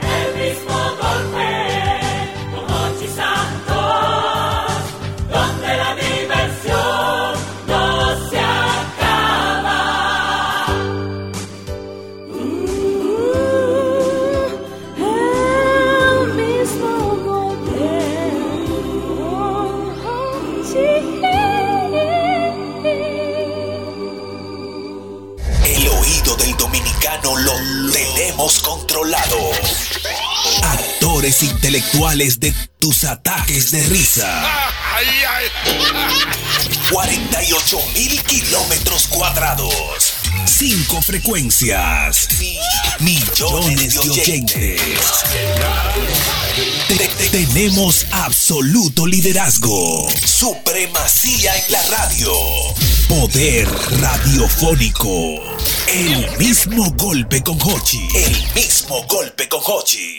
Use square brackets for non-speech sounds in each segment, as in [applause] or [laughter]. El mismo golpe, con Hochi Santos, donde la diversión no se acaba. El mismo golpe con El oído del dominicano lo tenemos controlado. Actores intelectuales de tus ataques de risa. 48 mil kilómetros cuadrados. Cinco frecuencias. Millones de oyentes. Te- te- tenemos absoluto liderazgo. Supremacía en la radio. Poder radiofónico. El mismo golpe con Hochi. El mismo golpe con Hochi.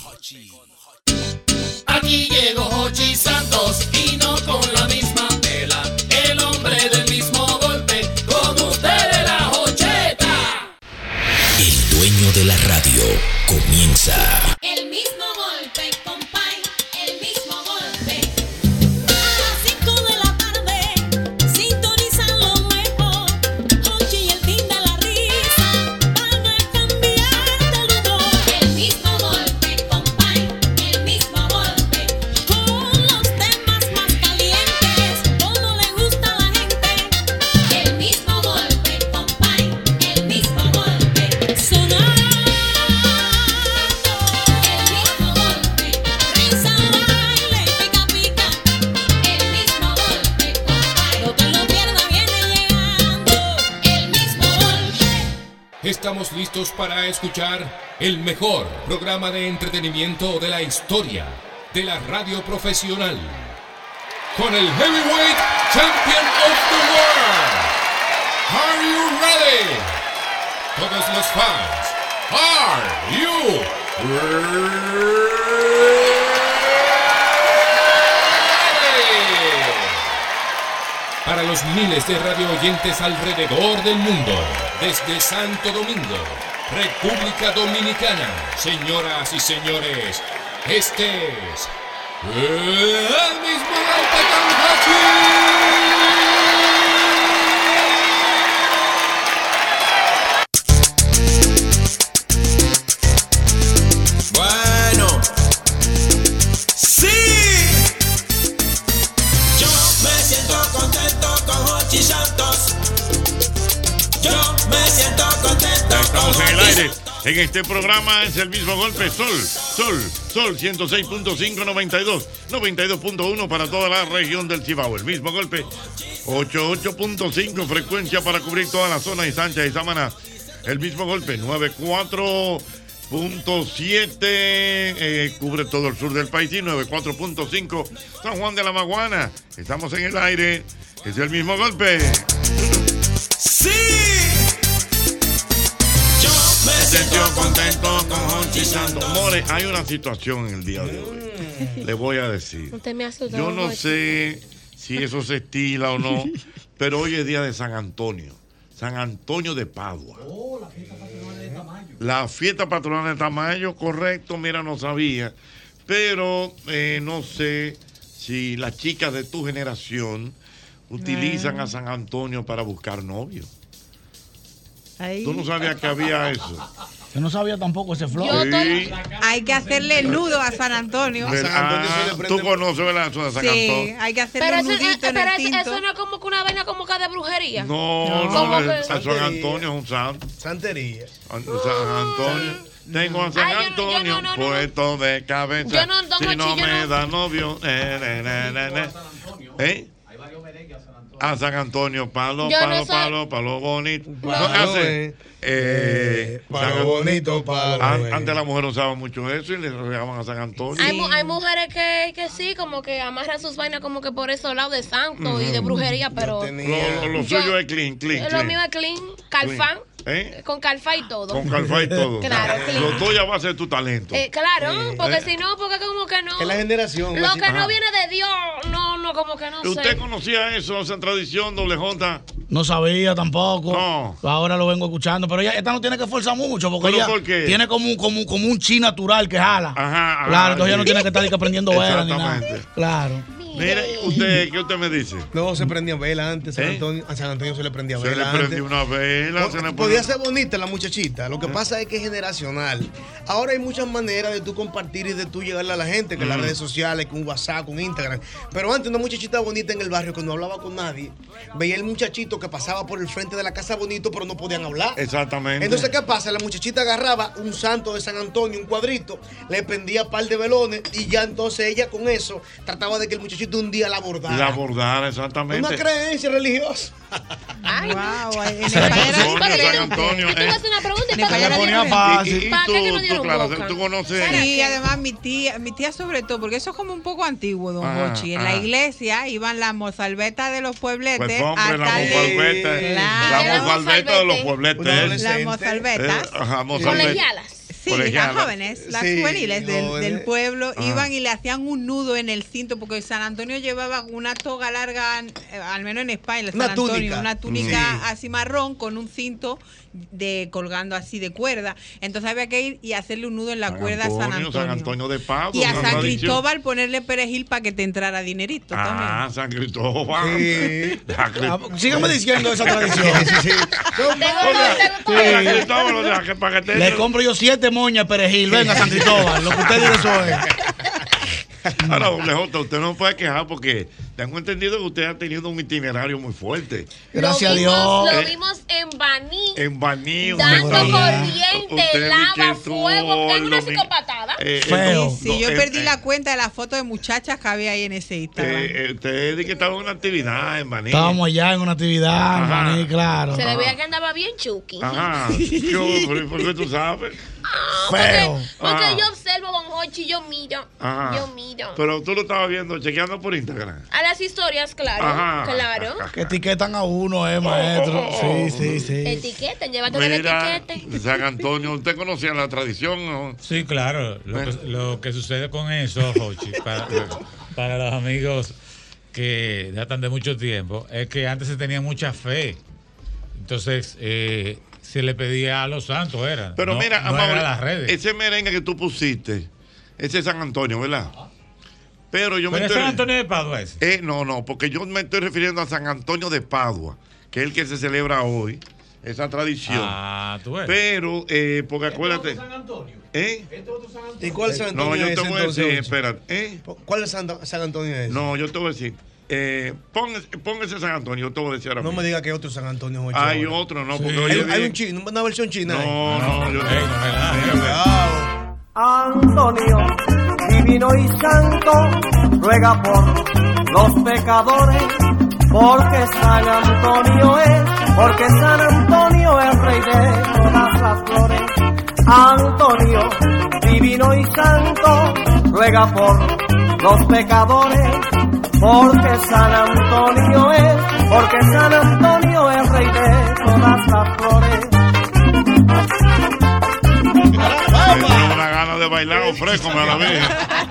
Aquí llegó Hochi Santos y no con la misma tela. El hombre del mismo golpe, como ustedes la Hocheta. El dueño de la radio comienza. El mismo golpe, compay, el mismo golpe. A las 5 de la tarde, sintonizan lo mejor. Hochi y el fin de la risa van a cambiar de humor. El mismo golpe, compay, el mismo golpe. Con los temas más calientes, como le gusta a la gente. El mismo golpe, compay, el mismo golpe. Sonar. Estamos listos para escuchar el mejor programa de entretenimiento de la historia de la radio profesional. Con el Heavyweight Champion of the World. Are you ready? Todos los fans. Are you ready? para los miles de radio oyentes alrededor del mundo, desde Santo Domingo, República Dominicana, señoras y señores, este es el mismo golpe con Hachi. Bueno, sí. Yo me siento contento con Hochi Santos. Yo me siento contento Estamos con en el Hochi aire. En este programa es el mismo golpe. Sol, sol, sol 106.592, 92.1 para toda la región del Cibao. El mismo golpe. 88.5 frecuencia para cubrir toda la zona de Sánchez y Samaná. El mismo golpe. 94.7 eh, cubre todo el sur del país y 94.5 San Juan de la Maguana. Estamos en el aire. Es el mismo golpe. ¡Sí! Yo me siento contento con Hochi Santos. More, hay una situación en el día de hoy. Le voy a decir. Usted me ha asustado. Yo no Jorge. sé si eso se estila o no, pero hoy es día de San Antonio. San Antonio de Padua. la fiesta patronal de Tamayo, correcto, mira, no sabía. Pero eh, no sé si las chicas de tu generación utilizan a San Antonio para buscar novio. Tú no sabías que había eso. Yo no sabía tampoco ese flow. Yo to- Sí. Hay que hacerle el nudo a San Antonio. ¿Verdad? Ah, Tú conoces ¿verdad? eso de Ah, San Sí, Antonio. hay que hacerle Pero, un eso, eh, nudito en el pero eso, tinto. eso no es como que una vaina como que de brujería. No, no, Como la- que- San Antonio es un santo. Santería. San Antonio. Tengo a San Ay, yo no- yo Antonio no, no, no, puesto de cabeza. Yo no, don si Jochi, no yo me no. da novio. eh, eh, eh, eh, eh. ¿Eh? a San Antonio, palo, Yo no palo, soy- palo, palo bonito. Palo, ¿No? hace, eh, palo San An- bonito, palo, An- eh. Antes la mujer usaba mucho eso y le regaban a San Antonio. Hay, mu- hay mujeres que, que sí, como que amarran sus vainas como que por esos lados de santo y de Ujú. brujería, pero Lo, lo- lo Yo- suyo es clean, clean. lo clean. mío es clean, calfán, ¿Eh? con calfá y todo. Con calfa y todo. Claro, clean. Lo tuyo va a ser tu talento. Eh, claro, Sí. porque Eh. si no, porque como que no. Es la generación, Lo así. que Ajá. no viene de Dios, no, no, como que no ¿Usted sé. conocía eso, esa tradición, doble J? No sabía tampoco. Ahora lo vengo escuchando. Pero ella, esta no tiene que forzar mucho porque ¿Pero ella por qué? tiene como un, como, un- como un chi natural que jala. Ajá, ajá, claro, entonces ella no sí. tiene que estar ni que aprendiendo velas ni nada. Exactamente. Claro. Mire, usted, ¿qué usted me dice? ¿Eh? No, se prendía vela antes. San Antonio, a San Antonio se le prendía Se vela. le antes. prendió una vela, se le Podía prendió- ser bonita la muchachita. Lo que pasa es que es generacional. Ahora hay muchas maneras de tú compartir y de tú llegarle a la gente, que las Mm. redes sociales, con WhatsApp, con Instagram. Pero antes una muchachita bonita en el barrio que no hablaba con nadie, veía el muchachito que pasaba por el frente de la casa bonito, pero no podían hablar. Exactamente. Entonces, ¿qué pasa? La muchachita agarraba un santo de San Antonio, un cuadrito, le prendía par de velones y ya entonces ella con eso trataba de que el muchachito un día la abordara. La abordada, exactamente. Una creencia religiosa. Ay, wow, San Antonio, Yo te voy a eh. hacer una pregunta y Le para qué no ponía dieron- fácil. Y- y- ¿Para y qué que no tú, dieron tú, Clara, boca? tú conoces. Sí, además mi tía, mi tía sobre todo, porque eso es como un poco antiguo, don Ajá, Hochi. En ajá. la iglesia iban las mozalbetas de los puebletes. Pues hombre, la hasta el- mozalbeta. Claro. La mozalbeta de los puebletes. Una ¿eh? adolescente. Las mozalbetas. Eh, Ajá, mozalbeta. Colegialas. Sí, Colegialas. las jóvenes, las Sí, juveniles del, jóvenes. del pueblo Ajá. iban y le hacían un nudo en el cinto porque San Antonio llevaba una toga larga, eh, al menos en España, San Una Antonio, túnica. una túnica Sí. así marrón con un cinto de colgando así de cuerda. Entonces había que ir y hacerle un nudo en la cuerda a San Antonio, Antonio. San Antonio de Pablo. Y a San Cristóbal ponerle perejil para que te entrara dinerito también. [laughs] Ah, San Cristóbal. San Cristóbal. Ah, Sígame diciendo esa tradición. Sí, sí. San Cristóbal, o sea, que para que te- Le compro yo siete moñas de perejil. Venga, San Cristóbal. Lo que usted diga eso [laughs] es. Ahora, doble J, usted no puede quejar porque tengo entendido que usted ha tenido un itinerario muy fuerte. Lo vimos- Lo Eh, vimos en Baní, En Baní, dando usted está- corriente, usted, lava, Michel, tú, fuego, tengo una lo mi- psicopatada. eh, eh, Feo. no, Sí, yo eh, perdí eh, la cuenta de la foto de muchachas que había ahí en ese Instagram. eh, eh, usted dice que estaba en una actividad en Baní. Estábamos allá en una actividad, Ajá. maní, claro. Se le veía que andaba bien chuki. [laughs] Ajá. Yo, pero ¿y ¿por qué tú sabes? Ah, Porque, Feo. porque Ah. yo observo, Don Hochi, yo miro. Ajá. Yo miro. Pero tú lo estabas viendo, chequeando por Instagram. A las historias, claro. Ajá. Ah, Claro. Que etiquetan a uno, Oh, eh, maestro. Sí, sí, sí. Etiqueten, llévate el Mira, etiquete. San Antonio, ¿usted conocía la tradición? no? Sí, claro. Lo que, lo que sucede con eso, Jochi, [laughs] para, para los amigos que datan de mucho tiempo, es que antes se tenía mucha fe. Entonces, eh, se le pedía a los santos, era. Pero No- mira, Eh, no Amaury, era las redes. ese merengue que tú pusiste, ese es San Antonio, ¿verdad? Pero yo me Pero es estoy... San Antonio de Padua ese. Eh, no, no, porque yo me estoy refiriendo a San Antonio de Padua, que es el que se celebra hoy, esa tradición. Ah, tú ves. Pero, eh, porque acuérdate... ¿Eh? ¿Y cuál San Antonio No, yo es te voy a entonces, decir, Ocho? espérate. ¿eh? ¿Cuál es San, San Antonio es? No, yo te voy a decir. Eh, póngase, póngase San Antonio, yo te voy a decir ahora No mismo. me diga que otro San Antonio es ocho Hay horas. otro, no, Sí. porque hay, oye hay bien. un chino, una versión china. No, no, yo Antonio, divino y santo, ruega por los pecadores, porque San Antonio es, porque San Antonio es rey de todas las flores. Antonio, divino y santo, ruega por los pecadores, porque San Antonio es, porque San Antonio es rey de todas las flores. Me da una gana de bailar o fresco, me la vi.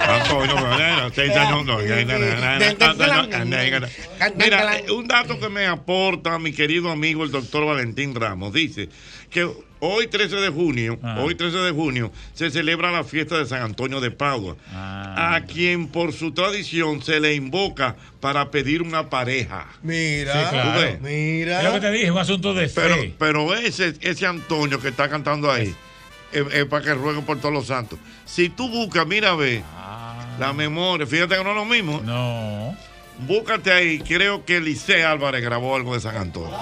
Antonio, bueno, seis años, no, ya, ya, ya, ya, ya, ya, ya, ya. Mira, eh, un dato que me aporta mi querido amigo el doctor Valentín Ramos dice que hoy 13 de junio, hoy 13 de junio se celebra la fiesta de San Antonio de Padua, a quien por su tradición se le invoca para pedir una pareja. Ah, Mira, Sí, claro. tú ves. mira. Es lo que te dije, es un asunto de Pero, pero ese, ese Antonio que está cantando ahí, es para que ruegue por todos los santos. Si tú buscas, mira, ve, la memoria, fíjate que no es lo mismo. Ah. No. Búscate ahí, creo que Licey Álvarez grabó algo de San Antonio.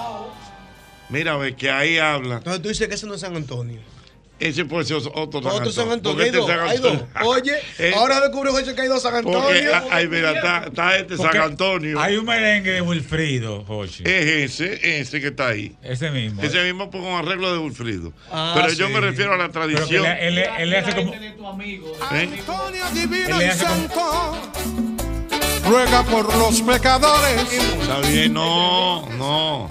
Mira, ve, que ahí habla. Entonces tú dices que ese no es San Antonio. Ese puede ser otro San Otro San Antonio. porque Hay este dos, San hay dos. Antonio- Oye, [laughs] Eh, ahora descubro Jorge, que hay dos San Antonio. Porque, ah, ay, mira, está, está este Porque San Antonio. Hay un merengue de Wilfrido, Jochi. Es ese, ese que está ahí. Ese mismo. eh. Ese mismo con arreglo de Wilfrido. Ah, Pero yo sí. me refiero a la Pero que tradición. le- él le- él le hace como- ¿Eh? Él Divino le y hace como- santo, ruega por los pecadores. Está bien, no, no.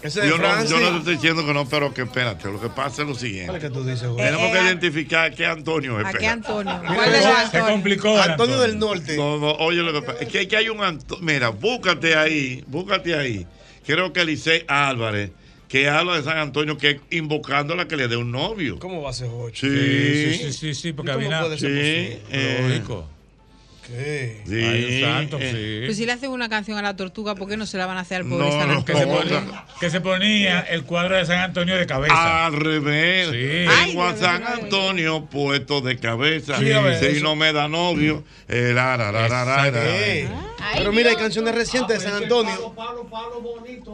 Ese de yo, no Francis. yo no te estoy diciendo que no, pero que espérate. Lo que pasa es lo siguiente. ¿Cuál es que tú dices, Jorge? Tenemos que Eh, eh, identificar qué Antonio es. Eh, ¿A qué espérate. Antonio? Mira, ¿Cuál es se el Antonio? complicó el Antonio del Norte. No, no, oye lo que pasa. Es que aquí hay un Antonio. Mira, búscate ahí, búscate ahí. Creo que Elisei Álvarez, que habla de San Antonio, que invocándola que le dé un novio. ¿Cómo va a ser Jorge? Sí, Sí, sí, sí, sí, sí, porque ¿Y cómo había- puede ser Sí, eh. posible? lógico. ¿Qué? Sí, Hay un santo, eh. Pues si le hacen una canción a la tortuga, ¿por qué no se la van a hacer al pobre No, San no, que, se Antonio? ponía, que se ponía el cuadro de San Antonio de cabeza. Al revés. Sí. Tengo a San Antonio puesto de cabeza. Sí, a ver, si eso. no me da novio. eh, la, la, la, la, la, la. Eh, Pero mira, hay canciones recientes de pues, San Antonio.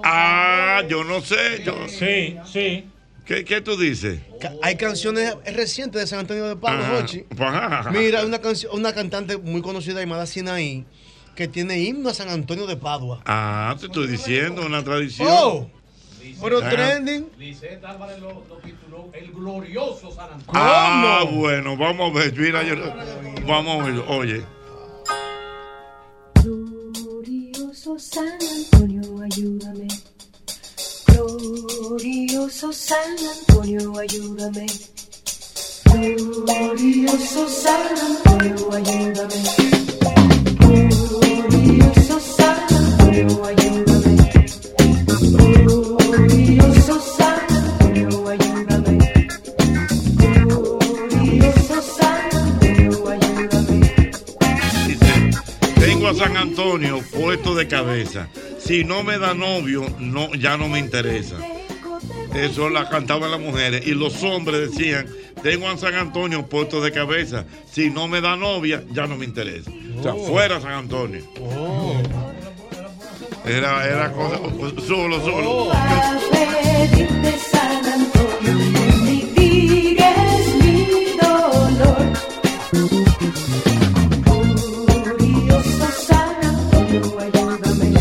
Ah, yo no sé. Yo... Sí, sí. ¿Qué, qué tú dices? Ca- Hay canciones recientes de San Antonio de Pablo, Ajá. Pues, Jochi. Ajá. Mira, hay una, canción- una cantante muy conocida llamada Sinaí que tiene himno a San Antonio de Padua. Ah, te estoy diciendo una tradición. ¡Oh! Pero Ah. trending. Lisette Álvarez lo, lo tituló El glorioso San Antonio. Ah, bueno, vamos a ver. Mira, yo- vamos a ver. Oye, Glorioso San Antonio, ayúdame. Glorioso San Antonio, ayúdame. Glorioso San Antonio, ayúdame. Glorioso San Antonio, ayúdame. Glorioso San Antonio, ayúdame. Glorioso San Antonio, ayúdame. tengo a San Antonio puesto de cabeza. Si no me da novio, no, ya no me interesa. Eso la cantaban las mujeres. Y los hombres decían, tengo a San Antonio puesto de cabeza. Si no me da novia, ya no me interesa. O sea, Oh. fuera San Antonio. Era, era cosa. pues, Solo, Oh. solo. Pedirte San Antonio, mitigas mi dolor. Glorioso San Antonio, ayúdame.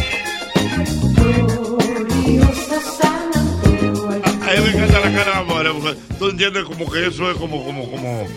Glorioso San Antonio, ayúdame. A él le encanta la caramba. porque Tú entiendes como que eso es como, como, como.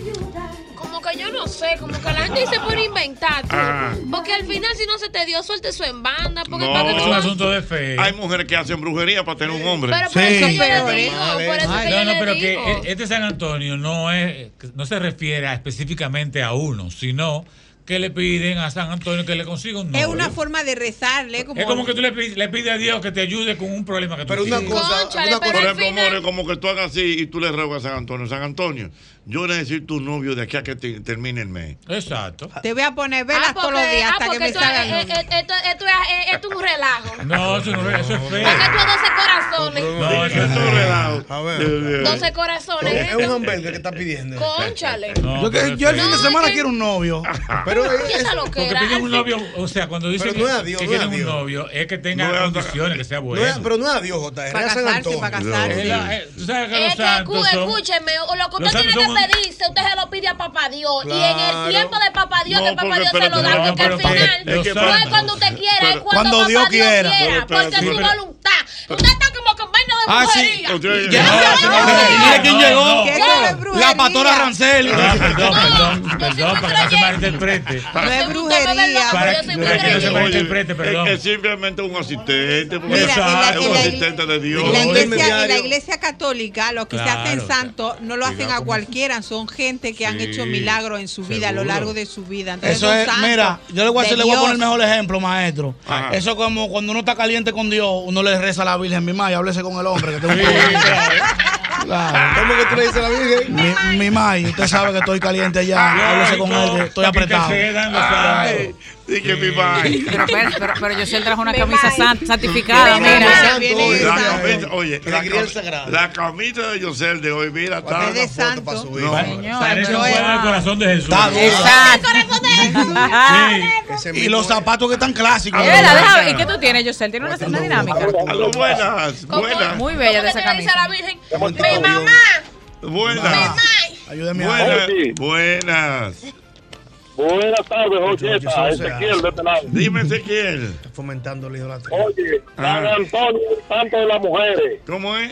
Como que yo no sé, como que la gente se puede inventar. tú. Ah. Porque al final, si no se te dio, suerte eso en banda. Porque No, para que tú- de fe. Hay mujeres que hacen brujería para tener un hombre. Pero por Sí. eso yo le Pero digo, Ay, por eso que yo Ah, no, no, le pero digo. que e- este San Antonio no es, no se refiere a- específicamente a uno, sino que le piden a San Antonio que le consiga un novio. Es una forma de rezarle. Como... Es como que tú le pides, le pides a Dios que te ayude con un problema que tú Pero una tienes. cosa, Cónchale, una cosa, pero por al ejemplo, final- More, como que tú hagas así y tú le ruegas a San Antonio. San Antonio, yo necesito un novio de aquí a que te- termine el mes. Exacto. Te voy a poner velas Ah, todos los porque- días ah, hasta que porque me esto salgan. es- es- esto- esto es- eh, esto es un relajo. No, eso, no, eso es feo. Porque tú a 12 corazones. No, Ah. eso es Ah. A 12 corazones. Es ¿eh? un hamburger que está pidiendo. Cónchale. yo, que- yo el fin de semana quiero un novio. Ah. Pero No, y esa Porque loquera, piden al un novio, o sea, cuando dicen Pero no es a que- Dios, que no es a quieren un Dios. novio, es que tenga No es a- condiciones, que sea No bueno. es- pero no es a Dios, J. Para Era San casarse, Antonio. para casarse. Es la- eh, tú sabes que los Es que, santos escu- son- escúcheme, o lo que los usted tiene santos que son un- pedirse, usted se lo pide a papá Dios. Y en Claro. el tiempo de papá Dios, No, que papá porque, Dios se espérate, lo da. no, Porque al pero, pero, final, es que no es espérate. cuando usted quiera, es Pero- cuando, Cuando Dios papá Dios quiera. quiera. Pero porque es espérate, su pero- voluntad. Usted está como con vaina de Ah, sí. brujería. Oye, Ya, no, ya, no, ya, mira quién no, llegó. no. ¿Qué No, es brujería? La pastora Rancel. Perdón, perdón, perdón, perdón, para que no se malinterprete. No es brujería. Para- para que no se malinterprete, Oye, perdón. Es, es simplemente un asistente. porque Mira, y la- es y un la- asistente de Dios. La iglesia, y la iglesia católica, los que Claro, se hacen santos, no lo hacen Cuidado a con- cualquiera, son gente que han Sí, hecho milagros en su vida, a lo seguro. largo de su vida. Entonces, Eso son es, santos mira, yo le voy a, de hacer- le voy a Dios. poner el mejor ejemplo, maestro. Ajá. Eso es como cuando uno está caliente con Dios, uno le reza a la Virgen, mi madre, háblese con el hombre, que tengo un problema. Claro. ¿Cómo que tú le dices a la Virgen? Mi, mi madre, usted sabe que estoy caliente allá, háblese con él, que estoy apretado. Ay, Dije mi madre. Pero, pero, pero, pero yo sí él trajo una Me camisa voy. san- santificada, Mira, mira. santo, la camisa, oye, la, Alegría cam- sagrada. la camisa de Yosel de hoy, mira, está de una foto para subir. No, Parece un cuadro del corazón de Jesús. Está duro. [laughs] Sí. Y los zapatos que están clásicos. Mira, déjame, ¿y qué tú tienes, Yosel? Tiene una, una dinámica. Aló, buenas, ¿Cómo? buenas. Muy bella de ¿Cómo esa que le dice camisa. a la Virgen? Mi mamá Buenas. Ayúdeme Buenas. Buenas. Buenas tardes, Jocheta. Jochi, Ezequiel, de este lado. Dime, Ezequiel. Fomentando la idolatría. Oye, San Ah. Antonio es el santo de las mujeres. ¿Cómo es?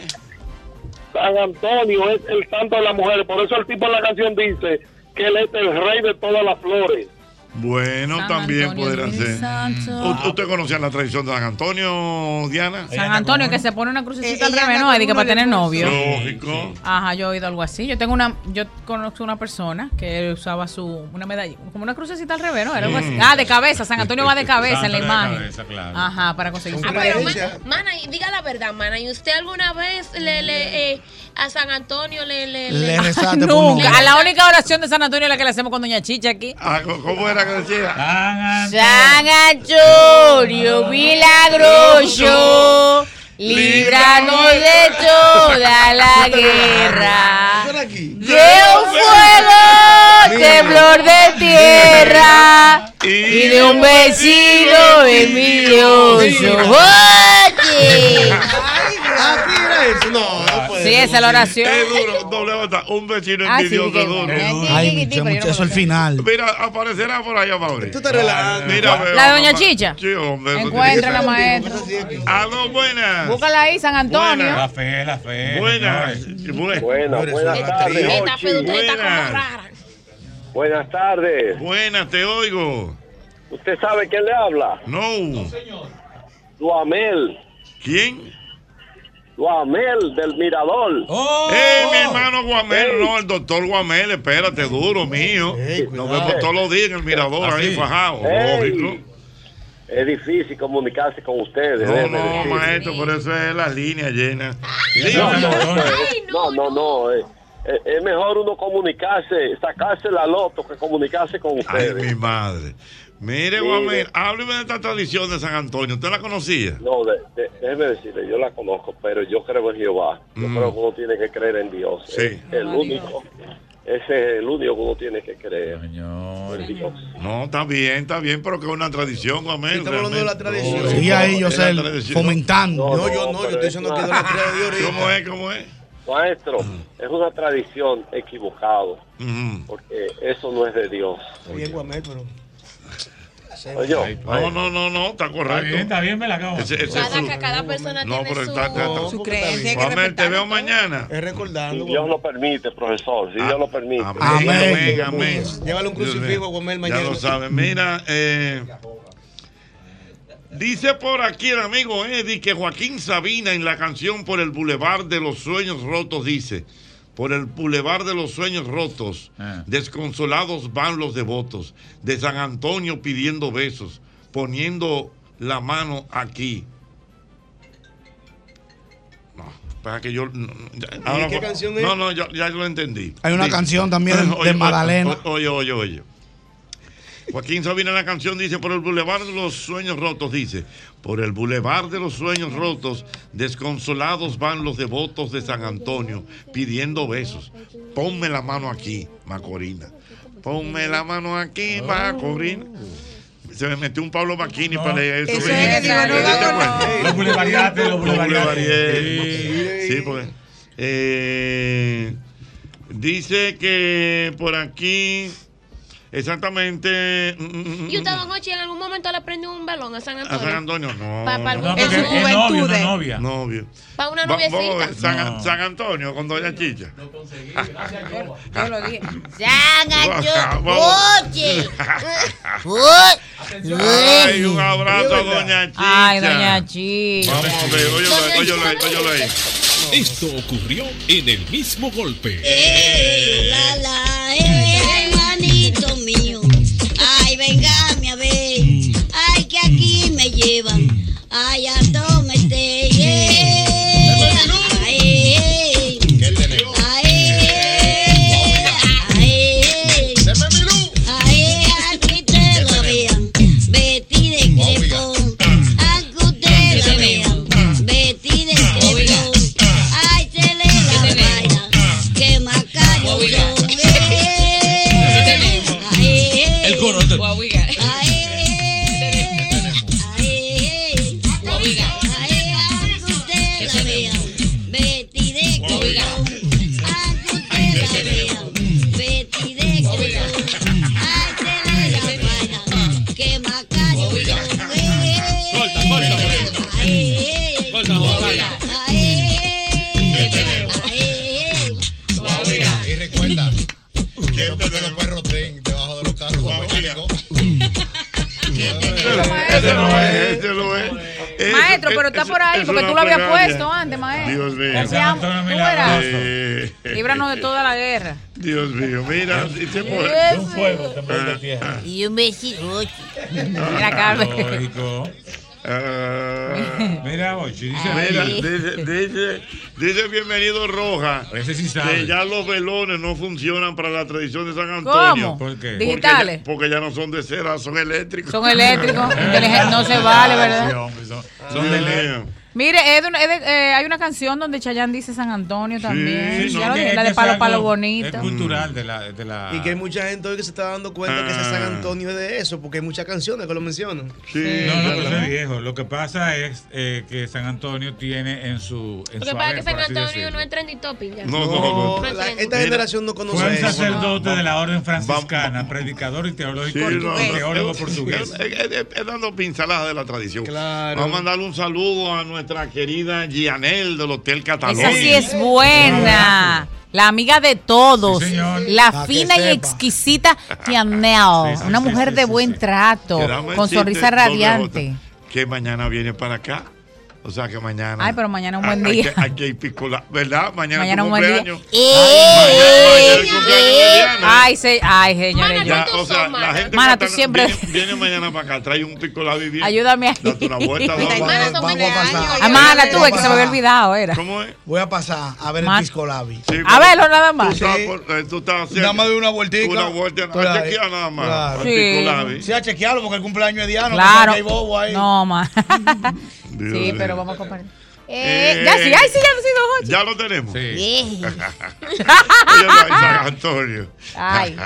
San Antonio es el santo de las mujeres. Por eso el tipo en la canción dice que él es el rey de todas las flores. Bueno, San también Antonio pudiera muy ser. santo. ¿U- ¿Usted conocía la tradición de San Antonio, Diana? San Antonio que se pone una crucecita Eh, al ella revés, anda ¿no? con Dice que uno para de tener novio. Lógico. Ajá, yo he oído algo así. Yo tengo una, yo conozco una persona que usaba su, una medalla, como una crucecita al revés, ¿no? Era algo así. Sí. Ah, de cabeza, San Antonio va de cabeza en la Santo de imagen. cabeza, claro. Ajá, para conseguir Son su- Ah, pero creencias. mana, mana, y diga la verdad, mana, ¿y usted alguna vez le, le, eh, a San Antonio le... le, le- Le rezaste Ah, por Nunca. novio. A la única oración de San Antonio es la que le hacemos con Doña Chicha aquí. Ah, ¿cómo- ¿Cómo era que decía? San Antonio, milagroso, líbranos de toda la guerra, de un fuego, temblor de tierra y de un vecino envidioso. ¡Oye! No, no puede Sí, ser. esa es la oración. Es duro, doble bota. Un vecino Ah, sí, envidioso que- duro. Ay, muchacho, muchacho, eso al final. Mira, aparecerá por allá, Mauri. Tú te relajas. Mira, veo, ¿La de Doña papá. Chicha? Sí, hombre. eso tiene que Encuentra la ser. maestra. Aló, buenas. Búscala ahí, San Antonio. La fe, la fe. Buenas. Buenas. Buenas, buenas tardes, Jochi. Buenas tardes. Buenas, te oigo. ¿Usted sabe quién le habla? No. Duamel. ¿Quién? Duamel, del Mirador. ¡Eh, mi hermano Guamel! No, el doctor Guamel, espérate, duro mío. Nos vemos todos los días en el mirador ahí, fajado. Ey. Lógico. Es difícil comunicarse con ustedes. eh, No, déjeme no, decirle. maestro, por eso es la línea llena. No, no, no, no, no, no, eh, eh, es mejor uno comunicarse, sacarse la loto que comunicarse con Ay, ustedes. mi madre. Mire, Sí, Guamel, de- hábleme de esta tradición de San Antonio. ¿Usted la conocía? No, de- de- déjeme decirle, yo la conozco, pero yo creo en Jehová. Yo Mm. creo que uno tiene que creer en Dios. Sí. Es el único. Ese es el único que uno tiene que creer. En Dios. No, está bien, está bien, pero que es una tradición, Guamel. Estamos hablando de la tradición. Sí, ahí yo sé, fomentando. pero es una- ¿Cómo es? ¿Cómo es? Maestro, es una tradición equivocada, porque eso no es de Dios. Bien, Guamé, pero. Oye, No, no, no, no, está correcto. Está bien, está bien, me la acabo. Ese, ese es Cada, su- ca- cada persona No, tiene pero su... está, está, está. su creencia, hay que Guamel, te respetarlo veo mañana. Ah, Es recordando. Si Dios lo permite, profesor, si Dios lo permite. Amén, amén. Llévale un crucifijo a Guamel mañana. Ya lo saben. Mira, eh, dice por aquí el amigo Eddie que Joaquín Sabina en la canción Por el Boulevard de los Sueños Rotos dice. Por el Boulevard de los Sueños Rotos, Ah. desconsolados van los devotos, de San Antonio pidiendo besos, poniendo la mano aquí. No, para que yo. no, no, ya- ahora qué fue- canción es? No, no, ya, ya lo entendí. Hay una Dice- canción también [laughs] de Magdalena. Ah, o- Oye, oye, oye. Joaquín Sabina en la canción dice, por el Boulevard de los Sueños Rotos, dice, por el Boulevard de los Sueños Rotos, desconsolados van los devotos de San Antonio pidiendo besos. Ponme la mano aquí, Macorina. Ponme la mano aquí, Macorina. Se me metió un Pablo Maquini para leer eso. Eso es, ¿Te no, no, diste no, no. cuenta? Los boulevariates, Los los boulevariates. boulevariates. Sí, porque... eh, dice que por aquí... Exactamente. mm, mm, mm, ¿Y usted, mm. don Ochi, en algún momento le prendió un balón a San ¿A San Antonio? Antonio? No. Pa- pa- no. En su porque es juventud. novio, no novia. Novio. ¿Para una Va- vamos a noviecita? ver, San, San Antonio con Doña Chicha. [laughs] Yo lo dije. Vamos. [laughs] Ay, un abrazo a Doña Chicha. Ay, Doña Chicha. Vamos a ver, óyelo ahí, óyelo ahí, óyelo ahí. Esto ocurrió en el mismo Eh, golpe. la, la, eh, hermanito mío. Ay, vengame a ver. Ay, que aquí me llevan. Ay, atómete. Eh, ay, eh, ay, eh, ay, eh. Ay, aquí te la vean. Betty de crepón. Aquí te la vean. Betty de crepón. Ay, se le la vaina. Que macario son. Eh, eh. está por ahí, es porque una tú lo habías plegaria. puesto antes, maestro. Dios mío. Te amo, tú eras. Eh, Líbranos de toda la guerra. Dios mío, mira, y te mueres. De un fuego, temblor de tierra. Y un besito. Ah, Mira, Carmen. Mira, Ochi, dice. Ah. Mira, ahí. dice, dice, dice bienvenido Roja. sabe. Que ya los velones no funcionan para la tradición de San Antonio. ¿Cómo? ¿Por qué? Porque Digitales. ya- Porque ya, no son de cera, son eléctricos. Son [laughs] eléctricos, inteligentes, no se vale, ¿verdad? Sí, hombre, son, son de lejos. Mire, es de una- es de- eh, hay una canción donde Chayanne dice San Antonio también. Sí, Ya lo no, dije, que- la de que Palo es Palo algo- Bonito. este Es Mm. cultural de la. De la Y Ah. que hay mucha gente hoy que se está dando cuenta que ese San Antonio es de eso, porque hay muchas canciones que lo mencionan. No, no, pero eso es viejo. Lo que pasa es eh, que San Antonio tiene en su. En Lo que su pasa es haber, que San por así Antonio decirlo. no es trending topic ya. No, no, no. es La- trending. esta generación no conoce Fue un eso. sacerdote de la orden franciscana, predicador y teológico Sí, no, y no, teólogo es- portugués. es- es- es- es dando pinceladas de la tradición. Claro. Vamos a mandarle un saludo a nuestra querida Gianel del Hotel Catalón. Esa sí es buena. La amiga de todos. la Pa' que fina y sepa. [laughs] exquisita Tianel. una mujer de buen trato. Que dame el Con chiste, sonrisa doble J, radiante. Que mañana viene para acá. O sea que mañana. Ay, pero mañana un buen hay- hay día. que- Hay que ir picola, ¿verdad? Mañana, Mañana tu un buen día. cumpleaños. Ah, ¡Eh! Mañana- mañana es el cumpleaños de Diana. Ay, se, ay, señores. Ya, yo- o sea, la gente Mana, que tú está- siempre. viene, viene mañana para acá, trae un picolado y viene. Ayúdame ahí. Date una vuelta, dos, Mana, dos. Ah, mana, tú, es que se me había olvidado, era. ¿Cómo es? Voy a pasar a ver Ma- el disco Lavi. A verlo nada más. Tú estás, por- eh, tú estás haciendo. Nada más de una vueltica. Una vuelta, no Claro. has chequeado nada más. Claro. al picolabi. Sí, a chequearlo porque el cumpleaños es Diana. Claro. que hay bobo ahí. [laughs] No, más. Sí, mío. pero vamos a compartir. Eh, Eh, ya sí, ay, sí, ya lo sigo, Jochi. Ya lo tenemos. [laughs] Sí. Oye, no, San Antonio. [laughs] Ay.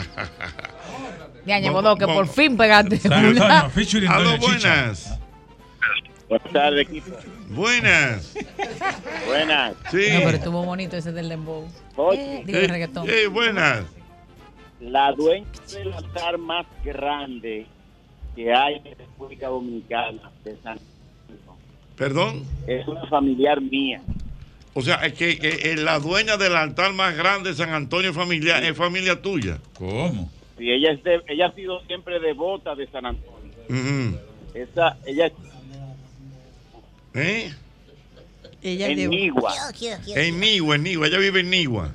Ya llevo Vamos, dos, que por vamos. fin pues. pegaste una. Aló, buenas. Buenas tardes, equipo. Buenas. Buenas. Sí. No, pero estuvo bonito ese del dembow. Eh, digo, el reggaetón. Eh, buenas. La dueña del altar más grande que hay en República Dominicana, de San Antonio, Perdón. es una familiar mía. O sea, es que que, eh, la dueña del altar más grande de San Antonio familia, es familia tuya. ¿Cómo? Y ella, es de- ella ha sido siempre devota de San Antonio. Esa, ella es ¿Eh? en Nigua, En Nigua, en Nigua. Ella vive en Nigua.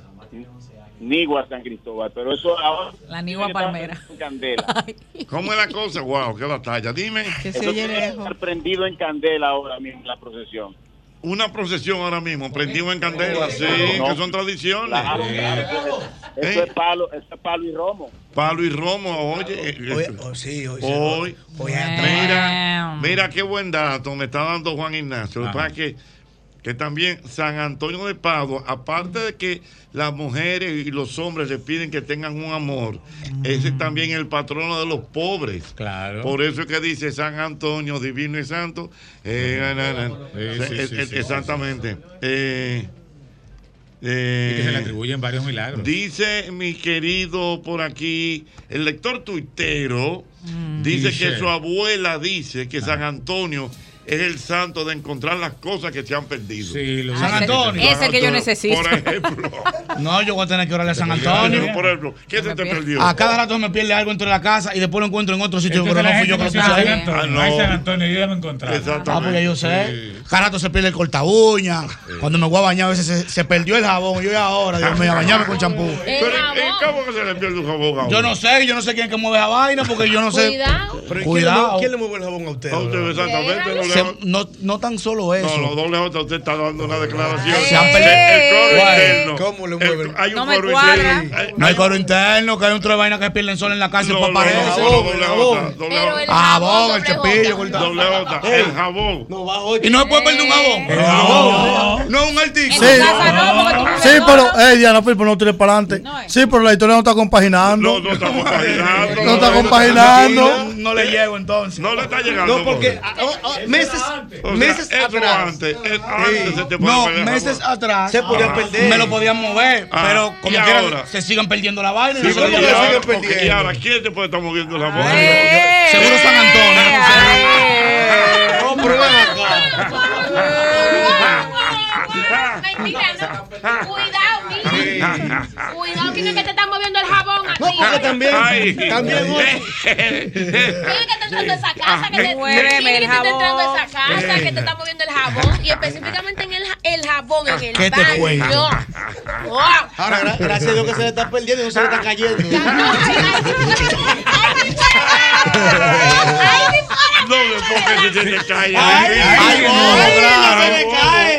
Nigua, San Cristóbal. Pero eso ahora La Nigua Palmera. en candela. ¿Cómo es la cosa? Wow, qué batalla. Dime. Eso tiene que estar prendido en candela ahora mismo la procesión. Eh. Una procesión ahora mismo, prendido en candela, sí, No. que son tradiciones. Claro, Sí. claro, eso es- eso Eh. es palo, eso es palo y romo. Palo y Romo, oye. Hoy, sí, hoy, hoy, mira, mira qué buen dato me está dando Juan Ignacio. Lo que pasa es que, que también San Antonio de Padua, aparte de que las mujeres y los hombres le piden que tengan un amor, ese es también el patrono de los pobres. Claro. Por eso es que dice San Antonio, divino y santo. Eh, na, na, na. Sí, sí, Eh, sí, eh, sí, exactamente. Eh, Y que se le eh, atribuyen varios milagros. Dice mi querido por aquí, el lector tuitero, dice que Mm. Dice. Ah. su abuela dice que San Antonio es el santo de encontrar las cosas que se han perdido. San Ah, ese- Antonio. ese que yo necesito. Por ejemplo. No, yo voy a tener que orarle a San Pero, Antonio. Por ejemplo, ¿qué se te perdió? A cada rato me pierde algo entre la casa y después lo encuentro en otro sitio. Entonces Pero Ah, no la fui yo que gente lo puse no sabe San ahí. Antonio. Ah, Hay San Antonio, yo ya me encontré. Ah, pues ya yo sé. Cada rato se pierde el corta uña. Cuando me voy a bañar, a veces se, se perdió el jabón. Yo ya ahora, Dios mío, a bañarme con champú. Pero, ¿eh, ¿Cómo que se le pierde un jabón a Yo uno? no sé, yo no sé quién es que mueve esa vaina porque yo no sé. Cuidado. Pero ¿quién Cuidado. le- quién le mueve el jabón a usted? A usted, exactamente, doble J. Se- no, no tan solo eso. No, no, doble J, usted está dando una declaración. Se han perdido. El, el coro interno. ¿Cómo le mueve? Hay un No me coro cuadra. interno. No hay coro interno, que hay un tres vainas que pierden sol en la casa y después aparece. doble J, doble J. Jabón, el cepillo, cortado. Doble J, el jabón. No, Y no se puede perder un jabón. El jabón. No un artículo. Sí, sí pero, eh, Diana, pues, pero no tires para adelante. Sí, pero la historia no está compaginando. No está compaginando. No está compaginando. No le llego entonces. No le está llegando. No, porque, ah, meses, meses atrás. Antes, eh, antes se te puede No, perder el meses jabón. Ah. atrás Se podían perder. me lo podían mover, Ah, pero ¿y como quiera ahora? se sigan perdiendo la vaina. Sí, no se pero lo y llevo. ahora, ok, y ahora, ¿quién te puede estar moviendo la voz? Eh. Seguro San Antonio. No, pero ven Mentira, no. Cuidado, mija. Cuidado, que no es que te están moviendo el jabón No, porque también. También. entrando a esa casa, que te, Muéveme ¿Quién el es que te está entrando a jabón. esa casa, que te Eh. está moviendo el jabón y específicamente en el, ja- el jabón, en el ¿Qué te cuento? baño. Wow. Ahora, gra- gracias a Dios que se le está perdiendo y no se le está cayendo. [laughs] No, porque se te cae. Ay, ay, no, claro. se te cae.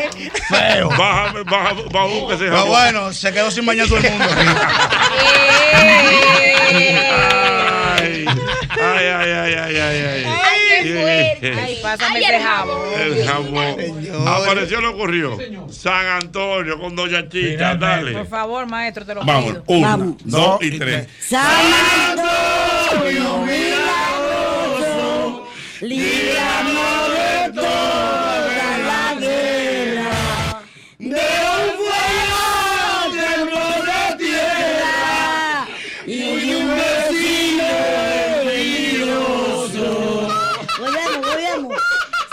Feo. Bájame, baja, baja, que se Pero bueno, se quedó sin bañar todo el mundo. Ay, ay, ay, ay, ay, ay. Ay, qué fuerte. Ay, Ay, pásame el ese jabón. jabón. El jabón. Apareció lo ocurrió. San Antonio con Doña Chica, Por dale. favor, maestro, te lo Vamos, pido. una, dos y tres. de toda la guerra, de un fuego temblor de tierra y de un vecino peligroso. Volvemos, volvemos.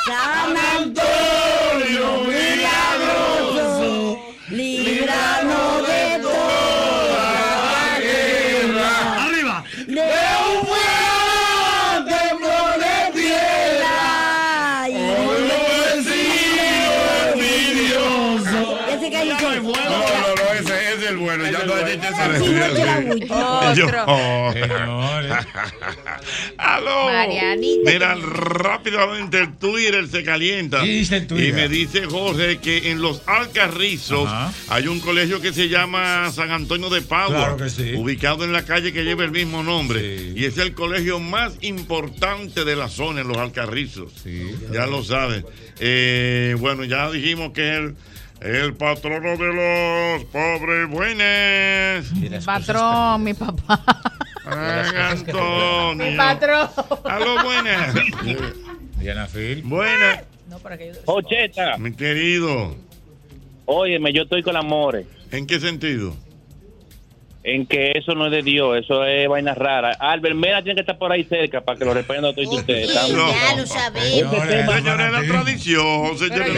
San Antonio milagroso, líbranos de toda la guerra. ¡Arriba! De un fuego temblor de tierra y de un vecino envidioso. Ese que hay No, no, no, ese es el bueno. Ya no hay oh. [laughs] Aló. Marianita. Mira, rápidamente el Twitter se calienta. Y me dice Jorge que en los Alcarrizos hay un colegio que se llama San Antonio de Padua, Claro que sí. ubicado en la calle que lleva el mismo nombre. Y es el colegio más importante de la zona en los Alcarrizos. Ya lo saben. Eh, bueno, ya dijimos que es el, el patrono de los pobres buenos. Patrón, mi papá. San Antonio. Mi patrón. Aló, buenas. Diana Phil. Buenas. Ocheta. Mi querido. Óyeme, yo estoy con la More. ¿En qué sentido? En que eso no es de Dios, eso es vaina rara. Albert Mena tiene que estar por ahí cerca para que lo responda a todos ustedes. Ya lo sabemos. Señores, la tradición, señores.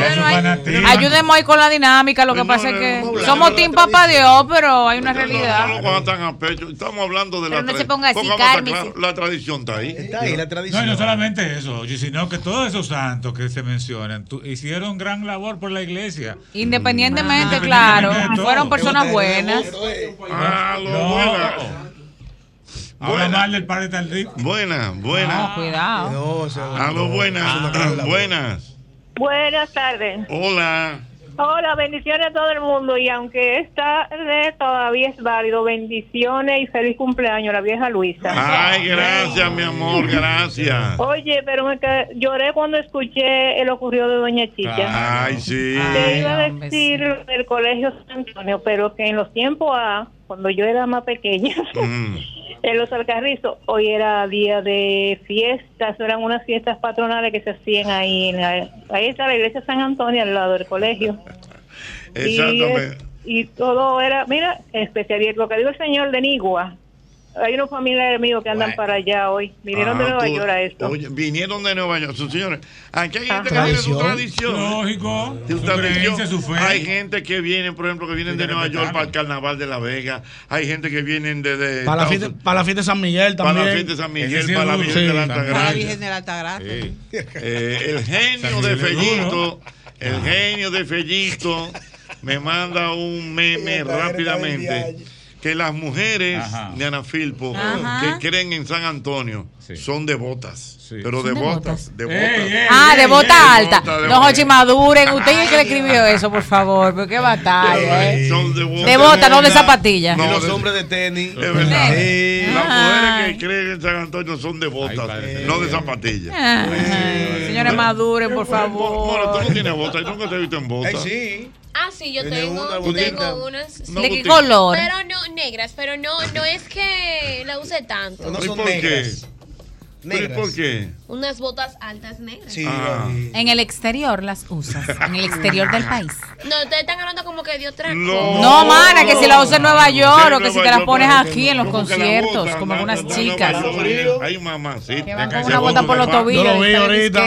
Ayudemos ahí con la dinámica. Lo que pasa es que somos Team Papá Dios, pero hay una No realidad. lo cojan tan a pecho. Estamos hablando de Pero la no se tradición. ponga así, cálmese. La tradición está ahí. Está No, y no solamente eso, Ochi, sino que todos esos santos que se mencionan tu- hicieron gran labor por la iglesia. Independientemente, claro. Independientemente de todo. Fueron personas buenas. No. buenas. Habla mal del padre tan rico. Buenas, buenas. cuidado. Aló, buenas. Buenas. Buenas tardes. Hola. Hola, bendiciones a todo el mundo. Y aunque es tarde, todavía es válido. Bendiciones y feliz cumpleaños, la vieja Luisa. Ay, gracias, mi amor, gracias. Oye, pero me ca- lloré cuando escuché el ocurrido de Doña Chicha. Ay, sí. Te iba a decir lo del colegio San Antonio, pero que en los tiempos A, cuando yo era más pequeña, Mm. [laughs] en los Alcarrizos, hoy era día de fiestas, eran unas fiestas patronales que se hacían ahí. En la- ahí está la iglesia San Antonio al lado del colegio. Y Exactamente. y todo era, mira, especialidad, lo que dijo el señor de Nigua. Hay unos familiares míos que andan para allá hoy. Vinieron de Ah, Nueva tú- York a esto. Oye, vinieron de Nueva York, sus señores. Aquí hay gente que tiene su Tradición. tradición. Lógico. Su Su tradición. creencia, su fe. Hay gente que viene, por ejemplo, que vienen de Nueva York para el ah, carnaval de La Vega. Hay gente que vienen de. de Para la, Estados- fiesta, para la fiesta de San Miguel para también. la fiesta de San Miguel, Ese sí es para la duro. Virgen de Sí, la también. La Altagracia. Virgen de la Altagracia. Eh, el genio de Fellito, el genio de Fellito me manda un meme rápidamente. Que las mujeres de Anafilpo Ajá. que creen en San Antonio son devotas. Pero Son devotas. devotas. Ah, de bota Devotas, alta. devotas. No, Jochi, maduren. Usted es el que le [laughs] escribió eso, por favor. Porque batalla, ¿eh? Son De bota, no de zapatilla. Y los hombres de tenis. Es verdad. Sí. Las mujeres Ay. que creen en San Antonio son devotas, no de zapatillas. Ah, Ay, Señores, maduren, por Mora, tú favor. no tienes botas, yo nunca te he visto en botas. sí. Ah, sí, yo Tiene tengo, una yo bonita. tengo unas. Una sí. ¿De qué botica. color? Pero no, negras, pero no, no es que la use tanto. ¿Y por qué? Ah, ¿Pero ¿Y por qué? unas botas altas negras. Sí. En el exterior las usas, en el exterior del país. No, ustedes están hablando como que Dios trajo. No, mana, que si las usas en Nueva York o que si te las pones aquí en los conciertos, como unas chicas. Ay, mamá, sí. con una bota por los tobillos. Yo lo vi Está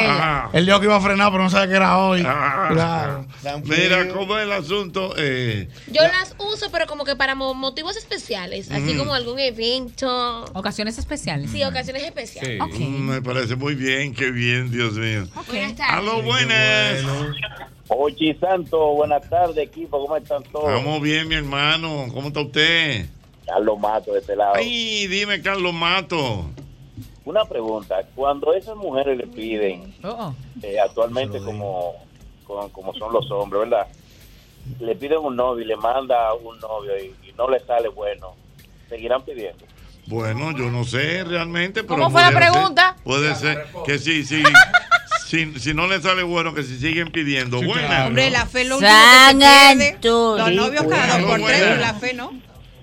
ahorita. Él dijo que iba a frenar, pero no sabía que era hoy. Claro. Ah, Mira, ¿cómo es el asunto? Eh, Yo las uso, pero como que para mo- motivos especiales, así Mm. como algún evento. Ocasiones especiales. Sí, ocasiones especiales. sí. mm, Me parece muy bien, qué bien, Dios mío. Buenas A tardes. lo buenas. Ochi Santo, buenas tardes, equipo. ¿Cómo están todos? Vamos bien, mi hermano. ¿Cómo está usted? Carlos Mato, de este lado. Ay, dime, Carlos Mato. Una pregunta. Cuando esas mujeres le piden, eh, actualmente como, con- como son los hombres, ¿verdad? Le piden un novio y le manda un novio y, y no le sale bueno. Seguirán pidiendo. Bueno, yo no sé realmente, pero. ¿Cómo fue la pudiera ser- pregunta? puede ser que sí, sí. si, si no le sale bueno, que si siguen pidiendo. buenas. Hombre, la fe es lo único que se San pierde. Antonio. Los novios cada dos por tres, pero la fe no.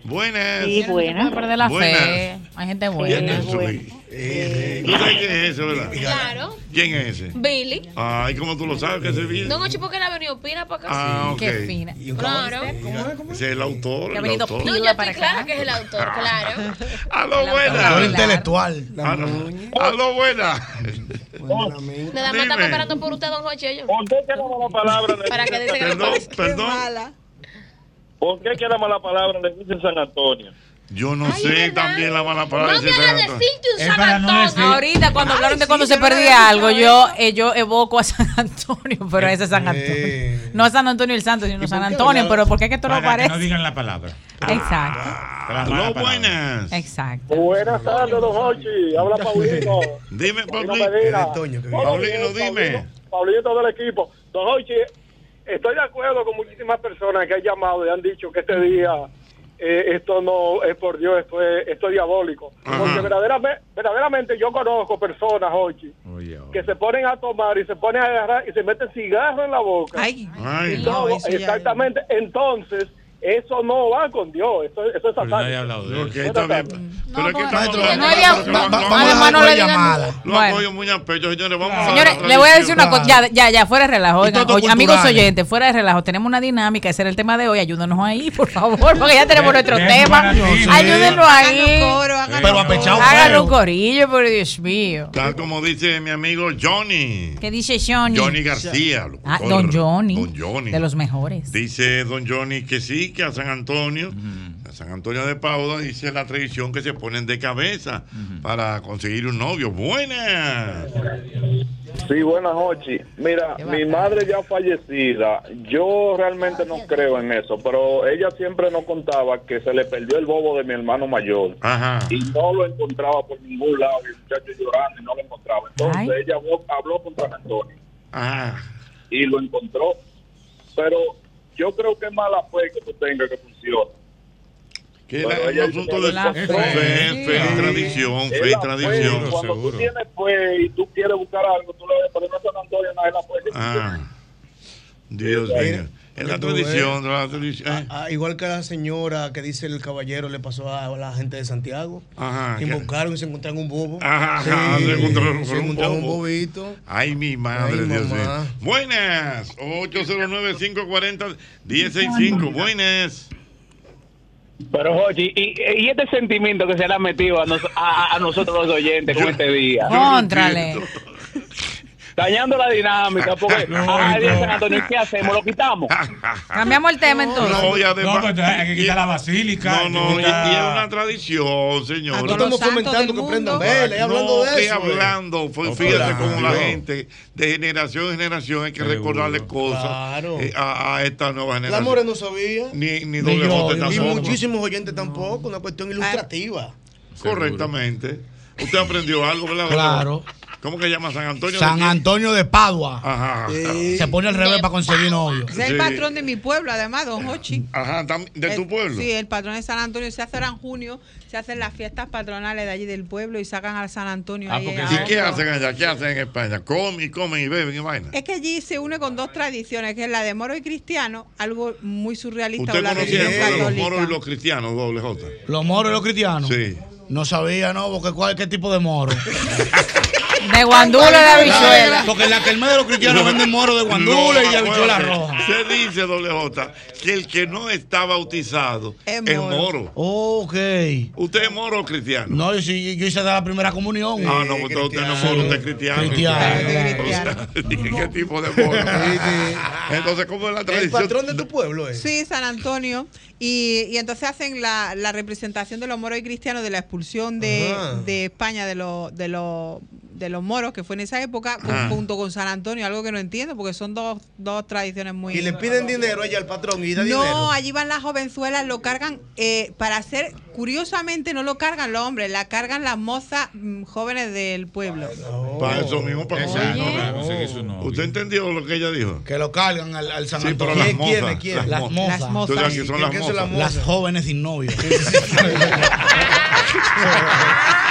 Buenas. Sí, buenas. No puede perder la fe. Buenas. Hay gente Ya te buena. subí. Eh, ¿Tú sabes quién es ese, verdad? Claro. ¿Quién es ese? Billy. Ay, ¿cómo tú lo sabes que ese viene? Don Ochi, ¿por qué la ha venido Pina para acá? Ah, ok. Qué fina. Claro. Ese es el autor. Que ha el venido autor. No, yo estoy clara que es el autor, claro. A lo buena. Autor intelectual. A lo- A lo buena. Nada más está comparando por usted, don Hochi. oye. palabra de- Para que dice que Perdón, parece. perdón. ¿Por qué que la mala palabra le dicen San Antonio? Yo no sé también la mala palabra. No que se viene a trata. decirte un Es para no sabatón. decir- Ahorita, cuando Ay, hablaron de sí, cuando yo se no había perdía escuchado algo, yo, eh, yo evoco a San Antonio, pero ese es San Antonio. No a San Antonio el Santo, sino San Antonio, pero ¿por qué es que todo lo Ah. Para que no parece? digan Ah, la palabra. Exacto. La mala Lo palabra. buenas. Exacto. Buenas tardes, don Hochi. Habla Paulino. [laughs] Dime, Paulino. Paulino. Medina. Paulino, dime. Paulito del equipo. Don Hochi, estoy de acuerdo con muchísimas personas que han llamado y han dicho que este día eh, esto no es por Dios, esto es, esto es diabólico. Porque verdaderamente, verdaderamente yo conozco personas, Hochi, que se ponen a tomar y se ponen a agarrar y se meten cigarro en la boca. Ay. Y No, todo, eso ya- exactamente. Entonces, eso no va con Dios, eso, eso es satánico. Ok, está bien. Pero es que estamos porque no hablando- había- pero va- vamos- va- vamos vamos a a dejar dejar otra la llamada. Lo Bueno. apoyo muy a pecho, señores. Vamos a Señores, la le voy a decir una cosa, tradición. ya, ya, ya, fuera de relajo, oigan, Datos oye, amigos culturales. oyentes, fuera de relajo, tenemos una dinámica, ese era el tema de hoy, ayúdanos ahí, por favor, porque ya Ven, tenemos nuestro ven, tema, maravilloso. ayúdenos ahí, Pero apechado háganlo un feo. corillo, por Dios mío, Tal como dice mi amigo Johnny. ¿qué dice Johnny? Johnny García, locutor. Ah, don Johnny, Don Johnny. de los mejores, Dice don Johnny que sí, que a San Antonio, a San Antonio de Paula, dice la tradición que se ponen de cabeza para conseguir un novio. Buenas. Sí, buenas noches. Mira, mi madre ya fallecida, yo realmente no creo en eso, pero ella siempre nos contaba que se le perdió el bobo de mi hermano mayor y no lo encontraba por ningún lado, y el muchacho llorando y no lo encontraba. Entonces ella habló, habló con San Antonio Ah, y lo encontró, pero yo creo que es mala fe que tú tengas que funciona. Que Pero la- el ella asunto dice del fe, que la fe, fe, fe, sí. tradición, Es fe, la tradición. fe. Cuando tú tienes fe y tú quieres buscar algo, tú le pones a San Antonio, no es la fe. Ah, Dios Mira, mío. Es la que tú ves. tradición, la tradición. eh. Ah, igual que la señora que dice el caballero le pasó a la gente de Santiago. Ajá, que que- invocaron y se encontraron un bobo. Ajá, ajá, se encontraron se con un encontraron un bobo. bobito. Ay, mi madre, Ay, Dios mamá. mío. Buenas, 809-540-165. Buenas. Pero, Jochi, y, y este sentimiento que se le ha metido a, nos- a- a nosotros los oyentes con este día. contrale, Dañando la dinámica, [laughs] porque ay, Dios San Antonio, ¿qué hacemos? ¿Lo quitamos? cambiamos el tema entonces, No, y además- No, pero entonces hay que quitar la basílica. No, no, y, y es una tradición, señor. todos los Estamos santos fomentando del que prendan mundo. velas y hablando de estoy eso, eh. hablando, fue- No, fíjate claro. cómo la gente de generación en generación hay que recordarle cosas eh, a, a esta nueva La generación. More no sabía. Ni, ni doble bote y tampoco. muchísimos oyentes tampoco. Una cuestión ilustrativa. Correctamente. Usted aprendió algo, ¿verdad? Claro. ¿Cómo que llama San Antonio? San ¿De quién? Antonio de Padua. Ajá. Se pone al revés para conseguir novio. Ese es el patrón de mi pueblo, además, don Hochi. Ajá, tam- de El- tu pueblo. Eh, Sí, el patrón de San Antonio. Se hace ahora en junio, se hacen las fiestas patronales de allí del pueblo y sacan al San Antonio. Ah, ahí porque a sí. ¿Y qué hombro. hacen allá? ¿Qué hacen en España? Comen y comen y beben y vaina. Es que allí se une con dos tradiciones, que es la de moro y cristiano, algo muy surrealista, o ¿Usted la conocía religión eso de los católica. moros y los cristianos, doble J? Los moros y los cristianos. Sí. [laughs] pues, No sabía, ¿no? Porque cuál, qué tipo de moro. De guandula la bichuela. Porque en la quemada de los cristianos venden moro de guandula y de habichuela acuérdate. roja. Se dice, doble J, que el que no está bautizado es moro. Ok. ¿Usted es moro o cristiano? No, yo, sí- yo hice la primera comunión. Ah, no, usted, usted no es moro, usted es cristiano. Cristiano, Dije, ¿Qué tipo de moro? Ah. Entonces, ¿cómo es la tradición? tu pueblo es? Sí, San Antonio. Y, y entonces hacen la, la representación de los moros y cristianos de la expulsión de, Ajá. de España de los de los de los moros que fue en esa época con- Ajá. junto con San Antonio, algo que no entiendo porque son dos, dos tradiciones muy Y le piden dinero allá al patrón y da no, dinero. allí van las jovenzuelas, lo cargan eh, para hacer, curiosamente no lo cargan los hombres, la cargan las mozas mm, jóvenes del pueblo. Para eso mismo, para conseguir novia. ¿Usted entendió lo que ella dijo? Que lo cargan al, al San Sí, pero Antonio. las mozas, las Las mozas. mozas. Las mozas. Tú sabes que son las ¿Quién mozas. Las jóvenes sin novio.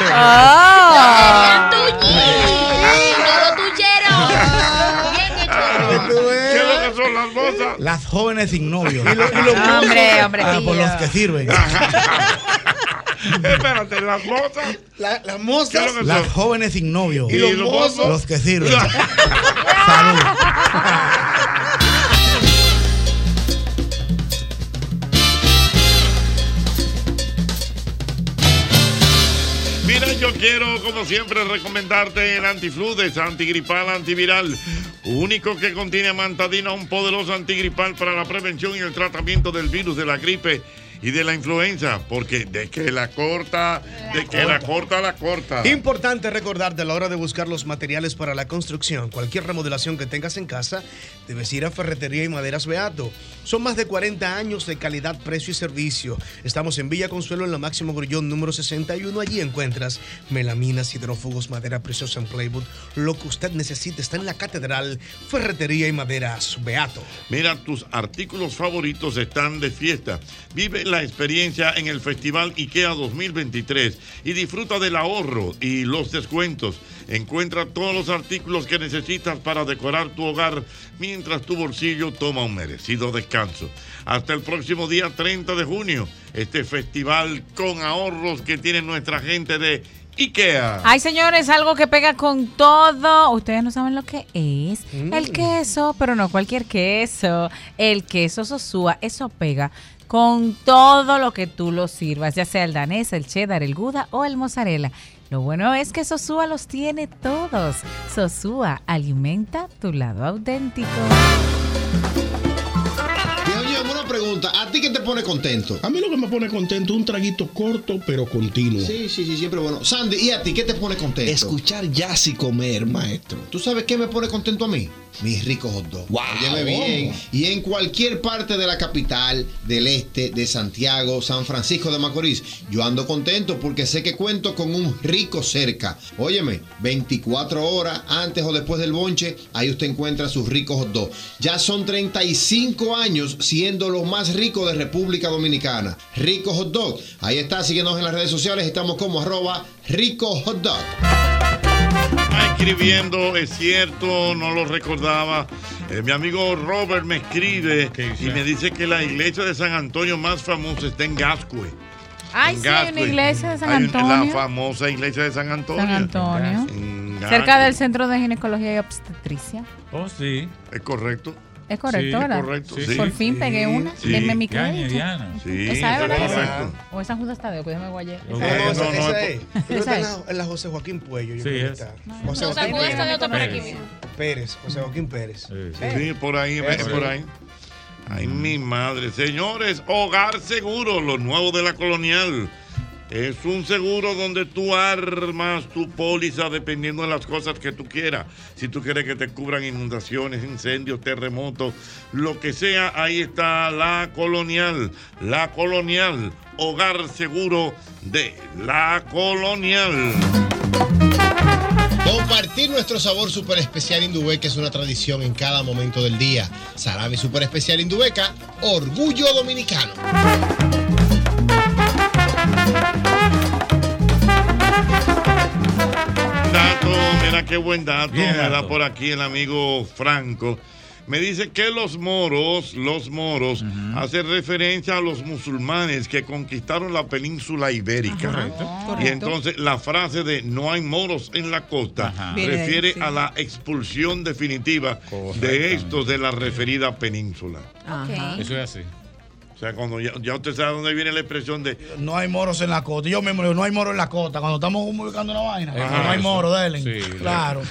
¡Ah! Ah. ¡No lo tuyeron! Bien ¿Qué es lo que son las mozas? [laughs] Las jóvenes sin novio. Hombre, hombre, Ah, por tío. los que sirven. Espérate, las mozas. las mozas. ¿Qué es lo que Las son? jóvenes sin novio. ¿Y los mozos? Los que sirven. [laughs] Mira, yo quiero, como siempre, recomendarte el antifludes, antigripal, antiviral. Único que contiene amantadina, un poderoso antigripal para la prevención y el tratamiento del virus de la gripe y de la influenza. Porque de que la corta, de que la corta, la corta. Importante recordarte a la hora de buscar los materiales para la construcción. Cualquier remodelación que tengas en casa, debes ir a Ferretería y Maderas Beato. Son más de 40 años de calidad, precio y servicio. Estamos en Villa Consuelo, en la Máximo Grullón número 61. Allí encuentras melaminas, hidrófugos, madera preciosa en Playwood. Lo que usted necesita está en la Catedral Ferretería y Maderas Beato. Mira, tus artículos favoritos están de fiesta. Vive la experiencia en el Festival IKEA 2023 y disfruta del ahorro y los descuentos. Encuentra todos los artículos que necesitas para decorar tu hogar mientras tu bolsillo toma un merecido descanso. Hasta el próximo día 30 de junio, este festival con ahorros que tiene nuestra gente de IKEA. Ay, señores, algo que pega con todo. Ustedes no saben lo que es. El queso, pero no cualquier queso. El queso Sosúa, eso pega con todo lo que tú lo sirvas, ya sea el danés, el cheddar, el gouda o el mozzarella. Lo bueno es que Sosúa los tiene todos. Sosúa alimenta tu lado auténtico. Dios mío, una pregunta. ¿A ti qué te pone contento? A mí lo que me pone contento es un traguito corto pero continuo. Sí, sí, sí, siempre bueno. Sandy, ¿y a ti qué te pone contento? Escuchar jazz y comer, maestro. ¿Tú sabes qué me pone contento a mí? Mis ricos hot dogs. Wow. Óyeme bien. Y en cualquier parte de la capital, del este, de Santiago, San Francisco de Macorís, yo ando contento porque sé que cuento con un rico cerca. Óyeme, 24 horas antes o después del bonche, ahí usted encuentra sus ricos hot dogs. Ya son 35 años siendo los más ricos de República Dominicana. Rico hot dog. Ahí está, síguenos en las redes sociales, estamos como arroba rico hot dog. escribiendo, es cierto, no lo recordaba. Eh, mi amigo Robert me escribe y me dice que la iglesia de San Antonio más famosa está en Gascue. Ay, en sí, hay una Gascue. iglesia de San Hay un- La Antonio. famosa iglesia de San Antonio. San Antonio. En Gascue. Cerca del Centro de Ginecología y Obstetricia. Oh, sí. Es correcto. Es correcto, Sí, ¿verdad? correcto, Sí, sí. Por fin Sí, pegué una. sí. Denme mi Diana, crédito. Diana. Sí, ¿Esa es eso es verdad? correcto. O esa Judas Tadeo, que yo me voy ayer. No, Eh, no, no, esa es es. por- Pero Esa está en es. la, en la José Joaquín Puello. Yo Sí, creo que es. está. José Joaquín está de otra por aquí mismo. Pérez, José Joaquín Pérez. Eh. Sí, por ahí, ve, Pérez. por ahí. Ay, mi madre. Señores, Hogar Seguro, lo nuevo de la colonial. Es un seguro donde tú armas tu póliza dependiendo de las cosas que tú quieras. Si tú quieres que te cubran inundaciones, incendios, terremotos, lo que sea, ahí está la colonial. La colonial, hogar seguro de la colonial. Compartir nuestro sabor super especial Indubeca es una tradición en cada momento del día. Salami super especial Indubeca, orgullo dominicano. dato, mira qué buen dato me da por aquí el amigo Franco. me dice que los moros, los moros, hacen referencia a los musulmanes que conquistaron la península ibérica. Oh. Y Correcto. entonces la frase de no hay moros en la costa Viene de ahí, refiere sí. a la expulsión definitiva de estos de la referida península. Ajá. Eso es así. O sea, cuando ya, ya usted sabe dónde viene la expresión de No hay moros en la costa. Yo mismo digo, no hay moros en la costa. Cuando estamos ubicando una vaina, Ajá, Eh, no hay eso. moros, dele. Sí, claro.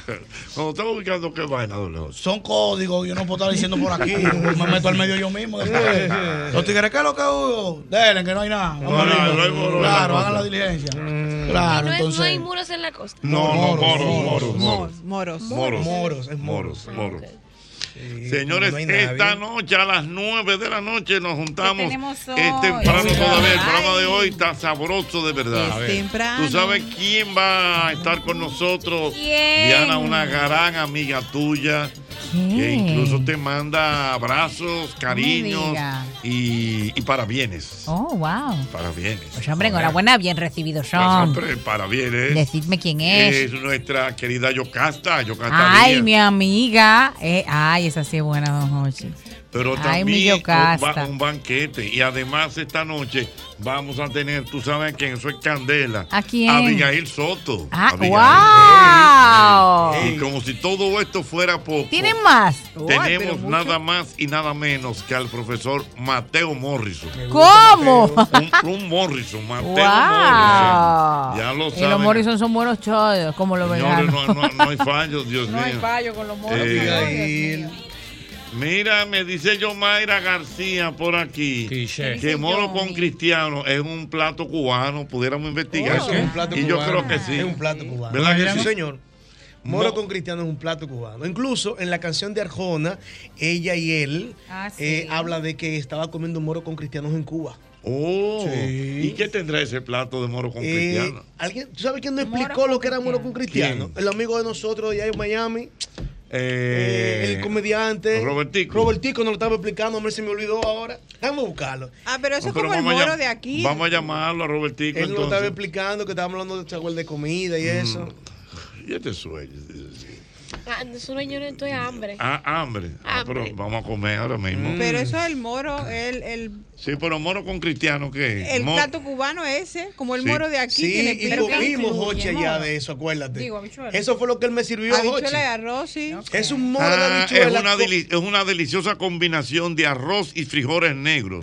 Cuando estamos ubicando qué vaina, don León. Son códigos, yo no puedo estar diciendo por [laughs] aquí. me meto al medio yo mismo. después. Los tigres, ¿qué es lo que hubo? Dele, que no hay nada. Vamos No, no, arriba. no hay moros en la Mm. Claro, costa. hagan la diligencia. Y Claro, no, es- no hay entonces. muros en la costa. No, no, moros, moros, moros. Moros. Moros. Moros, es moros. moros. Señores, esta noche a las 9 de la noche nos ¿Qué juntamos. tenemos Es hoy? temprano Ay. Este todavía. El programa de hoy está sabroso de verdad. Es A ver. temprano. Tú sabes quién va a estar con nosotros. ¿Quién? Diana, una gran amiga tuya. Que incluso te manda abrazos, cariños diga. y, y parabienes. Oh, wow. Parabienes. Pues hombre, enhorabuena, bien recibidos Pues, son. hombre, parabienes. Decidme quién Es es. nuestra querida Yocasta. Yocasta Ay, Díaz. mi amiga. Eh, ay, esa sí es buena, don Jorge. Pero Ay, mi también un, Yocasta. ba- un banquete. Y además esta noche vamos a tener, tú sabes que eso es Candela. ¿A quién? Abigail Soto. Abigail. Ah, Y como si todo esto fuera poco. wow. ¿Tienen más? Tenemos nada más y nada menos que al profesor Mateo Morrison. ¿Cómo? Un, un Morrison, Mateo Wow. Morrison. Ya lo Y los saben. Morrison son buenos chodos, como los Señores, veganos. no, no- no hay fallos, Dios mío. fallo con los Eh, Mira, me dice Yomaira García por aquí que moro con cristiano es un plato cubano. Pudiéramos investigar. Oh, Es un plato y yo cubano. creo que sí. Es un plato cubano. ¿Verdad que Sí, sí? señor. Moro Mo- con Cristiano es un plato cubano. Incluso en la canción de Arjona, ella y él Ah, sí. eh, habla de que estaba comiendo moro con cristianos en Cuba. Oh, Sí. ¿y qué tendrá ese plato de moro con Eh, cristiano? ¿alguien, ¿Tú sabes quién nos explicó lo que era moro con cristiano? El amigo de nosotros de allá en Miami, Eh, el comediante. Robertico. Robertico nos lo estaba explicando, hombre, se me olvidó ahora. Déjame buscarlo. Ah, pero eso No, es pero como el vamos a llam- moro de aquí. Vamos a llamarlo a Robertico Él nos lo estaba entonces. explicando que estábamos hablando de este de comida y eso. Y este sueño. Ah, no, solo yo no estoy hambre. Ah, hambre. Ah, pero vamos a comer ahora mismo. Pero Mm. eso es el moro, el, el, Sí, pero moro con cristiano, ¿qué es? el Mo- plato cubano ese, como el Sí. moro de aquí. Sí, que le y pican. comimos Jochi allá de eso, acuérdate. Digo, habichuela. Eso fue lo que él me sirvió, Habichuela Jochi. de arroz, sí. Es un moro de Ah, es, habichuela. una deli- es una deliciosa combinación de arroz y frijoles negros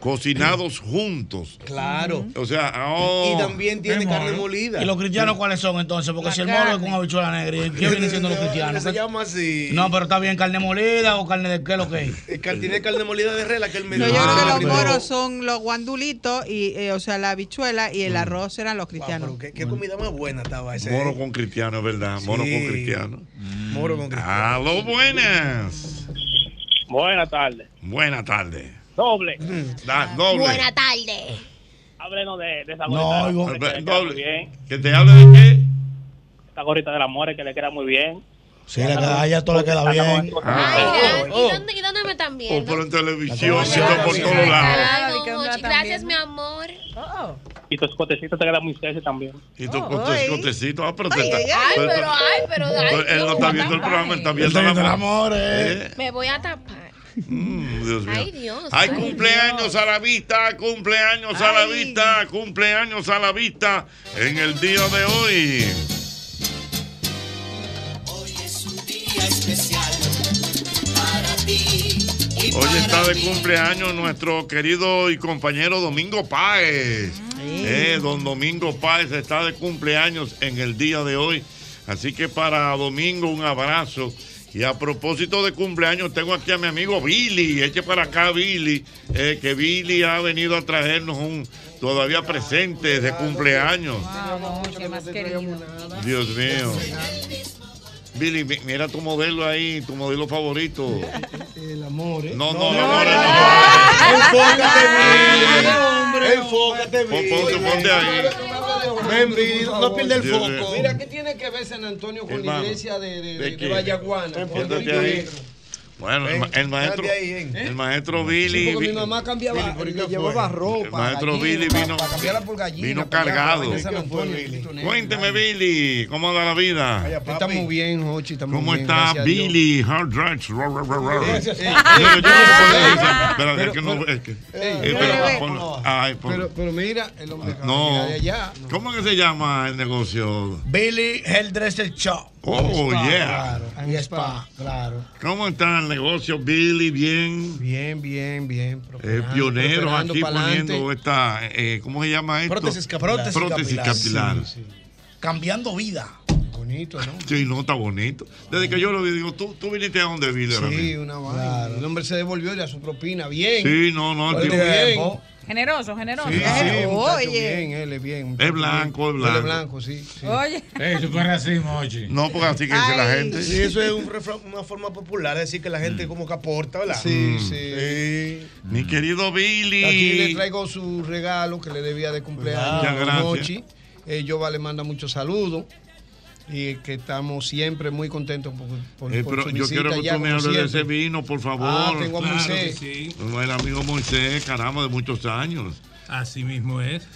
cocinados juntos. Claro. O sea, oh, Y también tiene es carne moro. molida. ¿Y los cristianos cuáles son entonces? Porque La si el moro es carne. con habichuela negra, ¿y ¿qué vienen siendo [laughs] los No, cristianos? Se llama así. No, pero está bien, carne molida o carne de qué, lo que es. Eh, car- Tiene carne molida de rela que él me Ah, No, yo dijo. creo que los pero- moros son los guandulitos, y, eh, o sea, la habichuela y Mm. el arroz eran los cristianos. Pero qué, qué comida más buena estaba eh. ese. Moro con cristiano, es verdad. Moro con cristiano. Moro con cristiano. Aló, buenas. Buenas tardes. Buenas tardes. Doble. Da- doble. tarde. Háblenos de, de esa No, gorrita. oigo. que le queda Doble. muy bien. ¿Que te hable de qué? Esa gorrita del amor que le queda muy bien. Sí, la que- a ella todo le queda bien. Ah. Ay, Ah, ¿y dónde, y dónde me están O viendo? oh, por en televisión, La sino por televisión. todos lados. Ay, don que Jochi, anda gracias, mi amor. Y tus cotecitos te quedan muy sexy también. Y tu cotecito, ah, pero te Ay, está- ay, ay, pero- pero, ay, pero, ay, Él no está viendo el programa, él está viendo el amor. Eh, Mm, Me voy a tapar. Dios mío. Ay, Dios. Hay ay, cumpleaños Dios. a la vista, cumpleaños a la vista, cumpleaños a la vista en el día de hoy. Día especial para ti. y Hoy para está de mí. cumpleaños nuestro querido y compañero Domingo Páez. Eh, don Domingo Páez está de cumpleaños en el día de hoy. Así que para Domingo un abrazo. Y a propósito de cumpleaños, tengo aquí a mi amigo Billy. Eche para acá, Billy. eh, que Billy ha venido a traernos un todavía presente de cumpleaños. Dios mío. Billy, mi- mira tu modelo ahí, tu modelo favorito. El amor, ¿eh? No, no, No, no, no, no, no, no. no. Enfócate, Sí. hombre. Enfócate, Pon- Ponte, ponte ahí. Ven, Billy, no- no pierda el Dios foco. mío. Mira, ¿qué tiene que ver San Antonio con Hermano, la iglesia de, de, ¿de de qué? Vallaguana? Póntate ahí. Bueno, el, ma- el maestro, quédate ahí, ven. el maestro Billy, Sí, porque vi- mi mamá cambiaba, Billy, ¿por le qué fue? llevaba ropa. El maestro gallina, Billy pa- vino- pa cambiarla por gallina, vino pa allá, cargado. pa San ¿Qué fue, Antonio, Billy? Cristo Negro. Cuénteme, Billy, ¿cómo anda la vida? Estamos bien, Jochi, estamos ¿Cómo bien, está gracias a Dios. Billy Hard Drugs? Ro, ro, ro, ro. Sí, sí, sí. Pero yo no puedo decir, pero es Pero- que no- es que- Ey, eh, pero- pero ponlo- ay, ponlo. Ah, Pero, pero mira, el hombre de No. de allá. ¿Cómo que se llama el negocio? Billy Hairdresser Shop. Oh, Spa, yeah. Claro, y spa, claro. ¿Cómo está el negocio, Billy? Bien. Bien, bien, bien. Eh, prosperando, pioneros prosperando aquí pa'lante. poniendo esta, eh, ¿cómo se llama esto? Prótesis capilar. Prótesis capilar. Sí, Cambiando vida. Bonito, ¿no? no, está bonito. Desde que yo lo vi, digo, tú, tú viniste a donde Billy. ahora Sí, mismo? una vaina. El hombre se devolvió y a su propina. Bien. Sí, no, no, el Él tipo- es bien. [laughs] Generoso, generoso. Sí, sí, muchacho, Oye. bien, él es bien. eh. Es blanco, es Él blanco. Pues sí. sí. Oye. Ey, eso fue racismo, Ochi. No, porque así que dice la gente. Sí, eso es un refrán- una forma popular de decir que la gente como que aporta, ¿verdad? Sí, sí. Mm. Mi querido Billy. Aquí le traigo su regalo que le debía de cumpleaños Muchas gracias. Nochi. Eh, Yoba le manda muchos saludos. Y que estamos siempre muy contentos por, por, Eh, por pero su yo visita quiero que ya, tú me como hables de ese siempre. vino, por favor. Ah, tengo a Moisés. No, El amigo Moisés, caramba, de muchos años. Así mismo es.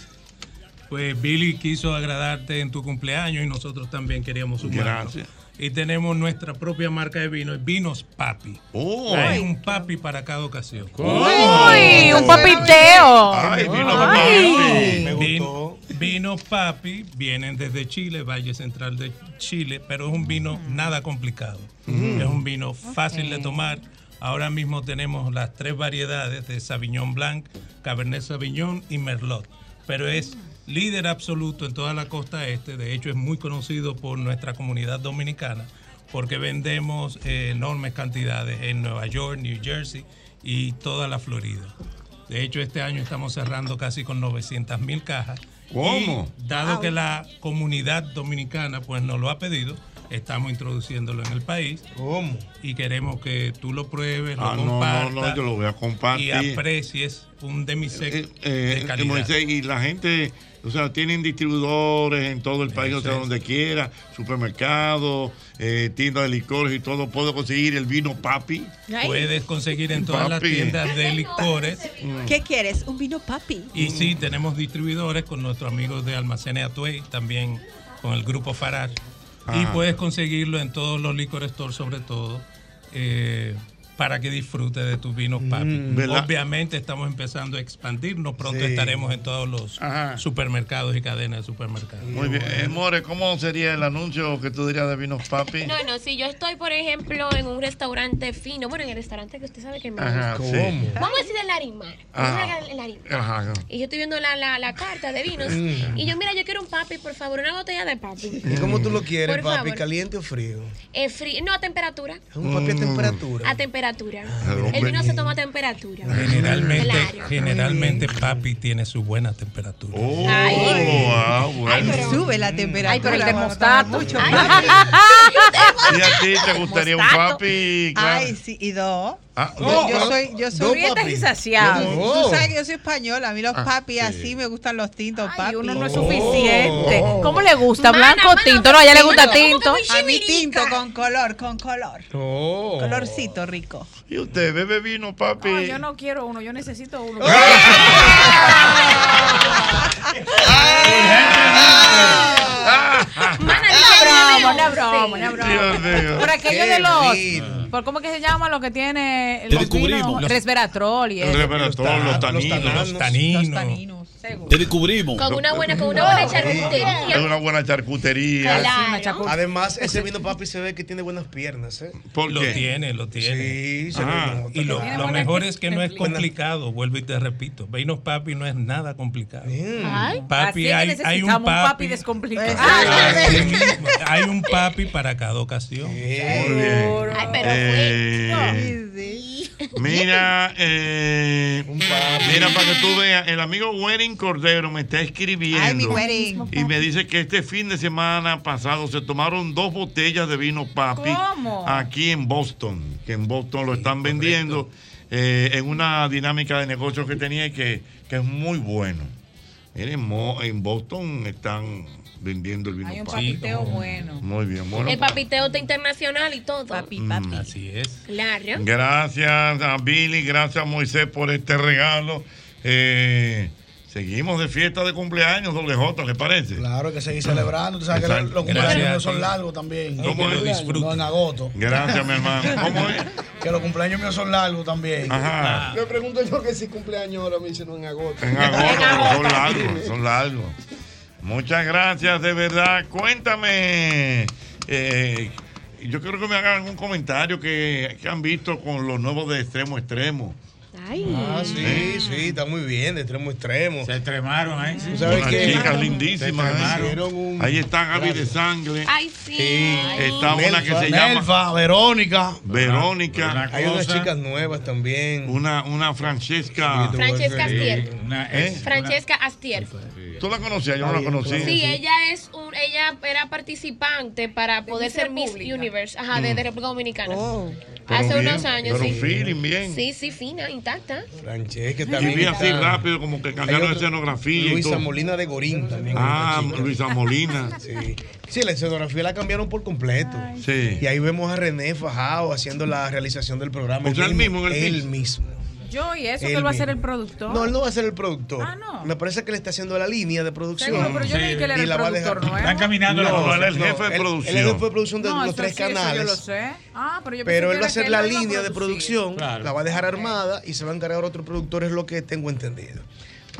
Pues Billy quiso agradarte en tu cumpleaños y nosotros también queríamos sumarnos. Gracias. Y tenemos nuestra propia marca de vino, Vinos Papi. Oh. Hay un papi para cada ocasión. Uy, un papiteo. Ay, vino Ay. papi. Me Vin- vino papi vienen desde Chile, Valle Central de Chile, pero es un vino nada complicado. Mm. Es un vino fácil de Ok. tomar. Ahora mismo tenemos las tres variedades de Sauvignon Blanc, Cabernet Sauvignon y Merlot. Pero es líder absoluto en toda la costa este. De hecho, es muy conocido por nuestra comunidad dominicana porque vendemos eh, enormes cantidades en Nueva York, New Jersey y toda la Florida. De hecho, este año estamos cerrando casi con 900 mil cajas. ¿Cómo? Y dado que la comunidad dominicana pues nos lo ha pedido, estamos introduciéndolo en el país. ¿Cómo? Y queremos que tú lo pruebes, lo Ah, no, no, compartas. no, yo lo voy a compartir. Y aprecies un demisec Eh, de eh, calidad. Moisés, y la gente, o sea, tienen distribuidores en todo el país, o sea, donde quiera, supermercados, eh, tiendas de licores y todo. Puedo conseguir el vino papi. Puedes [laughs] conseguir en todas las Papi. tiendas de licores. ¿Qué quieres? ¿Un vino papi? Y sí, tenemos distribuidores con nuestros amigos de Almacenes Atuey, también con el grupo Farage. Y Ah. puedes conseguirlo en todos los licor stores, sobre todo, eh, para que disfrutes de tus vinos papi. Mm, ¿Verdad? Obviamente estamos empezando a expandirnos, pronto Sí. estaremos en todos los Ajá. supermercados y cadenas de supermercados. Muy bien. Eh, More, ¿cómo sería el anuncio que tú dirías de vinos papi? No, no, si yo estoy, por ejemplo, en un restaurante fino, bueno, en el restaurante que usted sabe que me Ajá, gusta. sí. Ah. ¿Cómo? Vamos a decir el Larimar. Vamos Ajá. a decir el Larimar. Ajá. Y yo estoy viendo la, la, la carta de vinos. Mm. Y yo, mira, yo quiero un papi, por favor, una botella de papi. ¿Y cómo tú Mm. lo quieres, Por papi? favor. ¿Caliente o frío? Eh, frío. No, a temperatura. Mm. Un papi a temperatura. A temperatura. Ah, hombre. El vino se toma a temperatura. Generalmente, Claro. generalmente papi tiene su buena temperatura. Ay. Oh, ah, Ay, bueno. Mm. sube la temperatura. pero el cuando termostato. toma Mucho Ay, papi. ¿Y a ti te gustaría un Mostato. papi? Clara? Ay, sí, y dos. Ah, Yo, yo dos. soy, yo soy Dos Rieta y papi. saciado. Tú- Oh. Tú sabes que yo soy española. A mí los Ah, papis sí. así me gustan los tintos, papi. Uno no es suficiente. Oh. ¿Cómo le gusta? ¿Blanco o tinto? No, a ella le gusta tinto. A mí tinto con color, con color. Colorcito rico. ¿Y usted bebe vino, papi? No, yo no quiero uno, yo [laughs] necesito uno. Mana, Una broma, una broma, una Dios mío. broma. Por aquello Qué de lindo. los. ¿Por cómo que se llama lo que tiene los Descubrimos. vinos? Los- Resveratrol y El eso. resveratrol, los taninos. Los taninos. Te descubrimos. Con una buena, con una buena Mm. Es charcutería. una buena charcutería. Además, ese vino papi se ve que tiene buenas piernas, ¿eh? ¿Por lo qué? tiene, lo tiene. Sí, se Ah, le nota. y lo, Tiene lo buena mejor es que no es explicación. complicado, vuelvo y te repito. Vinos papi no es nada complicado. Ay, así es Mm. Papi, que hay, hay necesitamos un papi. descomplicado. Ah, Así mismo, hay un papi para cada ocasión. Muy bien. Eh, Mira, eh, mira, para que tú veas, el amigo Wedding Cordero me está escribiendo. Ay, mi Wedding. Y me dice que este fin de semana pasado se tomaron dos botellas de vino papi ¿Cómo? ah, aquí en Boston, que en Boston lo están vendiendo eh, en una dinámica de negocio que tenía y que, que es muy bueno. Miren, mo- en Boston están vendiendo el vino Hay un Paco. papiteo bueno. Muy bien, bueno. el papiteo está internacional y todo. Papi, papi. Así es. Claro. Gracias a Billy, gracias a Moisés por este regalo. Eh, seguimos de fiesta de cumpleaños, doble J, ¿le parece? Claro, que seguir celebrando. Tú sabes que los, Exacto. los Gracias cumpleaños a míos son ti. largos también. ¿Cómo es? No, en agosto. Gracias, mi [laughs] hermano. ¿Cómo es? Que los cumpleaños míos son largos también. Ajá. Le pregunto yo que si cumpleaños ahora me dice no en agosto. En agosto, pero son largos, son largos. Muchas gracias, de verdad. Cuéntame. eh, yo quiero que me hagan algún comentario que, que han visto con los nuevos de extremo a extremo. Ah, sí, sí, está muy bien, de extremo a extremo. Se extremaron, ¿eh? ¿Tú sabes Unas qué? chicas Se lindísimas. ¿eh? extremaron. Ahí está Gaby de Sangre. Ay, sí. Está una que se llama Nelfa, Verónica. Verónica. Hay unas chicas nuevas también. Una, una Francesca. Francesca Astier. ¿Eh? Francesca Astier. ¿Tú la conocías? Yo no la conocí. Sí, ella es un, ella era participante para poder ser Miss Universe, ajá, de, de República Dominicana. Mm. Pero Hace bien, unos años, pero sí. feeling bien. Sí, sí, fina, intacta. Francesca Y también. vi así está- rápido, como que cambiaron de escenografía. y Luisa todo. Molina de Gorín también. Ah, una chica. Luisa Molina. [laughs] Sí. Sí, la escenografía la cambiaron por completo. Sí. Y ahí vemos a René Fajao haciendo la realización del programa. O sea, él mismo en el Él piso. mismo. Yo y eso Él que él va a ser el mismo. productor. No, él no va a ser el productor. Ah, no. Me parece que le está haciendo la línea de producción. Seguro, pero yo leí que él era Y el la va a productor dejar- nuevo. Están caminando la No, cosa. Él no, es el jefe de él- producción. Él es el jefe de producción de No, los eso tres sí, eso canales. yo lo sé. Ah, pero yo Pero pensé que él era va a hacer que la lo iba a línea de producir. producción, la va a dejar armada y se va a encargar otro productor, es lo que tengo entendido.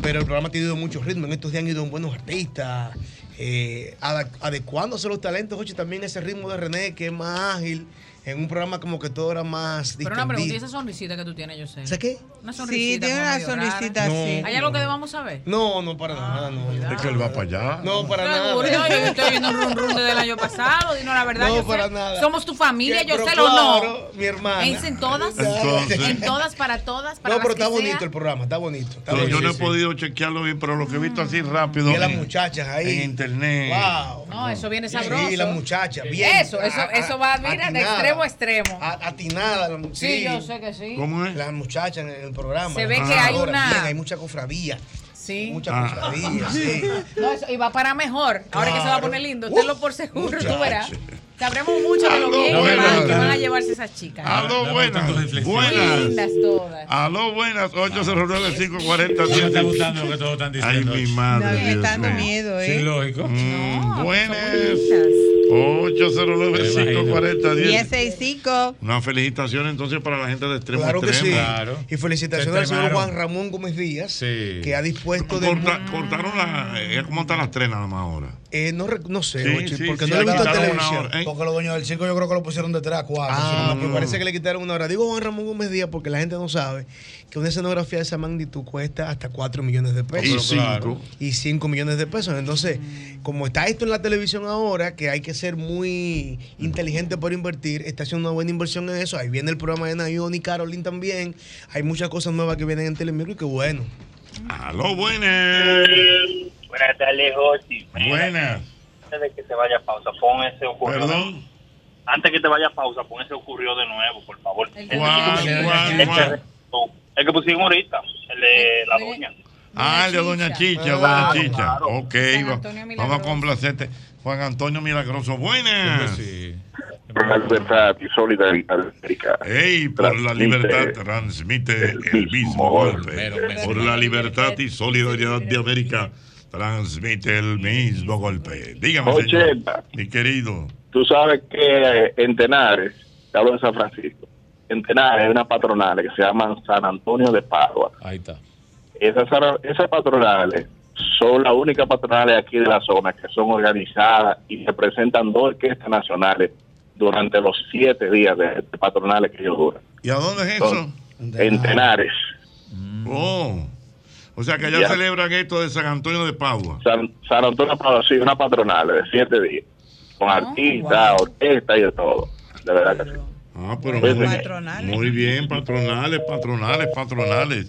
Pero el programa ha tenido mucho ritmo, en estos días han ido buenos artistas, eh, ada- adecuándose los talentos, Jochi, también ese ritmo de René que es más ágil, en un programa como que todo era más Pero una pregunta, ¿y esa distendido. sonrisita que tú tienes, yo sé? ¿Sabes qué? Una Sí, sonrisita. tiene como una medio sonrisita rara. así. ¿Hay algo que debamos saber? No, no, para Ah, nada, no. Es que él va para allá. No, para Seguro, nada. yo estoy viendo un run run desde el año pasado, dinos la verdad. No, yo sé. para nada. Somos tu [laughs] familia, Que- yo pero sé lo no. claro, Mi hermana. Es en todas, Entonces. en todas, para todas, para No, pero las que está sea. bonito el programa, está bonito. Está Sí, bonito. yo no he podido chequearlo bien, pero lo que he visto así rápido. Vi a las en- muchachas ahí. En internet. Wow. No, eso viene Sí, sabroso. la muchacha, bien. Eso, eso, A- eso va, mira, de atinada. extremo a extremo. A- Atinada. la mu- Sí, yo sé que sí. ¿Cómo es? Las muchachas en el programa. Se las ve que hay trabajadoras, una- bien, hay mucha cofradía. Sí. Mucha Ah. cofradía, sí. No, eso, y va para mejor, ahora que se va a Claro. poner lindo, usted lo por seguro, muchacho. tú verás. Sabremos mucho de lo bien Aló, que, van, buenas. que van a llevarse esas chicas. Aló, buenas. Buenas. Lindas todas. Aló, buenas. 809 540 No me está gustando lo que todos están diciendo. Ay, mi madre. No, me Dios está dando mío. miedo, ¿eh? Sí, lógico. Buenas. 809-540-10. 1065. Una felicitación entonces para la gente de extremo Claro a que sí. extremo. Y felicitaciones al señor Juan Ramón Gómez Díaz, que ha dispuesto de. Corta- cortaron la. eh, ¿Cómo están las tres nada más ahora? Eh, no, re- no sé, Sí, Ochi, sí, porque sí, no lo he le visto en quitaron una televisión. hora, ¿eh? Porque los dueños del circo yo creo que lo pusieron de 3 a 4. Ah, mm. me parece que le quitaron una hora. Digo Juan Ramón Gómez Díaz porque la gente no sabe que una escenografía de esa magnitud cuesta hasta 4 millones de pesos. Y cinco. Y 5 millones de pesos. Entonces, como está esto en la televisión ahora, que hay que ser muy inteligente por invertir, está haciendo una buena inversión en eso. Ahí viene el programa de Nayon y Carolyn también. Hay muchas cosas nuevas que vienen en Telemicro y qué bueno. Aló, Oh, buenas. Buenas tardes, Jochi. Buenas. Antes de que se vaya a pausa, pon ese ocurrió. Perdón. Antes que te vaya a pausa, pon ese ocurrió de nuevo, por favor. El, ¿Cuál, cuál, cuál? el que pusimos ahorita, el de la doña. Ah, el de Doña Chicha, Claro, Doña Chicha. claro. Ok, va- vamos a complacerte. Juan Antonio Milagroso, buenas. por la libertad y solidaridad américa. Ey, por la libertad transmite el mismo golpe. Por la libertad y solidaridad de América transmite el mismo golpe. Dígame, señor, Ochenta. mi querido. Tú sabes que eh, en Tenares, te hablo de San Francisco, en Tenares hay una patronal que se llama San Antonio de Padua. Ahí está. Esas, esas patronales son las únicas patronales aquí de la zona que son organizadas y se presentan dos orquestas nacionales durante los siete días de, de patronales que ellos duran. ¿Y a dónde es Son- eso? En Tenares. Oh, o sea que allá Ya. celebran esto de San Antonio de Padua. San, San Antonio Padua, sí, una patronal de siete días, con artistas, orquesta y de todo. De verdad que sí. Ah, pero Pues, muy, patronales. muy bien, patronales, patronales, patronales.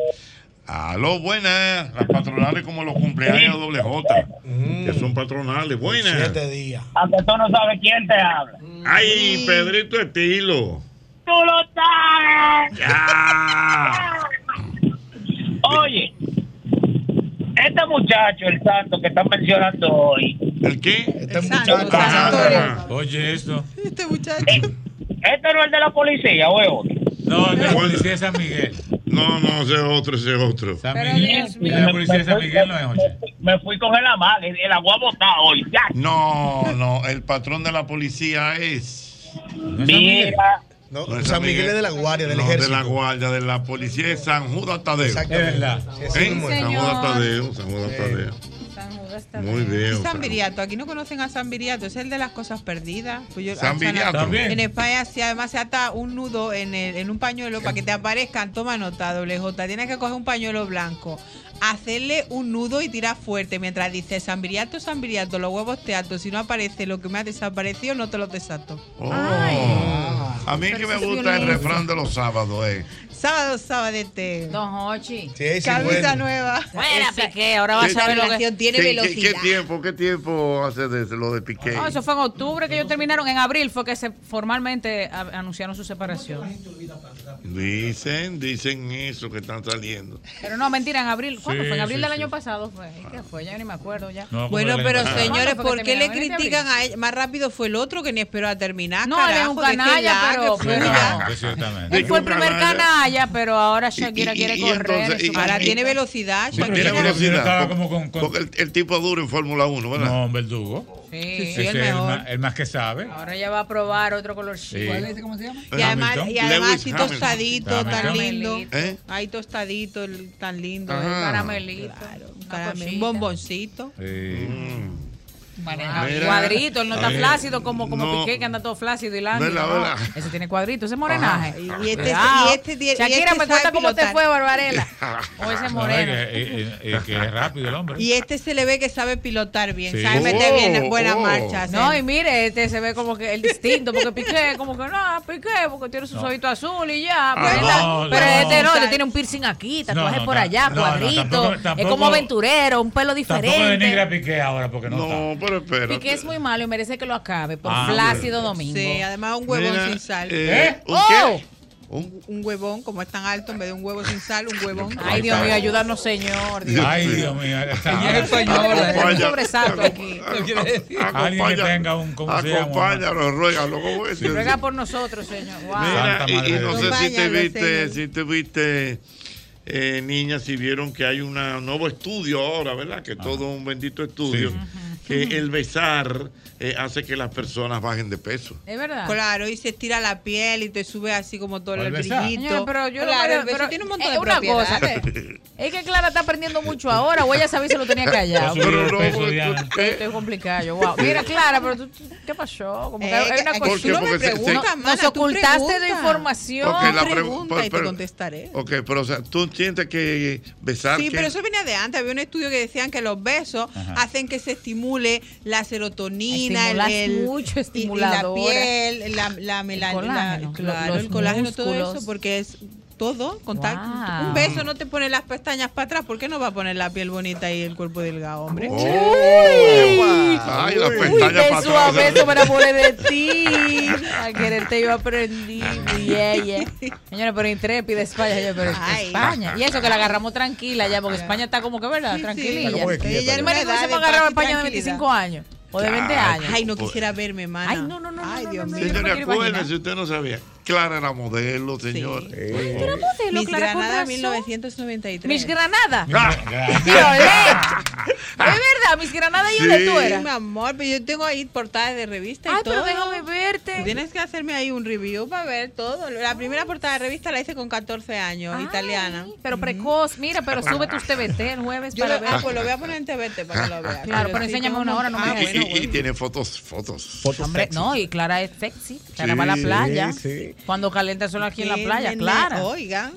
A lo buenas, las patronales como los cumpleaños de doble J, Mm. que son patronales, buenas. días. Aunque tú no sabes quién te habla. Ay, Pedrito Estilo. Tú lo sabes. Ya. [laughs] Oye, esta muchacho, el santo que están mencionando hoy. ¿El qué? Este muchacho. Oye, esto. Este muchacho. Este no es el de la policía, o es otro. No, la policía de San Miguel. No, no, ese es otro, ese es otro. La policía de San Miguel no es Jochi. Me fui con el amague, el agua botada hoy. Ya. No, no, el patrón de la policía es. Mira. No, San Miguel es de la Guardia, del No, Ejército. De la Guardia, de la Policía de San Judas Tadeo. Exactamente. Es verdad. ¿Eh? Sí, San señor. Judas Tadeo, San Judas Sí. Tadeo. Muy bien. Y San San Viriato, aquí no conocen a San Viriato, es el de las cosas perdidas. Pues yo- San o sea, Viriato. También. En España se- además se ata un nudo en, el- en un pañuelo para que te aparezcan, toma nota, doble J, tienes que coger un pañuelo blanco, hacerle un nudo y tirar fuerte mientras dice San Viriato, San Viriato, los huevos te ato, si no aparece lo que me ha desaparecido, no te los desato. Oh. A mí que me Pero eso es gusta el violencia. refrán de los sábados, ¿eh? Sábado, sabadete. Don Hochi. Sí, sí, Camisa bueno. nueva. Fuera, Piqué, ahora vas a ver lo que... ¿Qué- qué- ¿Qué tiempo, qué tiempo hace de eso, lo de Piqué? No, eso fue en octubre que ellos terminaron. En abril fue que se formalmente a- anunciaron su separación. Dicen, dicen eso que están saliendo. Pero no, mentira, en abril. ¿Cuándo Sí, fue? En abril sí, del sí. año pasado fue. Ay, ¿Qué fue? Ya ni me acuerdo ya. No, como Bueno, del año pero pasado. señores, ¿Cuándo fue ¿por que qué le terminaron? ¿En este critican a ella? Más rápido fue el otro que ni esperó a terminar. No, él es un carajo, este dejen canalla, la, pero- que pero- fluya. Ah, pues, ciertamente. Él fue el primer canalla, pero ahora Shakira y- quiere y correr. entonces- en su y- carrera. Ahora y- tiene velocidad. Sí, pero Shakira. tiene velocidad, estaba porque- Porque el, el tipo duro en Fórmula 1, ¿verdad? No, hombre, el Dugo. Sí, Ese es el más, el más que sabe. Ahora ya va a probar otro colorcito. Sí. ¿Cuál es ¿Cómo se llama? Y además, y Hamilton. además Lewis así Hamilton. tostadito, tan Hamilton. lindo. ¿Eh? Ahí tostadito, el- tan lindo. Ajá. el Caramelito. Claro, un, Una caramel- un cosita. bomboncito. Mm. Ah, Mira. cuadrito, él no está Mira. flácido como, como No. Piqué, que anda todo flácido y largo. Vela, no. vela. Ese tiene cuadrito, ese es morenaje. Y este- Cuidado. y este- y este Shakira, me sabe cuenta cómo te pilotar. fue, Barbarella. [laughs] O ese No, es moreno. que, eh, eh, eh, que es rápido el hombre. Y este se le ve que sabe pilotar bien, Sí. sabe meter bien, Oh, buena oh. marcha. No, y mire, este se ve como que el distinto, porque Piqué, como que no, Piqué, porque tiene sus ojitos azul y ya. Pero, Ah, esta- no, pero no. este no, este tiene un piercing aquí, tatuaje No, no, por ta- allá, no, no, cuadrito. tampoco- es tampoco- como aventurero, un pelo Tampoco diferente. denigre a Piqué ahora porque no, No, pero espera. Piqué es muy malo y merece que lo acabe por Ah, Flácido Domingo. Sí, además un huevón Mira, sin sal. eh, ¿Eh? ¿un ¡Oh! qué? Un, un huevón, como es tan alto, en vez de un huevo sin sal, un huevón. Ay, Dios mío, ayúdanos, señor. Dios. Ay, Dios [laughs] mío. ya está. Un sobresalto aquí. Alguien que tenga un ¿cómo se llama? Acompáñalo, ruégalo, ¿cómo es? Ruega por nosotros, señor. Wow. Mira, y, y no sé si te Acompáñalo, viste, señor. si te viste, eh, niña, si vieron que hay un nuevo estudio ahora, ¿verdad? Ah. Que todo un bendito estudio. Que el besar eh, hace que las personas bajen de peso. Es verdad. Claro, y se estira la piel y te sube así como todo ¿Cuál el besar? brillito. Señora, pero yo no claro, creo- el beso pero tiene un montón es de una propiedades. cosa, eh, Es que Clara está aprendiendo mucho ahora, o ella sabía si lo tenía [laughs] callado. Pero no, peso, porque- Diana. Sí, Estoy complicado, yo, wow. Mira, Clara, pero tú, tú- ¿qué pasó? Como que Eh, hay que- una que cosa. tú no me Porque se- se- preguntas, Nos mana, tú ocultaste de pregunta. información. Ok, la pregu- pregunta y te pero- contestaré. Ok, pero o sea, tú sientes que besar. Sí, que- pero eso venía de antes. Había un estudio que decían que los besos hacen que se estimule la serotonina, el, Estimulas el- mucho, y- y la estimuladora. piel, la, la melanina, colágeno, claro, lo- los el colágeno, todo músculos. eso, porque es todo contacto. Wow. Un beso no te pone las pestañas para atrás, ¿por qué no va a poner la piel bonita y el cuerpo delgado, hombre? Oh, ay, las pestañas para beso a eh, atrás. beso me enamoré de ti. Al quererte yo aprendí. Yeah, yeah. Señora, pero intrépida España. yo, pero España. Y eso que la agarramos tranquila ya, porque España está como que, ¿verdad? Tranquililla. Está como que quieta, ¿no? Ella me Una edad de hemos agarrado a paz y España de tranquilidad. 25 años. O de 20 Ya, años. Ay, no pues- quisiera verme, mana. Ay, no, no, no. Ay, Dios mío. Señores, acuérdense, Pues, usted no sabía. Clara era modelo, señor. Eh. modelo, Miss Clara, con Granada razón. 1993. Mis Granada. Ah. Pero, ¿eh? Es verdad, mis Granada y donde tú Sí, eras. mi amor, pero yo tengo ahí portadas de revista y Ay, todo. pero déjame verte. Ah. Tú Tienes que hacerme ahí un review para ver todo. La primera portada de revista la hice con 14 años, italiana. Pero precoz, [laughs] mira, pero sube tus TBT el jueves Yo para lo- ver. ah, pues lo voy a poner en TBT para que lo veas. Claro, pero enséñame una hora, no Ah, me Y- hago. y, y tiene fotos, fotos. [laughs] Hombre, no, y Clara es sexy. Clara Sí, va a la playa. sí. Cuando calienta el sol aquí en la Qué playa, nena, Clara. Oigan,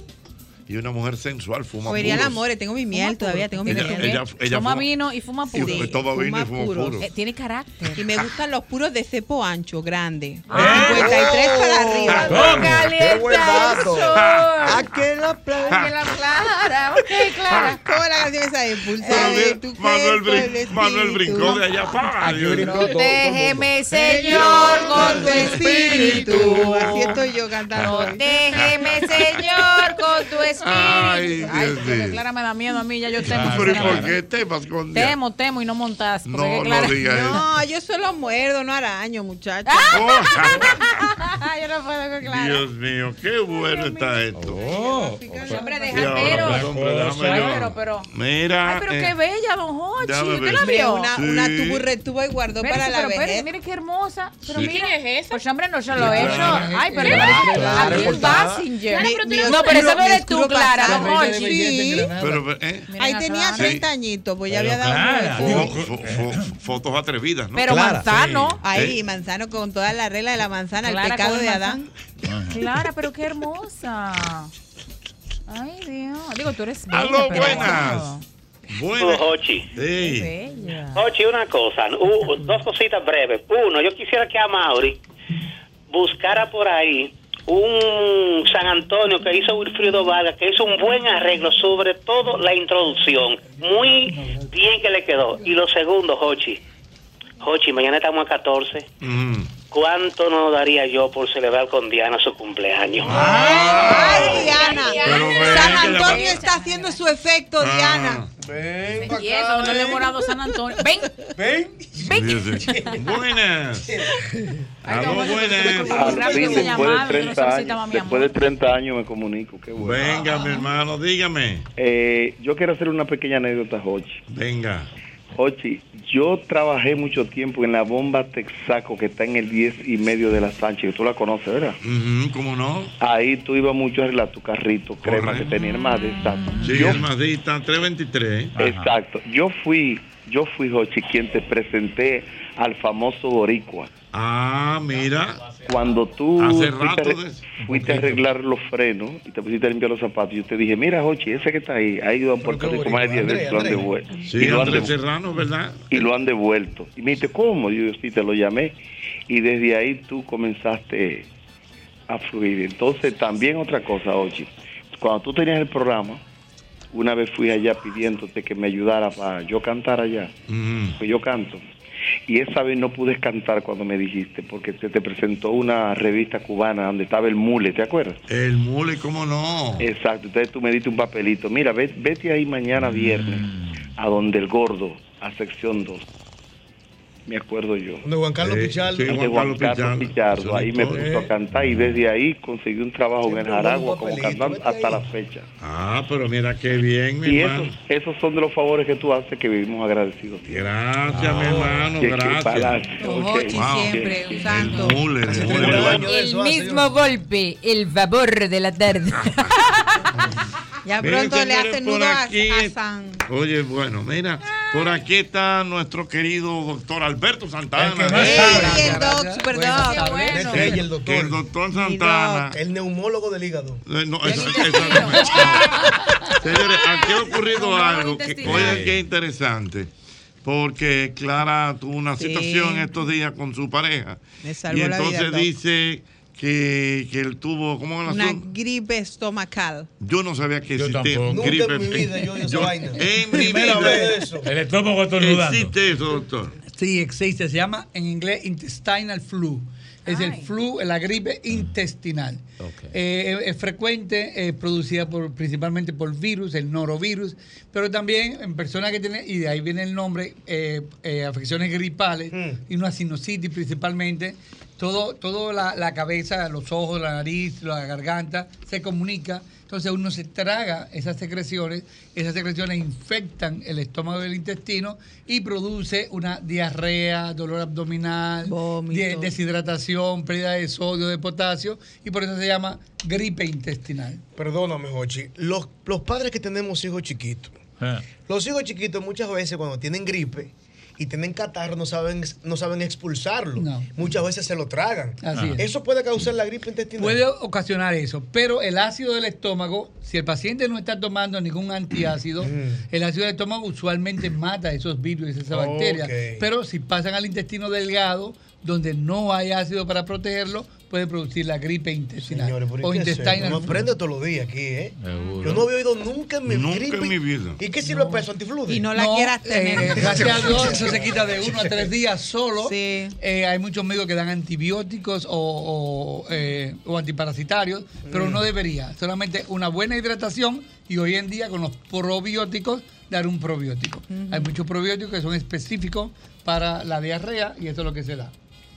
Y una mujer sensual, fuma oiría el puros. amor, eh, tengo mi miel todavía, tengo mi Ella- miel. ella- ella fuma fuma- vino y fuma y puro. fu- toma vino y fuma puro. Eh, tiene carácter. Y me gustan los puros de cepo ancho, grande. 53 para arriba. ¿Cómo? Qué buen dato. Aquí en la playa. Aquí en la Clara. Ok, Clara. ¿Cómo la canción esa de pulsar de tu Manuel, cuerpo, el brin- Manuel espíritu? brincó de allá para Protégeme, Señor, con tu espíritu. Ah, Así estoy yo [laughs] cantando. Protégeme, Señor, con tu Ay, Spirit. Ay, Dios porque mío. Clara me da miedo a mí, ya yo temo. ah, Pero ¿y por sinceramente. qué temas con Temo, temo y no montas. porque No, no Clara- diga eso. No, yo solo muerdo, no araño, muchachos. Ah. Oh, [laughs] yo no puedo con Clara. Dios mío, qué bueno está esto. Oh, Hombre, Y ahora, déjame. pues, hombre, déjame Ay, yo. pero, pero. Mira. Ay, pero eh, qué bella, don Hochi. déjame ¿Usted ver. la vio? Sí. tuvo y guardó Espérese, para la pero espérese, vejez. Mire qué hermosa. Pero Sí. mira, ¿quién es esa? Pues hombre, no yo lo he Sí, hecho. claro. Ay, pero Sí, a claro. Bill Basinger. Claro, pero tú no- No, pero esa no mi eres tú, oscuro Clara, pasado. don Hochi. Pero, eh, Ahí Miren tenía acá. 30 añitos, pues ya había dado Clara, un golpe. fo- fo- eh. fo- fotos atrevidas, ¿no? Ahí, Eh, manzano con toda la regla de la manzana, el Clara pecado con de Adán. manzana. Clara, pero qué hermosa. Ay, Dios. Digo, tú eres bella, Aló, pero- buenas. Buenas. Hochi. Sí. Hochi, una cosa, u- dos cositas breves. Uno, yo quisiera que a Mauri buscara por ahí un San Antonio que hizo Wilfrido Vargas, que hizo un buen arreglo, sobre todo la introducción. Muy bien que le quedó. Y lo segundo, Hochi. Hochi, mañana estamos a 14. ¿Cuánto no daría yo por celebrar con Diana su cumpleaños? Ah. Ay, Diana. San Antonio está haciendo su efecto, Ah. Diana. Y eso, no le he morado San Antonio. Ven. Ven. Buenas. Aló, Al buenas. fin, después de llamada, yo no 30 solicitaba años, mi amor. después de 30 años me comunico, qué bueno. Venga, mi hermano, dígame. Eh, yo quiero hacer una pequeña anécdota, Hochi. Venga. Hochi, yo trabajé mucho tiempo en la bomba Texaco que está en el 10 y medio de la Sánchez. Tú la conoces, ¿verdad? Ujú, ¿Cómo no? Ahí tú ibas mucho a arreglar tu carrito, crema que tenía el más de esa. Sí, Yo- el Mazda 323. Exacto. Yo fui, yo fui, Hochi, quien te presenté al famoso Boricua. Ah, mira. Cuando tú Hace fuiste, rato a- de eso. fuiste a arreglar los frenos y te pusiste a limpiar los zapatos, yo te dije, mira, Hochi, ese que está ahí, ha ido a Puerto Rico más de 10 veces, lo han devuelto. Sí, y, lo han Andrés devu- Serrano, ¿verdad? y lo han devuelto. Y me dijiste, ¿cómo? Yo sí te lo llamé. Y desde ahí tú comenzaste a fluir. Entonces, también otra cosa, Hochi, cuando tú tenías el programa, una vez fui allá pidiéndote que me ayudara para yo cantar allá pues yo canto. Y esa vez no pude cantar cuando me dijiste, porque se te presentó una revista cubana donde estaba el mule, ¿te acuerdas? El mule, ¿cómo no? Exacto, entonces tú me diste un papelito. Mira, ve- vete ahí Mm. mañana viernes, a donde el gordo, a sección 2. Me acuerdo yo. Donde Juan Carlos Pichardo. Eh. Donde Juan Carlos Pichardo, ahí me puso a cantar y desde ahí conseguí un trabajo en el Jaragua como cantante hasta la fecha. Ah, pero mira qué bien, mi Y hermano. esos, esos son de los favores que tú haces que vivimos agradecidos. Gracias, mi hermano, gracias. siempre, un santo. El mule, el mule. El mismo golpe, el favor de la tarde. Ah. [laughs] Ya Miren, pronto le señores, hacen por nudo a, aquí- a San. Oye, bueno, mira, por aquí está nuestro querido doctor Alberto Santana. Y el doc, super doc. Que el doctor. Santana. El neumólogo del hígado. Eh, no, eso- eso no me- Señores, aquí ha ocurrido algo que, intestinal. oigan qué interesante. Porque Clara tuvo una Sí. situación estos días con su pareja. Me Y salvó la vida. entonces doc. dice que, que él tuvo, ¿cómo era el Una asunto? gripe estomacal. Yo no sabía que existía tampoco. Nunca en gripe. mi vida yo oí esa vaina. En mi Primera vida. vez eso. El estómago estornudando. Existe eso, doctor. Sí, existe. Se llama en inglés intestinal flu. Es el flu, la gripe intestinal. Eh, es, es frecuente, eh, producida por, principalmente por virus, el norovirus, pero también en personas que tienen, y de ahí viene el nombre, eh, eh, afecciones gripales y una sinusitis principalmente. Todo, todo la, la cabeza, los ojos, la nariz, la garganta se comunica. Entonces uno se traga esas secreciones, esas secreciones infectan el estómago y el intestino y produce una diarrea, dolor abdominal, de- deshidratación, pérdida de sodio, de potasio y por eso se llama gripe intestinal. Perdóname, Jochi. Los, los padres que tenemos hijos chiquitos, los hijos chiquitos muchas veces cuando tienen gripe y tienen catarro no saben, no saben expulsarlo. Muchas veces se lo tragan. Así es. Eso puede causar la gripe intestinal. Puede ocasionar eso, pero el ácido del estómago, si el paciente no está tomando ningún antiácido, Mm. el ácido del estómago usualmente mata esos virus y esas Ok. bacterias. Pero si pasan al intestino delgado, donde no hay ácido para protegerlo, puede producir la gripe intestinal Señores, pero ¿y o qué es eso? intestinal. No aprende todos los días aquí, ¿eh? Yo no había oído nunca en mi Nunca gripe. en mi vida. ¿Y qué sirve para eso? Antifludes. Y no la quieras tener. [laughs] gracias a Dios, eso se quita de uno a [laughs] tres días solo. Eh, hay muchos médicos que dan antibióticos o, o, eh, o antiparasitarios, pero Mm. no debería. Solamente una buena hidratación y hoy en día con los probióticos dar un probiótico. Hay muchos probióticos que son específicos para la diarrea y esto es lo que se da.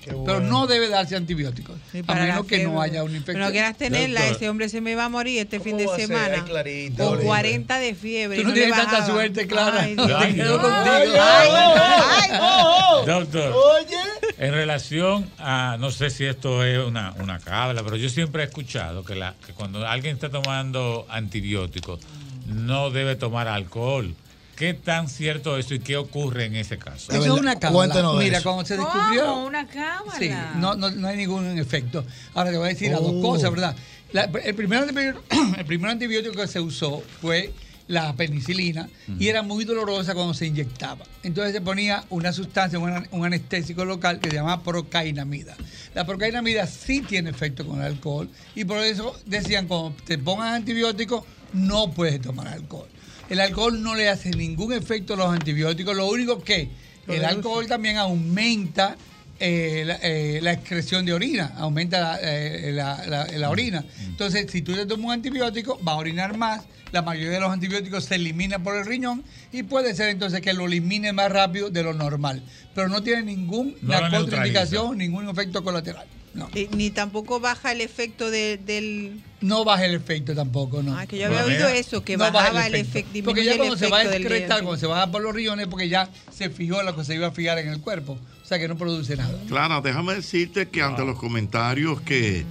Pero bueno. no debe darse antibióticos, a para la menos que no fiebre. haya una Pero infección. no quieras tenerla, ese hombre se me va a morir este fin de va a ser? Ay, semana. Clarita, Con Clarita. 40 de fiebre. Tú y no le tienes tanta bajaba. suerte, Clara. Ay, Te Dios. quedo contigo. Ay, Ay, ay, ay. Doctor. Oye. En relación a, no sé si esto es una, una cabla, pero yo siempre he escuchado que, la, que cuando alguien está tomando antibióticos, no debe tomar alcohol. ¿Qué tan cierto es eso y qué ocurre en ese caso? Ah. Eso es una cábala. de Mira, eso. cuando se ¿Cómo? descubrió. Una cábala. Sí, no, no, no hay ningún efecto. Ahora te voy a decir las dos cosas, ¿verdad? La- el, primer antibiótico, [clears throat] el primer antibiótico que se usó fue la penicilina y era muy dolorosa cuando se inyectaba. Entonces se ponía una sustancia, un, an- un anestésico local que se llamaba procainamida. La procainamida sí tiene efecto con el alcohol y por eso decían cuando te pongan antibióticos no puedes tomar alcohol. El alcohol no le hace ningún efecto a los antibióticos, lo único que Lo el reduce. alcohol también aumenta eh, la, eh, la excreción de orina, aumenta la, eh, la- la- Mm, la orina. Entonces, si tú te tomas un antibiótico, va a orinar más. La mayoría de los antibióticos se elimina por el riñón y puede ser entonces que lo elimine más rápido de lo normal. Pero no tiene No ninguna lo neutraliza. contraindicación, ningún efecto colateral. Y- Ni tampoco baja el efecto de- del. No baja el efecto tampoco, no. que yo había Bueno, oído mira. eso, que bajaba el efecto, disminuye Porque ya el cuando se va a efecto del excretar, día. cuando se baja por los riñones, porque ya se fijó la que se iba a fijar en el cuerpo. O sea que no produce nada. Clara, déjame decirte que ante los comentarios que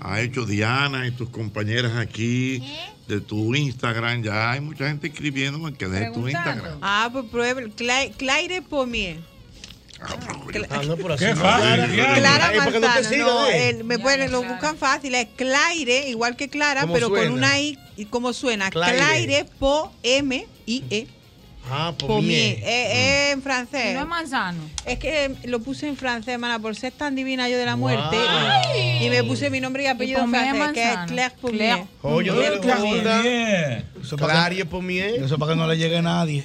ha hecho Diana y tus compañeras aquí de tu Instagram, ya hay mucha gente escribiéndome que de tu Instagram. Ah, pues pruebe. Cla- Claire Pomier. Ah, no, por así. Qué no. fácil, Diana. Clara Ay, para que no te Manzano, sigan, no, eh. él- me pueden, lo buscan fácil, es Claire, igual que Clara, ¿Cómo pero suena? con una I, y como suena, Claire. Claire, Po, M, I, E, Ah, Pommier, Pomier. Mm. eh, eh, en francés. No es manzano. Es que eh, lo puse en francés, hermana, por ser tan divina yo de la Wow. muerte. Y me puse mi nombre y apellido en Pommier francés, que es manzano. Claire Pommier. Claire. Oye, yo Claire le pregunta. Eso Clarie ¿eh? Pomier. Eso para que no le llegue a [laughs] nadie.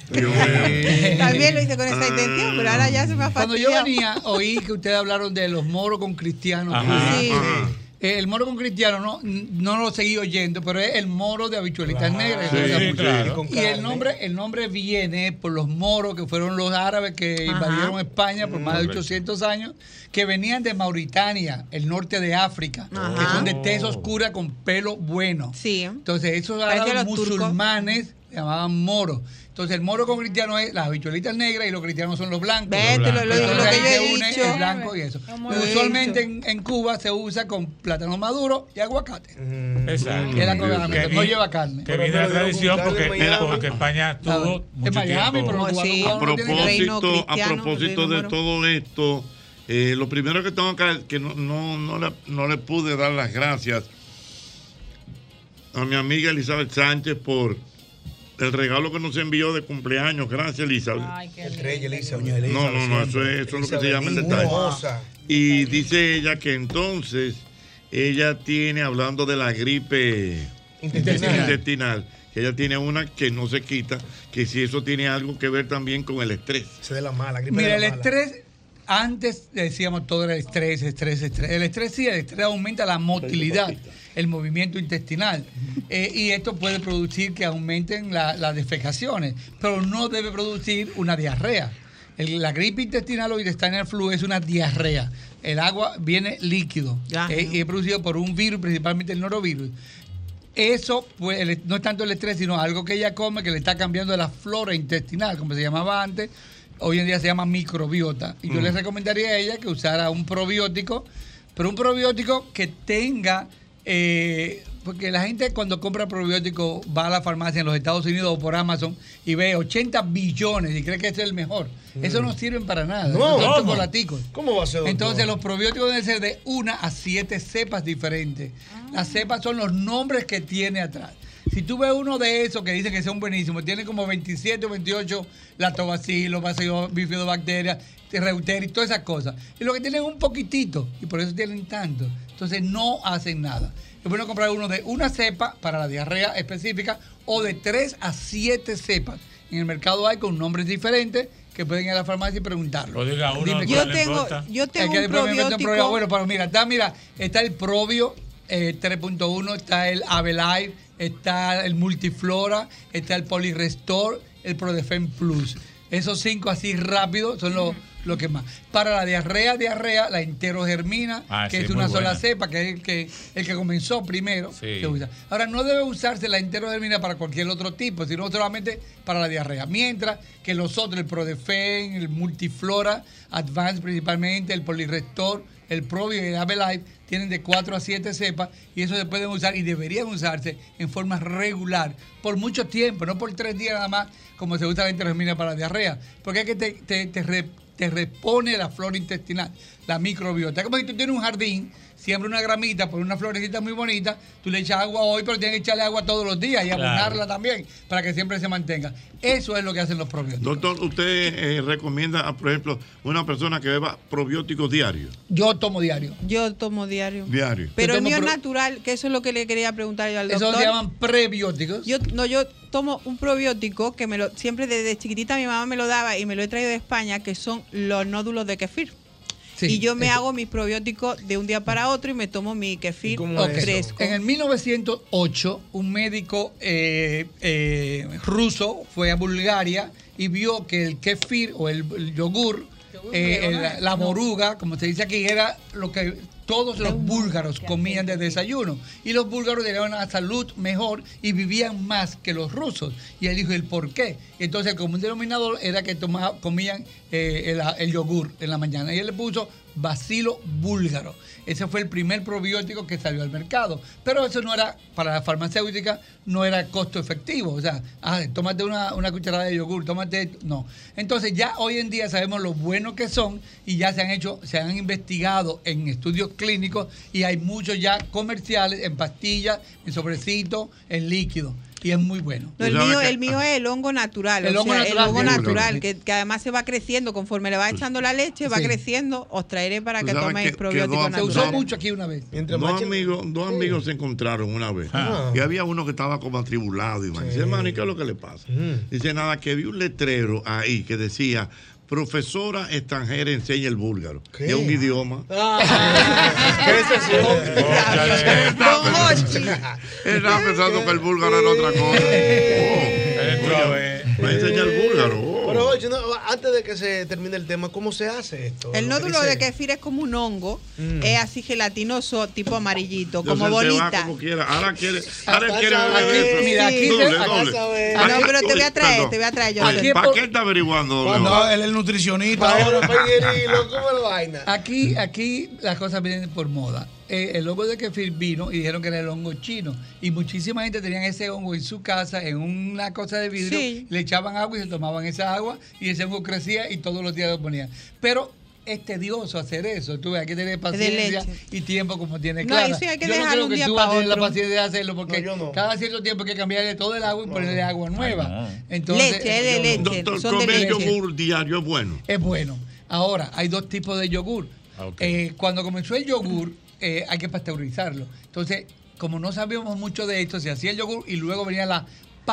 También lo hice con esa intención, pero ahora ya se me ha Cuando yo fastidiado. venía, oí que ustedes hablaron de los moros con cristianos. Ajá. Sí. Ajá. Eh, el moro con cristiano no, no lo seguí oyendo, pero es el moro de habichuelitas negras. Sí, sí, claro. Con Y el nombre, el nombre viene por los moros que fueron los árabes que Ajá. invadieron España por más de Correcto. 800 años, que venían de Mauritania, el norte de África, que son de tez Oh. oscura con pelo bueno. Sí. Entonces, esos Parece árabes a los turcos. musulmanes se llamaban moros. Entonces, el moro con cristiano es las habichuelitas negras y los cristianos son los blancos. Vete, lo- lo- lo Entonces, que ahí yo he se une dicho. el blanco y eso. Lo he Usualmente en, en Cuba se usa con plátano maduro y aguacate. Exacto. Que la cosa, Que no vi- lleva carne. Que viene la tradición porque, porque España estuvo mucho Miami, tiempo. pero los cubanos- A cubanos no tienen reino propósito, a cristiano, propósito reino de moro. todo esto, eh, lo primero que tengo que que no, no, no, le, no le pude dar las gracias a mi amiga Elizabeth Sánchez por el regalo que nos envió de cumpleaños. Gracias, Elizabeth. El rey Elizabeth. No, no, no, eso es, eso es lo que se llama el Elizabeth, detalle. hermosa. Y dice ella que entonces ella tiene, hablando de la gripe Intestinal. intestinal, que ella tiene una que no se quita, que si eso tiene algo que ver también con el estrés. Esa de la mala, gripe Mira, de el la mala. estrés, antes decíamos todo era estrés, estrés, estrés. El estrés sí, el estrés aumenta la motilidad, el movimiento intestinal. Eh, y esto puede producir que aumenten la- las defecaciones, pero no debe producir una diarrea. El- la gripe intestinal o intestinal flu es una diarrea. El agua viene líquido eh, y es producido por un virus, principalmente el norovirus. Eso pues, el- no es tanto el estrés, sino algo que ella come que le está cambiando la flora intestinal, como se llamaba antes. Hoy en día se llama microbiota. Y yo Mm. le recomendaría a ella que usara un probiótico, pero un probiótico que tenga. eh, porque la gente cuando compra probiótico va a la farmacia en los Estados Unidos o por Amazon y ve 80 billones y cree que ese es el mejor. Eso no sirven para nada. Mm. No. Esos son ¿Cómo? chocolaticos. ¿Cómo va a ser? doctor? Entonces los probióticos deben ser de una a siete cepas diferentes. Las cepas son los nombres que tiene atrás. Si tú ves uno de esos que dicen que son buenísimos, tiene como 27 o 28 lactobacilos, bacilo- bifidobacterias, reuteri, todas esas cosas. Y lo que tienen es un poquitito, y por eso tienen tanto. Entonces no hacen nada. Es bueno comprar uno de una cepa para la diarrea específica o de tres a siete cepas. En el mercado hay con nombres diferentes que pueden ir a la farmacia y preguntarlo. O diga uno, ¿cuál Dime, yo le tengo, importa? yo tengo Es que un después me meten probiótico- probio, bueno, pero mira, está, mira, está el probio eh, 3.1, está el Avelive, está el Multiflora, está el Polirestore, el Prodefen Plus. Esos cinco así rápido son los lo que más. Para la diarrea, diarrea, la enterogermina, Ah, que sí, es muy una sola buena. cepa, que es el que, el que comenzó primero. Sí. se usa. Ahora, no debe usarse la enterodermina para cualquier otro tipo, sino solamente para la diarrea. Mientras que los otros, el Prodefen, el Multiflora, Advanced principalmente, el Polirrestor, el Probio y el Avelife, tienen de 4 a 7 cepas y eso se pueden usar y deberían usarse en forma regular por mucho tiempo, no por tres días nada más, como se usa la enterodermina para la diarrea, porque es que te, te, te re- te repone la flora intestinal, la microbiota. Es como si tú tienes un jardín, siembra una gramita por una florecita muy bonita, tú le echas agua hoy, pero tienes que echarle agua todos los días y Claro. abonarla también para que siempre se mantenga. Eso es lo que hacen los probióticos. Doctor, ¿usted eh, recomienda, a, por ejemplo, una persona que beba probióticos diarios? Yo tomo diario. Yo tomo diario. Diario. Pero el Yo tomo mío es pro- natural, que eso es lo que le quería preguntar yo al Eso doctor. se llaman prebióticos. Yo no, yo tomo un probiótico que me lo siempre desde chiquitita mi mamá me lo daba y me lo he traído de España, que son los nódulos de kefir. Sí, y yo me eso. hago mis probióticos de un día para otro y me tomo mi kefir Ok. fresco. En el 1908, un médico eh, eh, ruso fue a Bulgaria y vio que el kefir o el, el yogur, eh, griego, el- la, ¿no? la No. moruga, como se dice aquí, era lo que todos los búlgaros comían de desayuno. Y los búlgaros tenían una salud mejor y vivían más que los rusos. Y él dijo el por qué. Entonces el común denominador era que tomaba- comían eh, el, el yogur en la mañana. Y él le puso bacilo búlgaro. Ese fue el primer probiótico que salió al mercado. Pero eso no era, para la farmacéutica, no era costo efectivo. O sea, ah, tómate una, una cucharada de yogur, tómate. esto. No. Entonces, ya hoy en día sabemos lo buenos que son y ya se han hecho, se han investigado en estudios clínicos y hay muchos ya comerciales en pastillas, en sobrecitos, en líquido. Y es muy bueno. No, el mío, el mío es el hongo natural, El o hongo sea, natural. el hongo Sí, natural sí. que, que además se va creciendo conforme le va echando la leche, va Pues, Sí. creciendo. Os traeré para Tú que sabes que- toméis que probióticos dos- naturales. Se usó mucho aquí una vez. Dos amigos, dos amigos se encontraron una vez. Ah. Y había uno que estaba como atribulado. Y me dice, hermano, ¿y qué es lo que le pasa? Dice, nada, que vi un letrero ahí que decía, profesora extranjera enseña el búlgaro. Es un idioma. [laughs] Estaba pensando que el búlgaro era otra cosa. Oh, oye, me enseña el búlgaro. oh. Pero oye, no, antes de que se termine el tema, ¿cómo se hace esto? El Lo que nódulo dice- de kefir es como un hongo, Mm. es así gelatinoso, tipo amarillito, Yo como sé, te va bolita. como quiera. Ahora quiere, ahora Acá quiere sabe, beber eso. mira, aquí Doble, se- acá doble. sabe. Ah, no, pero te voy a traer, Perdón. te voy a traer, yo Oye, sé. ¿Para qué está averiguando? Leonardo? él es el nutricionista Para- ahora. para ingerirlo, ¿cómo es la vaina? Aquí, aquí las cosas vienen por moda. Eh, el hongo de kefir vino y dijeron que era el hongo chino. Y muchísima gente tenía ese hongo en su casa, en una cosa de vidrio, Sí. le echaban agua y se tomaban esa agua y ese hongo crecía y todos los días lo ponían. Pero es tedioso hacer eso. Tú ves, hay que tener paciencia leche. y tiempo como tiene No, Clara. eso hay que yo dejarlo no creo un que día tú vas a pa' tener la otro. paciencia de hacerlo porque cada cierto tiempo hay que cambiarle todo el agua y ponerle agua nueva. Entonces, eh, Leche, es de yo no- leche, Doctor, comer yogur diario es bueno. es bueno. Ahora, hay dos tipos de yogur. Ah, Eh, cuando comenzó el yogur, eh, hay que pasteurizarlo. Entonces, como no sabíamos mucho de esto, se hacía el yogur y luego venía la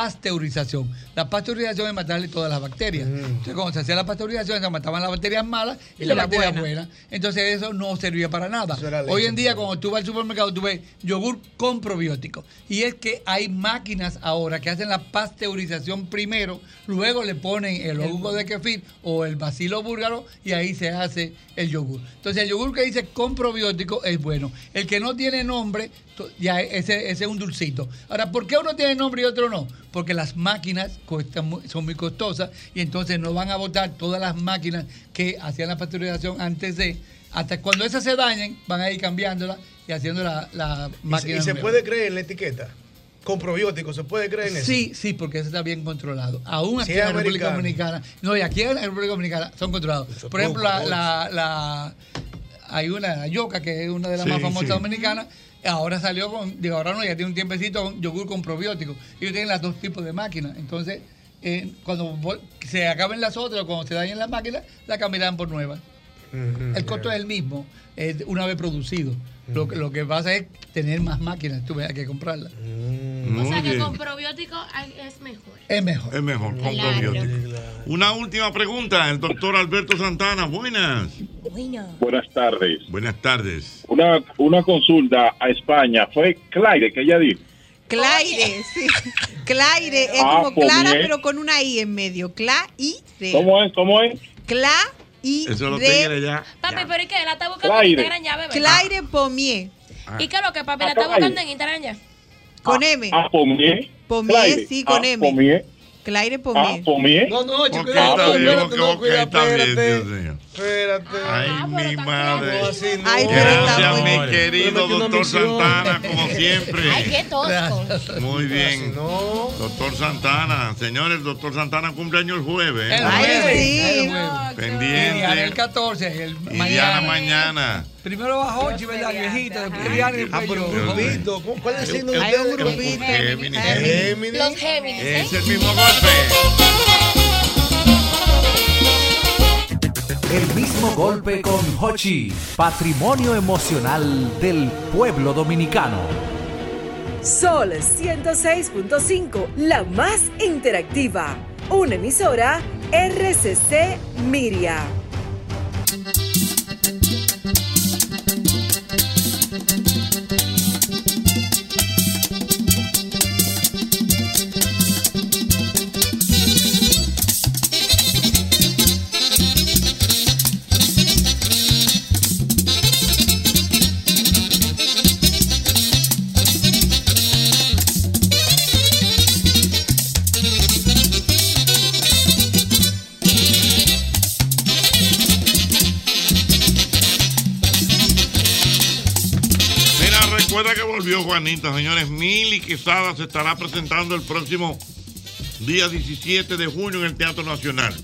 pasteurización. La pasteurización es matarle todas las bacterias. Entonces, cuando se hacía la pasteurización, se mataban las bacterias malas y, Mm. Y las las bacterias buenas. buenas. Entonces, eso no servía para nada. Eso era leche, Hoy en día, cuando tú vas al supermercado, tú ves yogur con probióticos. Y es que hay máquinas ahora que hacen la pasteurización primero, luego le ponen el hongo de kefir o el bacilo búlgaro y ahí se hace el yogur. Entonces el yogur que dice con probiótico es bueno. El que no tiene nombre, to- ya e, ese, ese es un dulcito. Ahora, ¿por qué uno tiene nombre y otro no? Porque las máquinas cuestan mu- son muy costosas y entonces no van a botar todas las máquinas que hacían la pasteurización antes de... Hasta cuando esas se dañen, van a ir cambiándolas y haciendo la, la ¿Y se, máquina. y se nueva. puede creer en la etiqueta? Con probióticos, ¿se puede creer en eso? Sí, sí, porque eso está bien controlado. Aún Si es aquí en la República americano. Dominicana. No, y aquí en la República Dominicana son controlados. Por ejemplo, la, la- la- hay una la yoca, que es una de las Sí, más famosas sí. dominicanas. Ahora salió con, digo, ahora no, ya tiene un tiempecito con yogur con probióticos. Ellos tienen las dos tipos de máquinas. Entonces, eh, cuando vol- se acaben las otras o cuando se dañen las máquinas, la cambiarán por nuevas. El costo es el mismo, eh, una vez producido. Lo, que- lo que pasa es tener más máquinas, tú veas que comprarlas. O sea Muy que bien. con probiótico ay, es mejor. Es mejor. Es mejor, con Claro. probióticos. Una última pregunta, el doctor Alberto Santana. Buenas. Buenas tardes. Buenas tardes. Una, una consulta a España. Fue Claire que ella dijo. Claire, sí. Claire es Ah, como pues Clara, bien. pero con una I en medio. Claire. ¿Cómo es? ¿Cómo es? Claire. Eso lo tiene ya. Papi, pero ¿y qué? La está buscando Claire. en Instagram ya, bebé. Claire Pomier. Ah. ¿Y qué es lo que, papi? Ah, La está Claire. buscando en Instagram ya. Con M. Ah, Pomier. Pomier, Claire. sí, con Ah, M. Pomier. Claire Ah, Pomier. Pomier. no, Ok, cuidado, está bien, espérate, ok, no, ok, cuidado, está bien, espérate. Dios mío. Espérate. Ay, mi madre. No, así no. Ay, Ay, pero está Gracias, muy- mi querido Prometió una doctor misión. Santana, como siempre. Gracias. Muy bien. Doctor Santana, señores, doctor Santana cumple años el jueves. ¿eh? El jueves, el jueves. Y Diana el Pendiente. 14, el Y Diana mañana. mañana. Primero va Hochi, ¿verdad? Viejito, después Diana y Ah, después pero yo. un grupito, ¿Cuál es el signo de Hay un ustedes? grupito. Géminis. Géminis. Los Géminis. ¿eh? Es el mismo golpe. El mismo golpe con Hochi, patrimonio emocional del pueblo dominicano. Sol 106.5, la más interactiva. Una emisora RCC Miria. Mira, recuerda que volvió Juanita, señores. Mili Quesada se estará presentando el próximo día 17 de junio en el Teatro Nacional.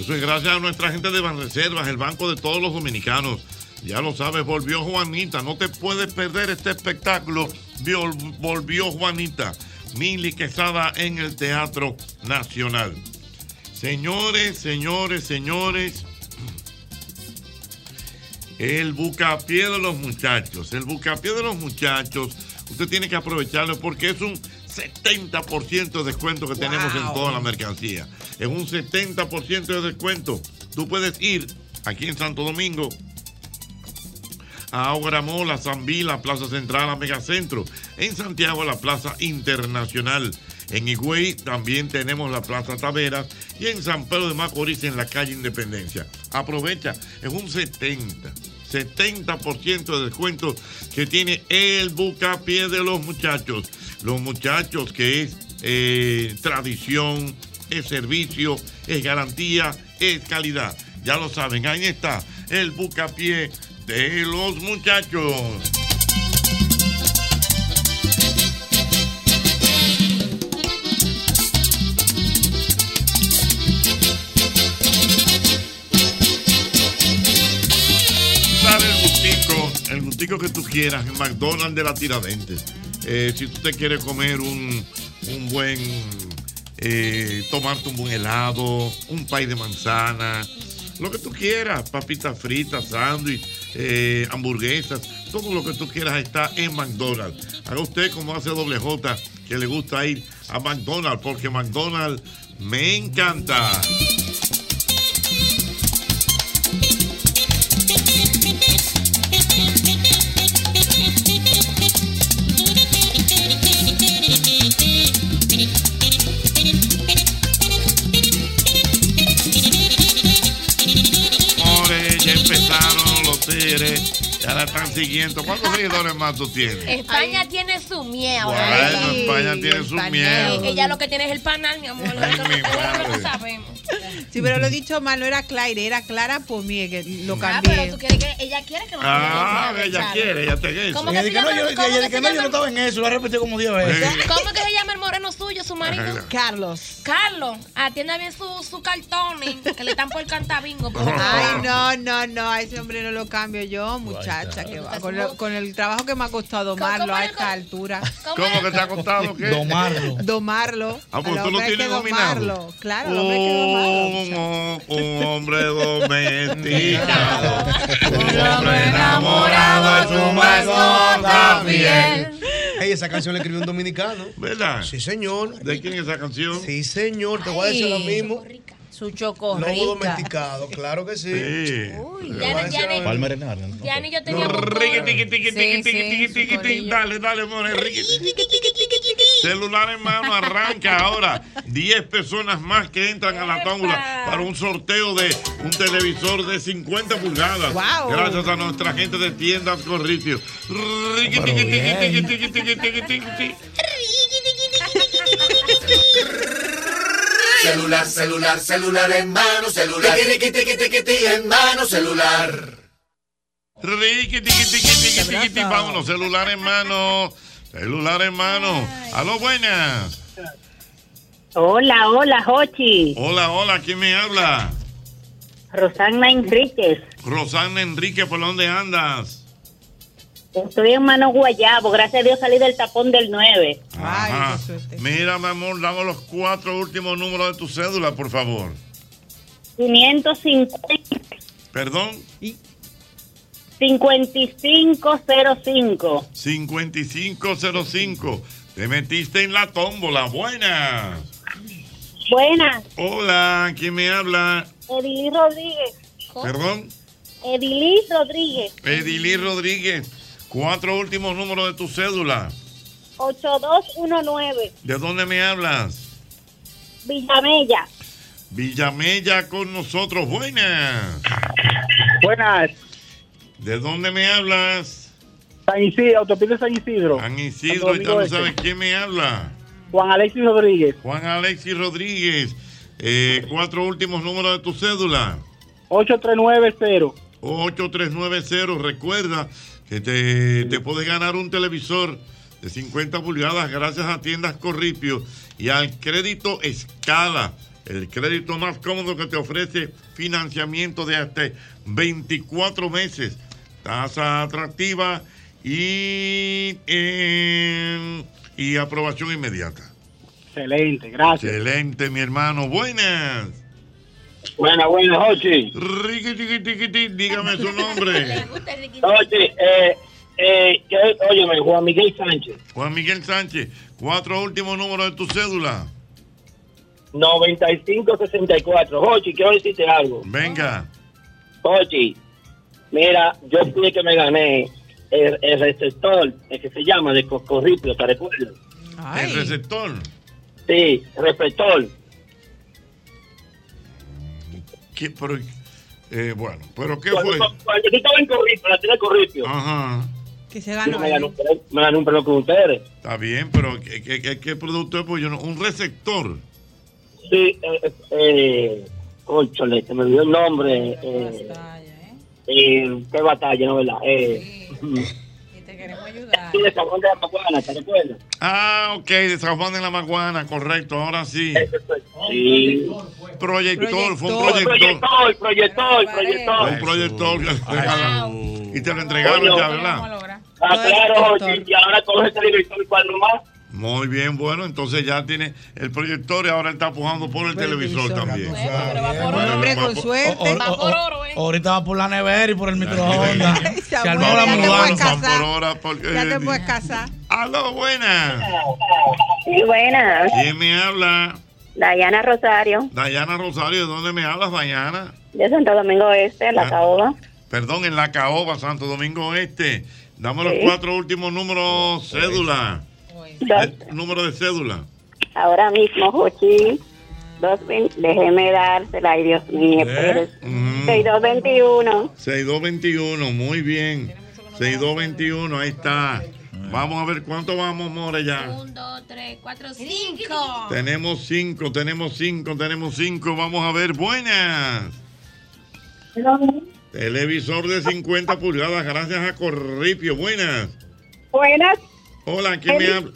Eso es gracias a nuestra gente de Banreservas, el banco de todos los dominicanos. Ya lo sabes, volvió Juanita. No te puedes perder este espectáculo. Vol- Volvió Juanita. Mili Quesada en el Teatro Nacional. Señores, señores, señores. El bucapié de los muchachos. El bucapié de los muchachos. Usted tiene que aprovecharlo porque es un 70% de descuento que tenemos en toda la mercancía. Es un 70% de descuento. Tú puedes ir aquí en Santo Domingo a Ahora Mola, Vila, Plaza Central, a Megacentro. En Santiago, la Plaza Internacional. En Higüey también tenemos la Plaza Taveras. Y en San Pedro de Macorís, en la calle Independencia. Aprovecha, es un 70. 70% de descuento que tiene el bucapié de los muchachos. Los muchachos que es eh, tradición, es servicio, es garantía, es calidad. Ya lo saben, ahí está el bucapié de los muchachos. Dar el gustico, el gustico que tú quieras en McDonald's de la Tiradentes. Eh, si tú te quieres comer un, un buen, eh, tomarte un buen helado, un pay de manzana, lo que tú quieras, papitas fritas, sándwich, eh, hamburguesas, todo lo que tú quieras está en McDonald's. Haga usted como hace doble J, que le gusta ir a McDonald's, porque McDonald's me encanta. Señores, ya empezaron los tigres, ya la están siguiendo. ¿Cuántos seguidores más tú tienes? España tiene su miedo. Bueno, Ay. España tiene su miedo. Eh, [laughs] Ella lo que tiene es el panal, mi amor. Madre. Sí, pero lo he dicho mal, no era Claire, era Clara Pomier, que lo Ah, cambié. pero tú quieres que ella quiere que Ah, ella quiere, ella te quiere. ¿Cómo Ella que dice que se no, llama- yo, cómo ella que dice que se no, yo llama- no estaba en eso, lo ha repetido como 10 veces. ¿Cómo que se llama el moreno suyo? tuyo, su marido? Ajá. Carlos. Carlos, atienda bien su, su cartón. Que le están por el cantabingo. por favor. Ay, no, no, no, a ese hombre no lo cambio yo, muchacha, que va. Con, lo- con el trabajo que me ha costado domarlo a esta altura. ¿Cómo que te ha costado? ¿Qué? Domarlo. Domarlo. Ah, pues Al tú lo hombre hay que tienes domarlo. dominado. Oh. Claro, al hombre hay que domarlo. Un, ho- un hombre domesticado, un hombre enamorado de su mascota fiel. Ey, esa canción la escribió un dominicano. ¿Verdad? Sí, señor. ¿De quién es esa canción? Sí, señor. Te voy a decir lo mismo. Su chocorrica. Lobo domesticado, claro que sí. Te voy a decir lo mismo. Palmer Hernández. Ya ni yo tenía Riqui, tiqui, tiqui, tiqui, tiqui, tiqui, tiqui, tiqui. Dale, dale, more. riqui. Celular en mano arranca ahora. 10 personas más que entran a la tómbola para un sorteo de un televisor de 50 pulgadas. Wow. Gracias a nuestra gente de tiendas Corricio. Riqui, tiqui, tiqui, tiqui, tiqui, tiqui, tiqui, tiqui, tiqui. Celular, celular, celular en mano, celular. Tiqui, tiqui, tiqui, tiqui, en mano, celular. Riqui, tiqui, tiqui, tiqui, tiqui, tiqui. Vámonos, celular en mano. Celular en mano. Aló, buenas. Hola, hola, Jochi. Hola, hola, ¿quién me habla? Rosana Enríquez. Rosana Enrique, ¿por dónde andas? Estoy en Mano Guayabo. Gracias a Dios salí del tapón del 9. Ajá. Mira, mi amor, dame los cuatro últimos números de tu cédula, por favor. 550 Perdón, 5505. 5505. Te metiste en la tómbola. Buena. Buenas, Hola, ¿quién me habla? Edilí Rodríguez. Perdón, Edilí Rodríguez. Edilí Rodríguez. Cuatro últimos números de tu cédula. 8219. ¿De dónde me hablas? Villamella. Villamella con nosotros. Buena. Buenas. ¿De dónde me hablas? San Isidro, autopista San Isidro. San Isidro, y tú Este. no sabes quién me habla. Juan Alexis Rodríguez. Juan Alexis Rodríguez. Eh, cuatro últimos números de tu cédula. 8390. 8390. Recuerda que te, te puedes ganar un televisor de 50 pulgadas gracias a tiendas Corripio y al crédito Escala. El crédito más cómodo que te ofrece financiamiento de hasta 24 meses. Tasa atractiva y, eh, y aprobación inmediata. Excelente, gracias. Excelente, mi hermano. Buenas. Buenas, buenas, Jochi. Riqui, tiqui, tiqui, tiqui. dígame su [laughs] nombre. Oye, eh, eh, que- óyeme, Juan Miguel Sánchez. Juan Miguel Sánchez, cuatro últimos números de tu cédula. 9564. Jochi, quiero decirte algo. Venga. Jochi, mira, yo fui el que me gané el, el receptor, el que se llama de Cocorripio, ¿te recuerdas? El receptor. Sí, receptor. ¿Qué, pero, eh, bueno, pero ¿qué Cuando, fue? cuando yo estaba en Corripio, la tiene Corripio. Ajá. Que se Yo me gané un premio- me gané un premio con ustedes. Está bien, pero ¿qué, qué, qué- qué producto es? Pues yo no- un receptor. Sí, eh, eh, eh, cónchale, se me olvidó el nombre. Eh, eh, qué batalla, ¿no verdad? Eh, Sí, de San Juan de la Maguana, ¿te recuerdas? Ah, ok, de San Juan de la Maguana, correcto, ahora sí. Sí. Proyector, fue un Proyector. proyector. Proyector, Fue proyector. Un proyector que regalaron. y te lo Coño. entregaron ya, ¿verdad? Ah, claro, Jochi, y ahora con ese televisor cuadro más. Muy bien, bueno, entonces ya tiene el proyector y ahora está pujando por el televisor también. Hombre, Bueno, con va- suerte. Ahorita va por la nevera y por el microondas. Se Samuel, armó la ya te mudanza. puedes casar. por hora, porque- Ya te puedes casar. Eh, Aló, buenas. Sí, buenas. ¿Quién me habla? Dayana Rosario, Dayana Rosario, ¿de dónde me hablas, Dayana? de Santo Domingo Este, Ah. La Caoba. Perdón, en la caoba, Santo Domingo Este. Dame los Sí. cuatro últimos números, cédula. Eh, Dos, Número de cédula. ahora mismo, Jochi. Dos, vein- déjeme dársela, ay Dios Eh, mío. pero- Mm. 6221. 6221, muy bien. 6221, ahí está. Vamos a ver cuánto vamos, More, ya. Un, dos, tres, cuatro, cinco. Tenemos cinco, tenemos cinco, tenemos cinco. Vamos a ver, buenas. Televisor de 50 pulgadas, gracias a Corripio. Buenas. Buenas, Hola, ¿quién me habla?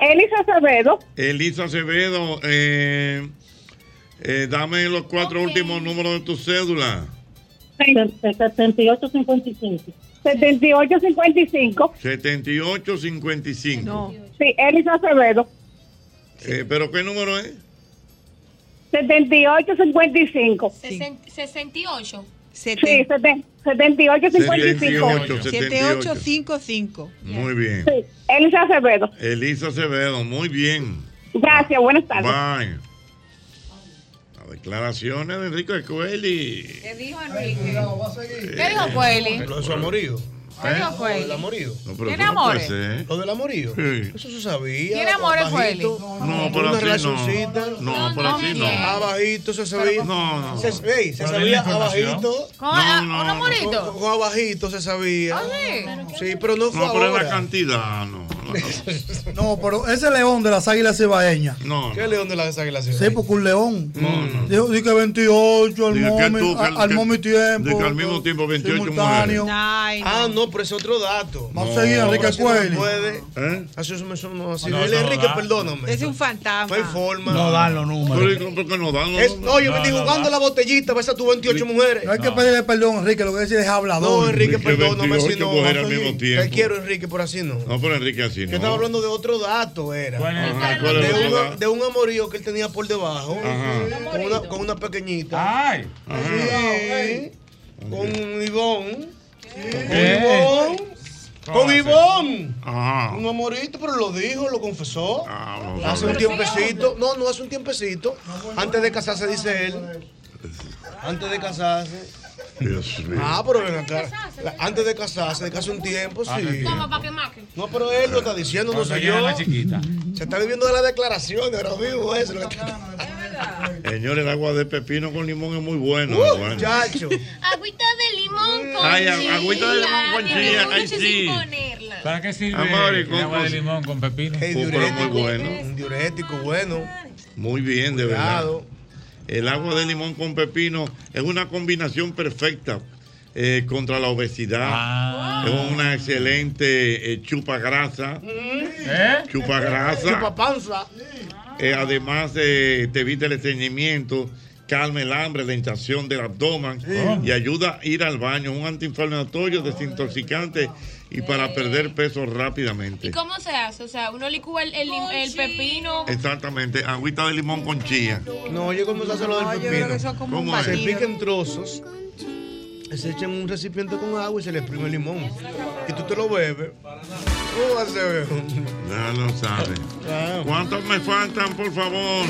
Elisa Acevedo. Elisa Acevedo, eh, eh, dame los cuatro últimos números de tu cédula. 7855. 7855. 7855. Sí, Elisa Acevedo. Eh, ¿Pero qué número es? 7855. Sesen- 68. Sí, seten- 78, 7855. 78. 7855. Muy bien. Sí, Elisa Acevedo. Elisa Acevedo, muy bien. Gracias, buenas tardes. Bye. Las declaraciones de Enrico Escueli. ¿Qué dijo Enrique? ¿Qué dijo pues? Coeli? Eh, Lo de su amorío. ¿Eh? ¿Qué ¿Eh? dijo pues. Lo del Coeli? amorío. No, ¿Tiene amores? Lo del amorío. Eso se sabía. ¿Tiene amores, Coeli? abajito. No, por Una así relacioncita. no. No, por así no. Abajito se sabía. No, no. Se, ey, se Pero sabía denle información. abajito. ¿Con a- un amorito? Con, con abajito se sabía. Sí, pero no No, fue pero es ahora. la cantidad, no. No, pero ese león de las águilas cibaeñas. No. ¿Qué león de las águilas? Sí, porque un león. Dijo, di que 28 Mm. al Dice que momi, tú, que- a- al que- momi tiempo. dice que al mismo tiempo 28 simultáneo. mujeres. Ah, no, pero ese es otro dato. Vamos a seguir, Enrique así no se Cueli. puede. ¿Eh? Así eso me suena así. No, Dile, no Enrique, da. perdóname. Es un fantasma. No hay forma. No dan los números. Ah. Pero, ¿y ¿Por qué no dan los Es- números? no, yo me estoy jugando la botellita, ves a tus 28 mujeres. No hay que pedirle perdón, Enrique, lo que decir es hablador. No, Enrique, Que perdóname si 28 mujeres no. al mismo Te tiempo. quiero, Ah. Enrique, por así no. No, pero Enrique así Yo estaba no. hablando de otro dato, era. Ajá, ¿cuál es de, el otro una- dato? de un amorío que él tenía por debajo. Ajá. Con una, con una pequeñita. ¡Ay! Sí. Con Ivón. Con ¿Qué? Ivón. Con Cosas. Ivón. [laughs] Ajá. Un amorito, pero lo dijo, lo confesó. vamos a hace ver. un tiempecito. No, no, hace un tiempecito. Antes de casarse, dice Ah, él. Antes de casarse. Dios mío. Ah, pero ven acá. La- Antes de casarse, de casi un tiempo, Ah, sí. Toma para que marque. No, pero él lo está diciendo, no Cuando soy ella yo. era más chiquita. Se está viviendo de la declaración de ahora mismo eso. lo que- Señores, el agua de pepino con limón es muy bueno. Uh, bueno. [laughs] Chacho. Agüita de limón con Ay, chía. agüita de limón con Ay, chía, me ay, gusta sí. sin ponerla. ¿Para qué sirve Amor, y el con- agua de limón con pepino? Ey, Oh, pero muy bueno. Un diurético bueno. Muy bien, de Cuidado. verdad. El agua de limón con pepino es una combinación perfecta eh, contra la obesidad. Ah. Es una excelente eh, chupa grasa. ¿Eh? Chupa grasa. Chupa panza. Eh, además, eh, te evita el estreñimiento, calma el hambre, la hinchazón del abdomen y ayuda a ir al baño. Un antiinflamatorio, desintoxicante y para perder peso ¿Y rápidamente. cómo se hace? O sea, uno licúa el, el lim- el pepino. Exactamente, agüita de limón con chía. No, yo comencé a hacer lo del yo pepino. creo que eso es como un ¿Cómo es? se batido. pica en trozos, se echa en un recipiente con agua y se le exprime el limón. Y tú te lo bebes. ¿Cómo va a ser? Ya lo sabes. ¿Cuántos me faltan, por favor?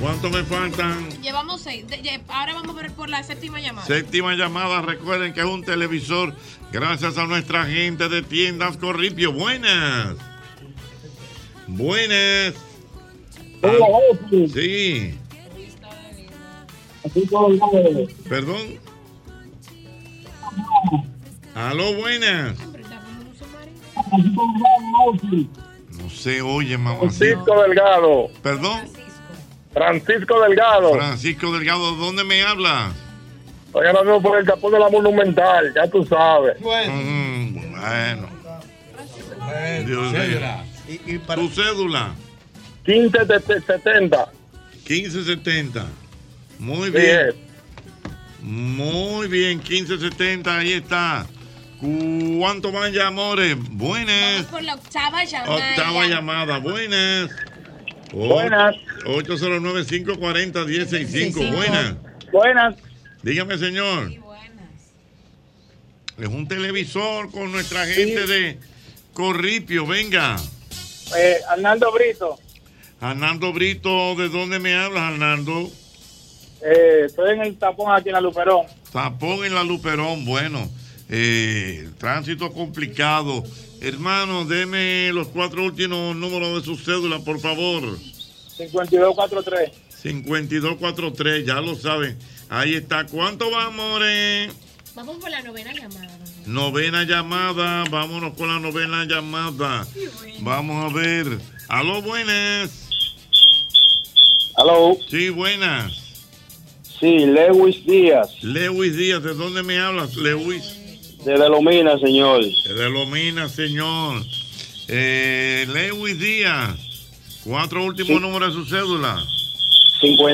¿Cuántos me faltan? Llevamos seis. De- ya- ahora vamos por, por la séptima llamada. Séptima llamada, recuerden que es un televisor gracias a nuestra gente de tiendas Corripio. Buenas. Buenas. Hola, Ochi. Sí, Aquí con el- perdón. Aló, buenas. aquí con el- Ochi. No se oye, mamá. Francisco Delgado. Perdón. Francisco Delgado. Francisco Delgado, ¿dónde me hablas? Estoy ahora mismo por el capón de la Monumental, ya tú sabes. Mm, Bueno. Dios mío. Tu cédula. 1570. 1570. Muy Sí, bien. es. Muy bien, 1570, ahí está. ¿Cuánto van ya, amores? Buenas. Por la octava llamada. Octava Oh, llamada, buenas. Oh, O- Buenas. 809-540-165, buenas. Buenas. Dígame, señor. Es un televisor con nuestra gente de Corripio, venga. Eh, Arnaldo Brito, Arnando Brito, ¿de dónde me hablas, Arnando? eh, estoy en el tapón aquí en la Luperón. Tapón en la Luperón, bueno. eh, tránsito complicado. Hermano, deme los cuatro últimos números de su cédula, por favor. 5243. 5243, ya lo saben. Ahí está. ¿Cuánto va, amores? Vamos por la novena llamada. Novena llamada. Vámonos con la novena llamada. Vamos a ver. Aló, buenas. Aló. Sí, buenas. Sí, Lewis Díaz, Lewis Díaz, ¿de dónde me hablas, Lewis? desde Lomina, señor. Se delomina, señor. Eh, Lewis Díaz, cuatro últimos números de su cédula.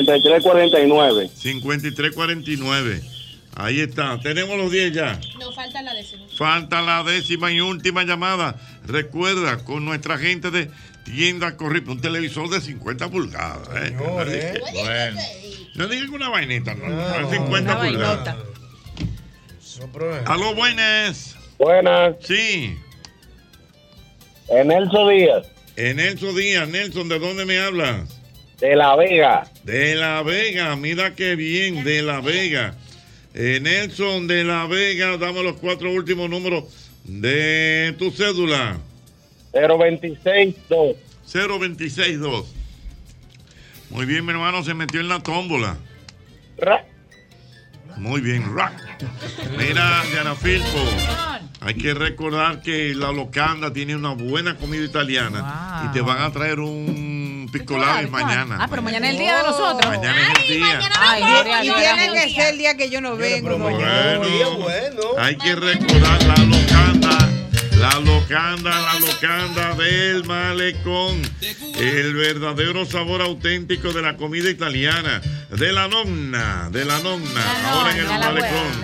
5349. 5349. Ahí está, tenemos los 10 ya. No falta la décima. Falta la décima y última llamada. Recuerda, con nuestra gente de Tienda Corripe, un televisor de 50 pulgadas. ¿eh? ¿eh? Bueno. No digan que una vainita, no, No, 50 una pulgadas. Aló, buenas. Buenas. Sí. Enelso Díaz. Enelso Díaz, Nelson, ¿de dónde me hablas? De La Vega. De La Vega, mira qué bien, de La Vega. Eh, Nelson, de La Vega, dame los cuatro últimos números de tu cédula. 0262. 0262. Muy bien, mi hermano, se metió en la tómbola. Muy bien, rack. Mira, Diana Filpo. Hay que recordar que la locanda tiene una buena comida italiana y te van a traer un picolave mañana. Ah, pero mañana es el día de nosotros. Mañana es el día. Ay, Y Dios, tiene Dios. que ser el día que yo no vengo. Bueno, hay que recordar la locanda, la locanda, la locanda del malecón, el verdadero sabor auténtico de la comida italiana, de la nonna, de la nonna, ahora en el la malecón.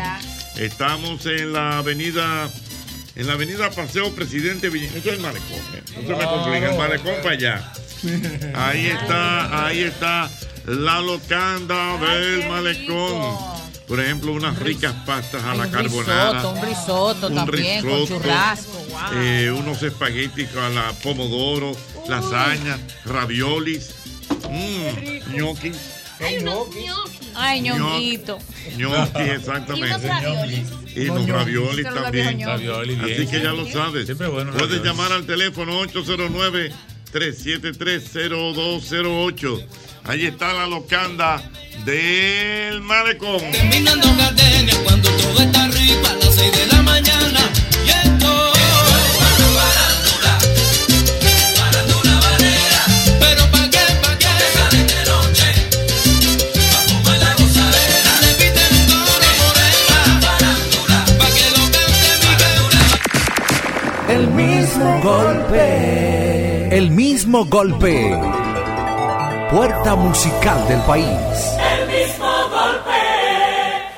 Estamos en la avenida, en la avenida Paseo Presidente Villa. Eso es el malecón, ¿eh? no se me complica, el malecón para allá. Ahí está, ahí está la locanda del malecón. Por ejemplo, unas ricas pastas a la Un carbonara. risotto, un risotto Un también, con risotto. churrasco. eh, unos espaguetis a la pomodoro, lasaña, raviolis, mm, ñoquis, Ay, unos Ay, Ñoqui. ñonguito. ñoquis exactamente. Y Los los ñoquis. raviolis Los también. raviolis, Así bien. que ya lo sabes. Puedes llamar al teléfono 809 373 0208. Ahí está la locanda del malecón. Terminando cadena cuando todo está arriba a las 6 de la mañana. Y esto es farándula, farándula varera. Pero pa' qué, pa' qué, sale de noche. Pa' fumar la gozadera. Le piden un coro morena. Farándula, pa' que lo cante mi El mismo golpe. El mismo golpe. Puerta musical del país. El mismo golpe,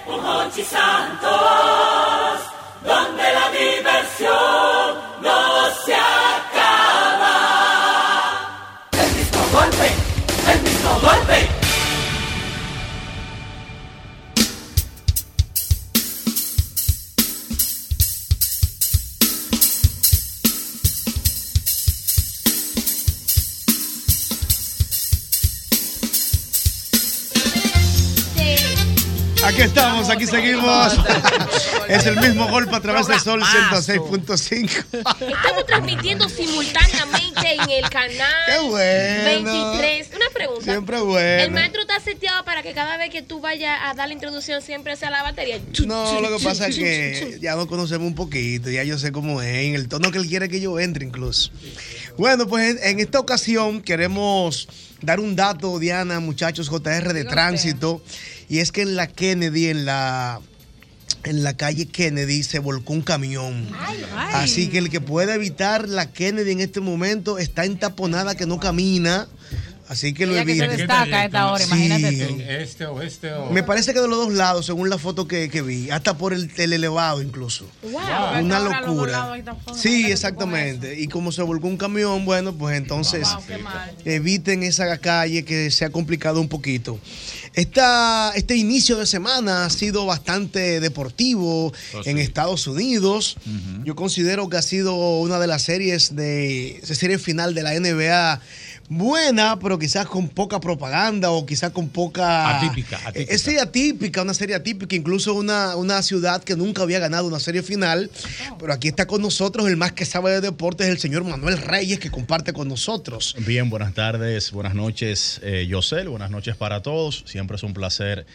un Hochi Santos, donde la diversión no se acaba. El mismo golpe, el mismo golpe. Aquí estamos, aquí [laughs] seguimos. Es el mismo golpe a través de Sol 106.5. Estamos transmitiendo simultáneamente en el canal Qué bueno. 23. Una pregunta. Siempre bueno. El maestro está seteado para que cada vez que tú vayas a dar la introducción siempre sea la batería. No, lo que pasa es que ya nos conocemos un poquito, ya yo sé cómo es, en el tono que él quiere que yo entre incluso. Bueno, pues en, en esta ocasión queremos dar un dato, Diana, muchachos, JR de tránsito, y es que en la Kennedy, en la, en la calle Kennedy, se volcó un camión. Así que el que pueda evitar la Kennedy en este momento está entaponada, que no camina. Así que lo Ella que se evite. destaca a esta hora, imagínate Sí. tú. En este o este o. Me parece que de los dos lados, según la foto que, que vi, hasta por el, el elevado incluso. Una locura. Sí, exactamente. Y como se volcó un camión, bueno, pues entonces eviten esa calle que se ha complicado un poquito. Esta, este inicio de semana ha sido bastante deportivo Oh, en sí. Estados Unidos. Yo considero que ha sido una de las series de esa serie final de la NBA buena, pero quizás con poca propaganda o quizás con poca Atípica, atípica. Eh, sí, atípica, una serie atípica, incluso una, una ciudad que nunca había ganado una serie final. Pero aquí está con nosotros el más que sabe de deportes, el señor Manuel Reyes, que comparte con nosotros. Bien, buenas tardes, buenas noches, eh, Yosel, buenas noches para todos. Siempre es un placer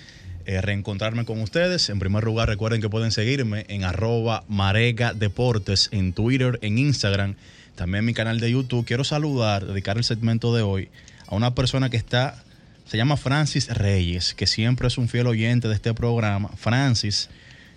eh, reencontrarme con ustedes. En primer lugar, recuerden que pueden seguirme en arroba Marega Deportes, en Twitter, en Instagram, también mi canal de YouTube. Quiero saludar, dedicar el segmento de hoy a una persona que está, se llama Francis Reyes, que siempre es un fiel oyente de este programa. Francis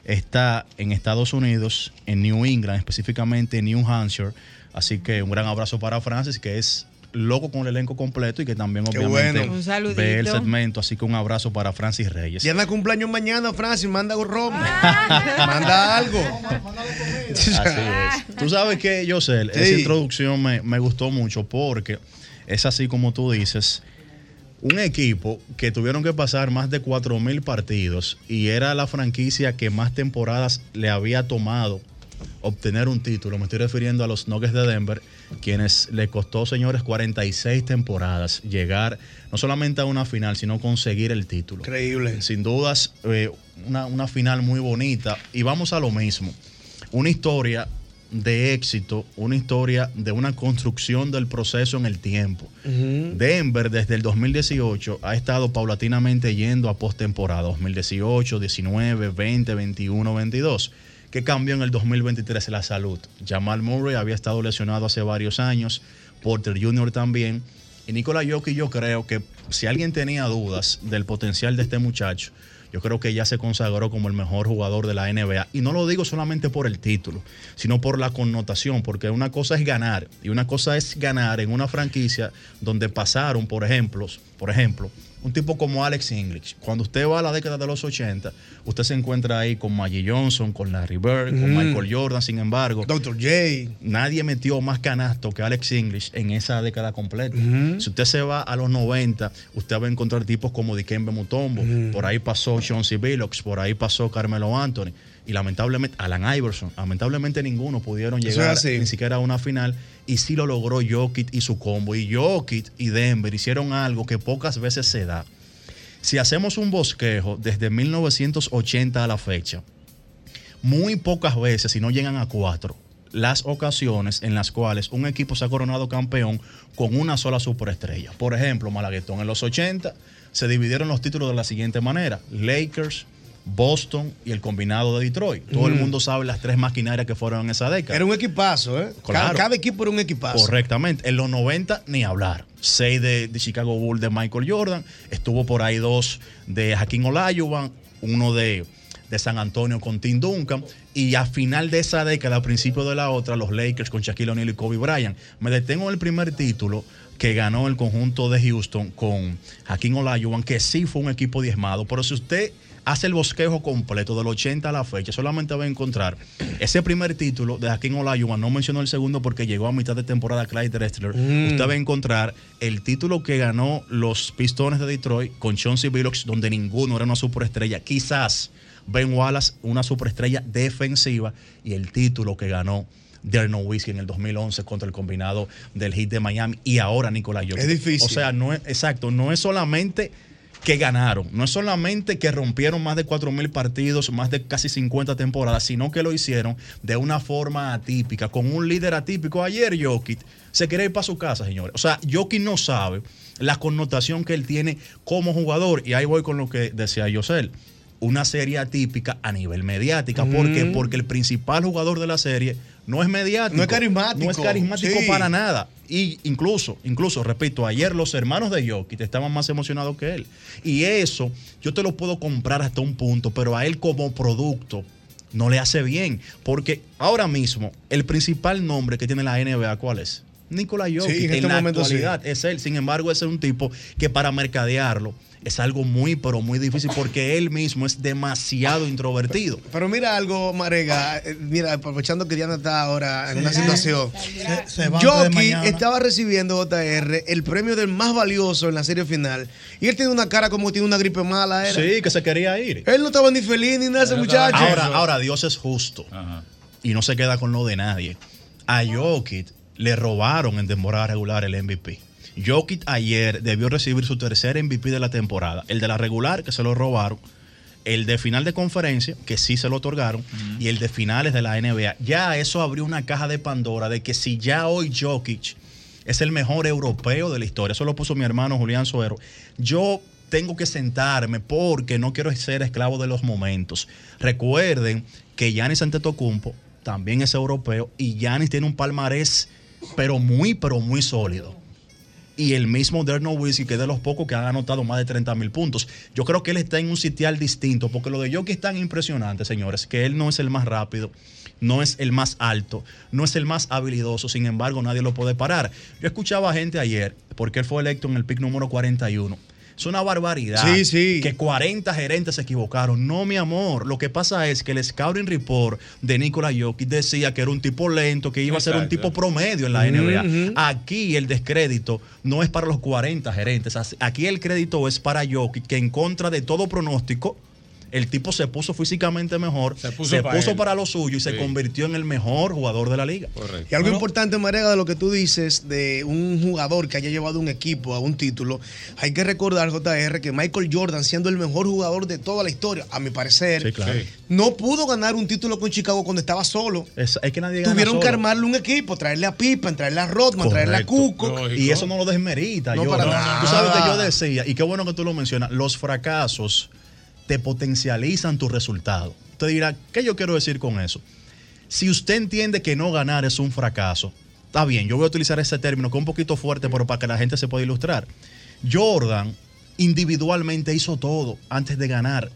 está en Estados Unidos, en New England, específicamente en New Hampshire, Así que un gran abrazo para Francis, que es loco con el elenco completo y que también Qué obviamente bueno. Un saludito. ve el segmento. Así que un abrazo para Francis Reyes. Diana cumpleaños mañana, Francis, manda un romo. manda algo. Así es. Tú sabes que, Yosel, Sí. esa introducción me, me gustó mucho porque es así como tú dices. Un equipo que tuvieron que pasar más de 4.000 partidos y era la franquicia que más temporadas le había tomado obtener un título. Me estoy refiriendo a los Nuggets de Denver, quienes le costó, señores, 46 temporadas llegar no solamente a una final, sino conseguir el título. Increíble. Sin dudas, eh, una, una final muy bonita. Y vamos a lo mismo una historia de éxito, una historia de una construcción del proceso en el tiempo. Denver desde el 2018 ha estado paulatinamente yendo a postemporada 2018, 19, 20, 21, 22. ¿Qué cambió en el 2023? La salud. Jamal Murray había estado lesionado hace varios años, Porter Jr. también. Y Nikola Jokic yo creo que si alguien tenía dudas del potencial de este muchacho, yo creo que ya se consagró como el mejor jugador de la NBA. Y no lo digo solamente por el título, sino por la connotación, porque una cosa es ganar y una cosa es ganar en una franquicia donde pasaron, por ejemplo, por ejemplo, un tipo como Alex English. Cuando usted va a la década de los 80, usted se encuentra ahí con Maggie Johnson, con Larry Bird, con Mm. Michael Jordan, sin embargo. Dr. J. Nadie metió más canasto que Alex English en esa década completa. Si usted se va a los 90, usted va a encontrar tipos como Dikembe Mutombo, por ahí pasó Sean C. Billups, por ahí pasó Carmelo Anthony y lamentablemente Alan Iverson, lamentablemente ninguno pudieron Eso es llegar así. ni siquiera a una final y sí lo logró Jokic y su combo y Jokic y Denver hicieron algo que pocas veces se da. Si hacemos un bosquejo desde 1980 a la fecha, muy pocas veces, si no llegan a cuatro, las ocasiones en las cuales un equipo se ha coronado campeón con una sola superestrella. Por ejemplo, Malaguetón en los 80 se dividieron los títulos de la siguiente manera: Lakers, Boston y el combinado de Detroit. Todo el Mm. mundo sabe las tres maquinarias que fueron en esa década. Era un equipazo, ¿eh? Ca- Claro. Cada, equipo era un equipazo. Correctamente. En los 90, ni hablar. Seis de, de Chicago Bulls de Michael Jordan. Estuvo por ahí dos de Jaquín Olajuwon. Uno de, de San Antonio con Tim Duncan. Y a final de esa década, a principio de la otra, los Lakers con Shaquille O'Neal y Kobe Bryant. Me detengo en el primer título que ganó el conjunto de Houston con Jaquín Olajuwon, que sí fue un equipo diezmado. Pero si usted hace el bosquejo completo del 80 a la fecha, solamente va a encontrar ese primer título de Jaquín Olajuwon. No mencionó el segundo porque llegó a mitad de temporada Clyde Drexler. Usted va a encontrar el título que ganó los Pistones de Detroit con Chauncey Billups, donde ninguno era una superestrella. Quizás Ben Wallace, una superestrella defensiva, y el título que ganó. Derno Whiskey en el 2011 contra el combinado del Heat de Miami y ahora Nicolás Jokic. Es difícil. O sea, no es, exacto, no es solamente que ganaron. No es solamente que rompieron más de 4.000 partidos, más de casi 50 temporadas, sino que lo hicieron de una forma atípica, con un líder atípico. Ayer Jokic se quiere ir para su casa, señores. O sea, Jokic no sabe la connotación que él tiene como jugador. Y ahí voy con lo que decía Yosel. Una serie atípica a nivel mediática. ¿Por qué? Mm. Porque el principal jugador de la serie no es mediático. No es carismático. No es carismático Sí. para nada nada. Y incluso, incluso, repito, ayer los hermanos de Jokic estaban más emocionados que él. Y eso yo te lo puedo comprar hasta un punto, pero a él como producto no le hace bien. Porque ahora mismo el principal nombre que tiene la NBA, ¿cuál es? Nikola Jokic. Sí, en en este la momento sí. actualidad es él. Sin embargo, ese es un tipo que para mercadearlo es algo muy, pero muy difícil porque él mismo es demasiado introvertido. Pero mira algo, Marega. eh, Mira, aprovechando que Diana está ahora en una situación. Jockey estaba recibiendo JR el premio del más valioso en la serie final. Y él tiene una cara como que tiene una gripe mala. Era. Sí, que se quería ir. Él no estaba ni feliz ni nada, ese muchacho. Ahora, ahora Dios es justo y no se queda con lo de nadie. A Jokic le robaron en temporada regular el MVP. Jokic ayer debió recibir su tercer MVP de la temporada. El de la regular, que se lo robaron. El de final de conferencia, que sí se lo otorgaron. Y el de finales de la NBA. Ya eso abrió una caja de Pandora de que si ya hoy Jokic es el mejor europeo de la historia. Eso lo puso mi hermano Julián Suero. Yo tengo que sentarme porque no quiero ser esclavo de los momentos. Recuerden que Yanis Antetokounmpo también es europeo y Yanis tiene un palmarés pero muy pero muy sólido. y el mismo Derno Whisky, que es de los pocos que han anotado más de 30 mil puntos. Yo creo que él está en un sitial distinto, porque lo de Jokic es tan impresionante, señores, que él no es el más rápido. No es el más alto, no es el más habilidoso, sin embargo nadie lo puede parar. Yo escuchaba a gente ayer, porque él fue electo en el pick número 41, es una barbaridad. Sí, sí. Que 40 gerentes se equivocaron. No, mi amor. Lo que pasa es que el scouting report de Nikola Jokic decía que era un tipo lento, que iba a ser un Exacto. tipo promedio en la NBA. Ujú. Aquí el descrédito no es para los 40 gerentes. As- Aquí el crédito es para Jokic, que en contra de todo pronóstico. El tipo se puso físicamente mejor, se puso, puso pa' él. para lo suyo y se Sí. convirtió en el mejor jugador de la liga. Y algo Bueno, importante, Marega, de lo que tú dices, de un jugador que haya llevado un equipo a un título, hay que recordar, JR, que Michael Jordan, siendo el mejor jugador de toda la historia, a mi parecer, Sí, claro. Sí. no pudo ganar un título con Chicago cuando estaba solo. es, es que nadie gana Tuvieron que solo. armarle un equipo, traerle a Pippen, traerle a Rodman, traerle a Correcto. Cuco. Y eso no lo desmerita. No, yo, para nada. Tú sabes que yo decía, y qué bueno que tú lo mencionas, los fracasos te potencializan tu resultado. Usted dirá, ¿qué yo quiero decir con eso? Si usted entiende que no ganar es un fracaso, está bien, yo voy a utilizar ese término que es un poquito fuerte, pero para que la gente se pueda ilustrar. Jordan individualmente hizo todo antes de ganar.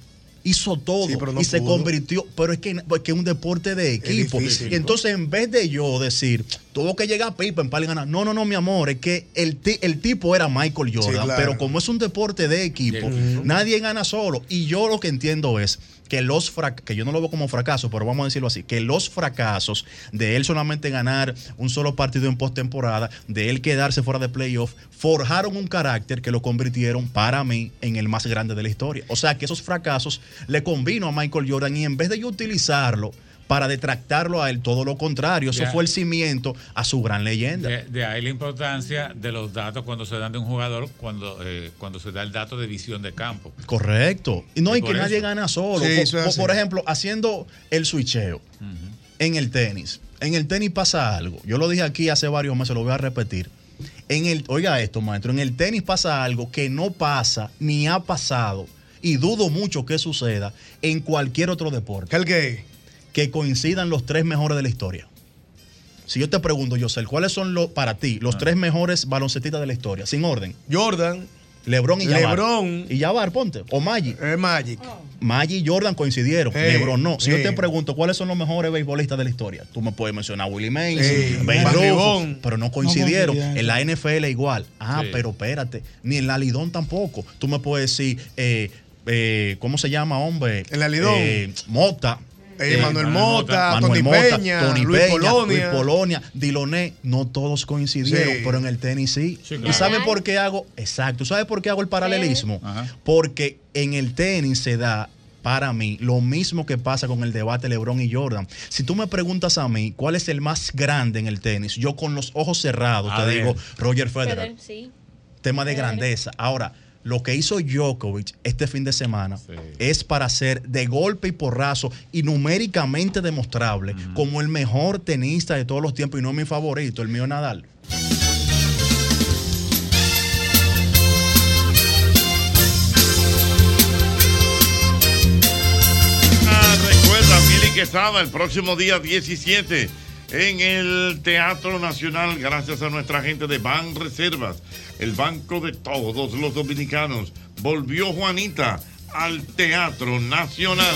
Hizo todo no y se pudo. convirtió, pero es que, es que es un deporte de equipo. difícil. Y entonces, en vez de yo decir, tuvo que llegar Pippen para él ganar, no, no, no, mi amor, es que el, ti- el tipo era Michael Jordan, claro. pero como es un deporte de equipo, nadie gana solo. Y yo lo que entiendo es que los fracasos, que yo no lo veo como fracaso, pero vamos a decirlo así, que los fracasos de él solamente ganar un solo partido en postemporada, de él quedarse fuera de playoff, forjaron un carácter que lo convirtieron para mí en el más grande de la historia. O sea que esos fracasos le convino a Michael Jordan y en vez de yo utilizarlo para detractarlo a él, todo lo contrario, eso Ya. fue el cimiento a su gran leyenda. De, de ahí la importancia de los datos cuando se dan de un jugador, cuando, eh, cuando se da el dato de visión de campo. Correcto. Y no, Y y que por nadie eso. gana solo. Sí, Por- eso es por, así. por ejemplo, haciendo el switcheo en el tenis. En el tenis pasa algo. Yo lo dije aquí hace varios meses, lo voy a repetir. En el, oiga esto, maestro. En el tenis pasa algo que no pasa ni ha pasado. Y dudo mucho que suceda en cualquier otro deporte. ¿El qué? Que coincidan los tres mejores de la historia. Si yo te pregunto, José, ¿cuáles son los para ti los tres mejores baloncetistas de la historia? Sin orden. Jordan. LeBron y Jabbar. LeBron. Eh, Y Jabbar, ponte. O Magic. Magic. Oh. Magic y Jordan coincidieron. Eh, LeBron no. Si eh. yo te pregunto cuáles son los mejores beisbolistas de la historia, tú me puedes mencionar a Willie Mays, Eh, Babe Barry Ruth, Bond. pero no coincidieron. coincidieron. en la NFL igual. Ah, Sí. pero espérate. Ni en la Lidón tampoco. Tú me puedes decir, eh, eh, ¿cómo se llama, hombre? En la Lidón. Eh, Mota. Eh, Manuel Mota, Tony Peña, Tony Luis Peña, Polonia. Luis Polonia, Diloné, no todos coincidieron, Sí. pero en el tenis sí. ¿Y claro. saben por qué hago? Exacto, ¿sabe por qué hago el paralelismo? Porque en el tenis se da, para mí, lo mismo que pasa con el debate LeBron y Jordan. Si tú me preguntas a mí cuál es el más grande en el tenis, yo con los ojos cerrados A te ver. digo Roger Federer. Federer, sí. Tema de grandeza. Ahora, lo que hizo Djokovic este fin de semana es para ser de golpe y porrazo y numéricamente demostrable como el mejor tenista de todos los tiempos y no mi favorito, el mío es Nadal. Ah, recuerda, Mili Quesada, el próximo día 17 en el Teatro Nacional, gracias a nuestra gente de Ban Reservas, el banco de todos los dominicanos. Volvió Juanita al Teatro Nacional.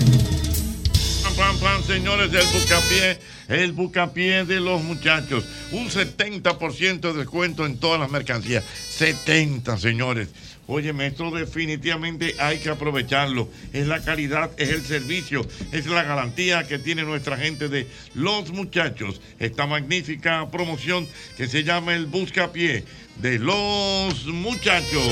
Pam, pam, pam, señores, el bucapié, el bucapié de los muchachos. Un 70% de descuento en todas las mercancías. 70, señores. Óyeme, esto definitivamente hay que aprovecharlo. Es la calidad, es el servicio, es la garantía que tiene nuestra gente de los muchachos. Esta magnífica promoción que se llama el Buscapié de los muchachos.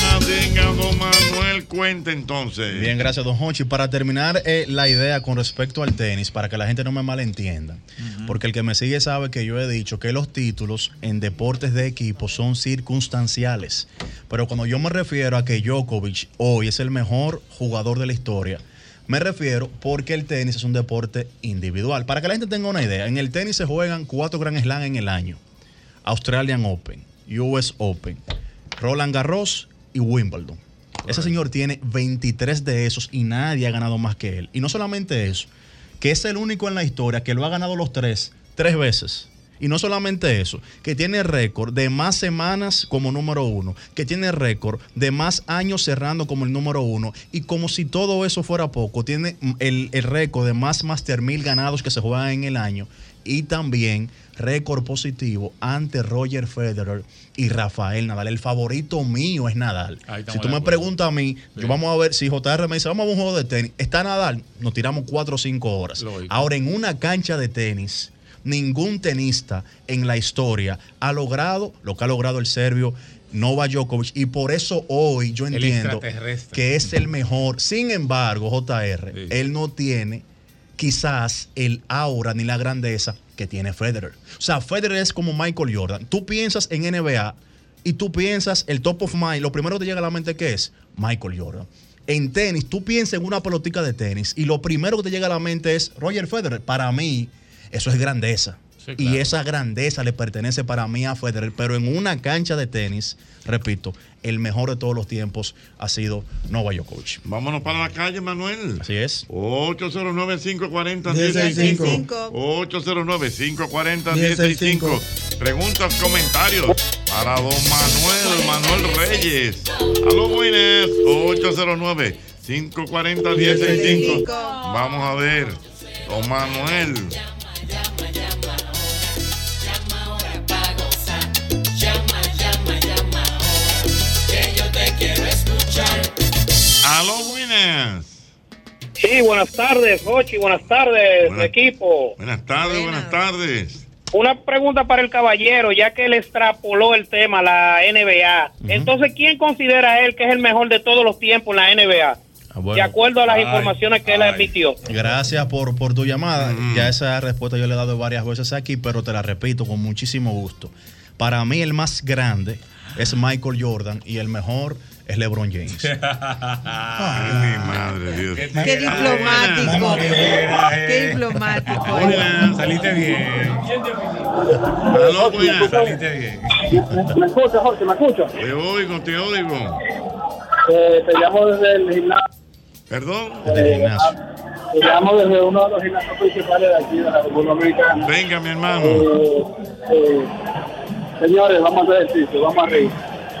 Ah, Venga, don Manuel, cuenta entonces. Bien, gracias, don Honchi. Para terminar eh, la idea con respecto al tenis, para que la gente no me malentienda, porque el que me sigue sabe que yo he dicho que los títulos en deportes de equipo son circunstanciales. Pero cuando yo me refiero a que Djokovic hoy es el mejor jugador de la historia, me refiero porque el tenis es un deporte individual. Para que la gente tenga una idea, en el tenis se juegan cuatro Grand Slam en el año. Australian Open, US Open, Roland Garros y Wimbledon. Ese señor tiene 23 de esos y nadie ha ganado más que él. Y no solamente eso, que es el único en la historia que lo ha ganado los tres, tres veces. Y no solamente eso, que tiene récord de más semanas como número uno, que tiene récord de más años cerrando como el número uno, y como si todo eso fuera poco, tiene el, el récord de más Master 1000 ganados que se juegan en el año, y también récord positivo ante Roger Federer y Rafael Nadal. El favorito mío es Nadal. Si estamos tú de me acuerdo. preguntas a mí, yo vamos a ver si JR me dice, vamos a ver un juego de tenis. Está Nadal, nos tiramos 4 o 5 horas. Ahora, en una cancha de tenis, ningún tenista en la historia ha logrado lo que ha logrado el serbio Novak Djokovic. Y por eso hoy yo El entiendo extraterrestre. [laughs] que es el mejor. Sin embargo, JR, él no tiene quizás el aura ni la grandeza que tiene Federer. O sea, Federer es como Michael Jordan. Tú piensas en NBA y tú piensas el top of mind, lo primero que te llega a la mente que es Michael Jordan. En tenis, tú piensas en una pelotica de tenis y lo primero que te llega a la mente es Roger Federer. Para mí, eso es grandeza. Sí, claro. Y esa grandeza le pertenece para mí a Federer, pero en una cancha de tenis, repito, el mejor de todos los tiempos ha sido Novak Djokovic. Vámonos para la calle, Manuel. Así es. 809-540-165. 809-540-165. Preguntas, comentarios para don Manuel, Manuel Reyes. A los buenas. 809-540-165. Vamos a ver. Don Manuel. Llama, llama, llama ahora, que yo te quiero escuchar. Aló, buenas. Sí, buenas tardes, Jochi, buenas tardes, equipo. Buenas tardes, buenas tardes. Una pregunta para el caballero, ya que él extrapoló el tema, la NBA. Entonces, ¿quién considera él que es el mejor de todos los tiempos en la NBA? Ah, Ah, bueno. de acuerdo a las Ay, informaciones que él emitió. Gracias por, por tu llamada. Mm. Ya esa respuesta yo le he dado varias veces aquí, pero te la repito con muchísimo gusto. Para mí el más grande es Michael Jordan y el mejor es LeBron James. Ay, mi madre, Dios. Qué diplomático. Qué diplomático. Hola, saliste bien. Aló, buenas. Saliste bien. ¿Me escuchas, Jorge? ¿Me escuchas? Te oigo, te oigo. Eh, te llamo desde el gimnasio. ¿Perdón? Te llamo desde uno de los gimnasios principales de aquí, de la República Dominicana. Eh, Venga, mi hermano. señores, vamos a hacer ejercicio, vamos a reír.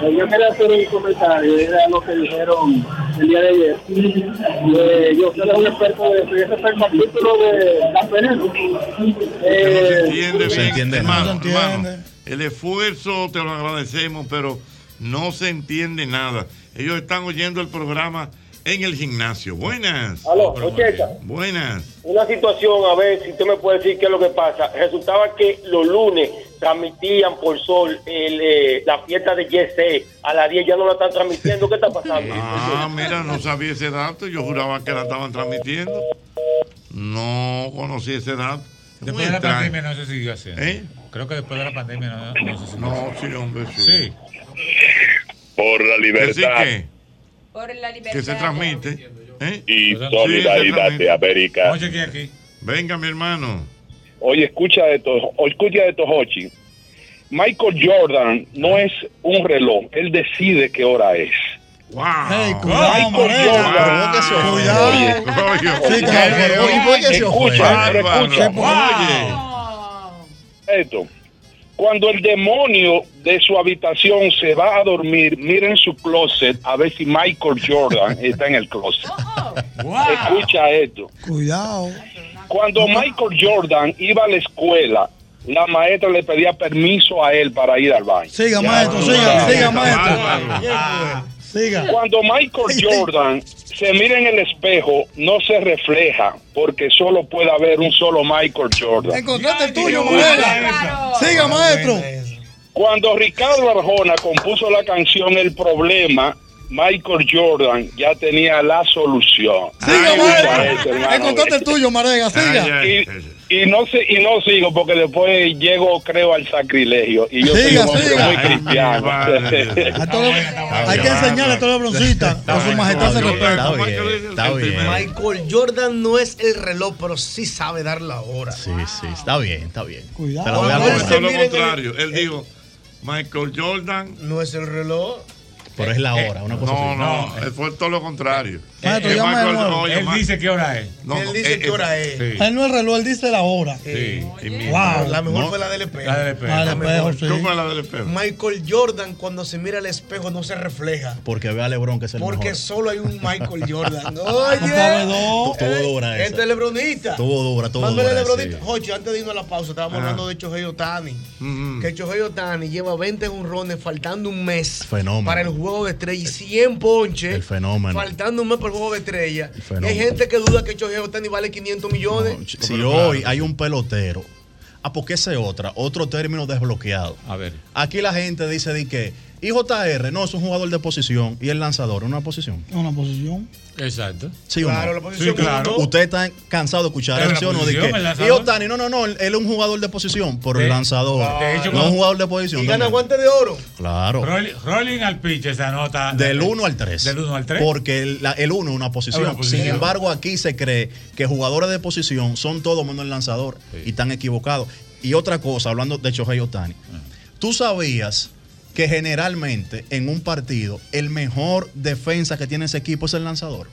Eh, Yo quería hacer un comentario, era lo que dijeron el día de ayer. Eh, yo soy un experto, de, soy experto en el título de la película. se Eh, entiende bien, hermano, nada. No se hermano. El esfuerzo te lo agradecemos, pero no se entiende nada. Ellos están oyendo el programa en el gimnasio. Buenas. Aló, muchacha. Buenas. Una situación, a ver si usted me puede decir qué es lo que pasa. Resultaba que los lunes transmitían por sol el, eh, la fiesta de Jesse. A las 10 ya no la están transmitiendo. ¿Qué está pasando? Ah, mira, no sabía ese dato. Yo juraba que la estaban transmitiendo. No conocí ese dato. Muy Después de la extraño. pandemia no se siguió haciendo. ¿Eh? Creo que después de la pandemia no, no se siguió No, sí, hombre, sí. Por la libertad Por la libertad. que se transmite. ¿eh? y Sí, se solidaridad de América. Venga, mi hermano. Oye, escucha esto, o- escucha esto, Hochi. Michael Jordan no es un reloj, él decide qué hora es. Wow. Michael Jordan. Oye, Sí, claro, pero ¿y por qué se escucha, ofende? pero escucha. Esto. Cuando el demonio de su habitación se va a dormir, miren su closet a ver si Michael [laughs] Jordan está en el closet. Escucha esto. Cuidado. Cuando Michael Jordan iba a la escuela, la maestra le pedía permiso a él para ir al baño. Siga, Ya maestro, tú siga, sabes. siga, maestro. Ah. Cuando Michael Jordan se mira en el espejo, no se refleja, porque solo puede haber un solo Michael Jordan. Encontraste el tuyo, Morela. Siga, maestro. Cuando Ricardo Arjona compuso la canción El Problema, Michael Jordan ya tenía la solución. Siga, Ay, parece, maestro. hermano. Encontraste el tuyo, Marega, siga. Y, y no sé, y no sigo porque después llego creo al sacrilegio y yo soy Siga, un hombre siga. muy cristiano. A todo- hay que enseñarle a todos los broncitas a su majestad se respeta. está bien. Michael Jordan no es el reloj, pero sí sabe dar la hora. Sí, sí, está bien, está bien. Cuidado. Te la voy Todo a eh, comprar. lo contrario. Él dijo, Michael Jordan. Eh, No es el reloj. Pero es la hora, una cosa no, así. No, no, fue todo lo contrario. Maestro, Eh, llama de Michael- nuevo. no, Él llama- dice qué hora es. No, Él no, dice eh, qué eh, hora es. sí. Ah, Él no es el reloj, él dice la hora. Sí. Y mi- Wow. La mejor No, fue la del espejo. La del espejo. La La del pues, mejor. espejo, sí. ¿Cómo la del espejo? Michael Jordan cuando se mira al espejo no se refleja. Porque ve a Lebron que es el Porque mejor. solo hay un Michael Jordan. [laughs] Tu- Oye. tuvo dura Este esa. es Lebronista. Tuvo dura, tuvo Mándale dura, Lebronista. sí. Jochi, antes de irnos a la pausa, estábamos Ajá. hablando de Chohei Otani. Mm. Que Chohei Otani lleva 20 honrones faltando un mes Fenómeno. para el juego de estrella y 100 ponches. El fenómeno. Faltando un mes para el juego de estrella. Y fenómeno. hay gente que duda que Chohei Otani vale 500 millones. Si hoy hay un pelotero, ah, porque esa es otra, otro término desbloqueado. A ver. Aquí la gente dice de que IJR no es un jugador de posición y el lanzador una posición. Una posición. Exacto. ¿Sí o no? Sí, claro. Usted está cansado de escuchar Es eso, una ¿sí o no? De posición, el que, y lanzador. Otani, no, no, no, él es un jugador de posición, pero el De- lanzador. de hecho, no es cuando- un jugador de posición. Y gana no, no. guante de oro. Claro. Rolling, rolling al pitch esa nota. Del 1 al 3. Del 1 al 3. Porque el, la- el 1 es una posición. Es una posición. Sin embargo, aquí se cree que jugadores de posición son todo menos el lanzador y están equivocados. Y otra cosa, hablando de Shohei Otani, tú sabías que generalmente en un partido el mejor defensa que tiene ese equipo es el lanzador.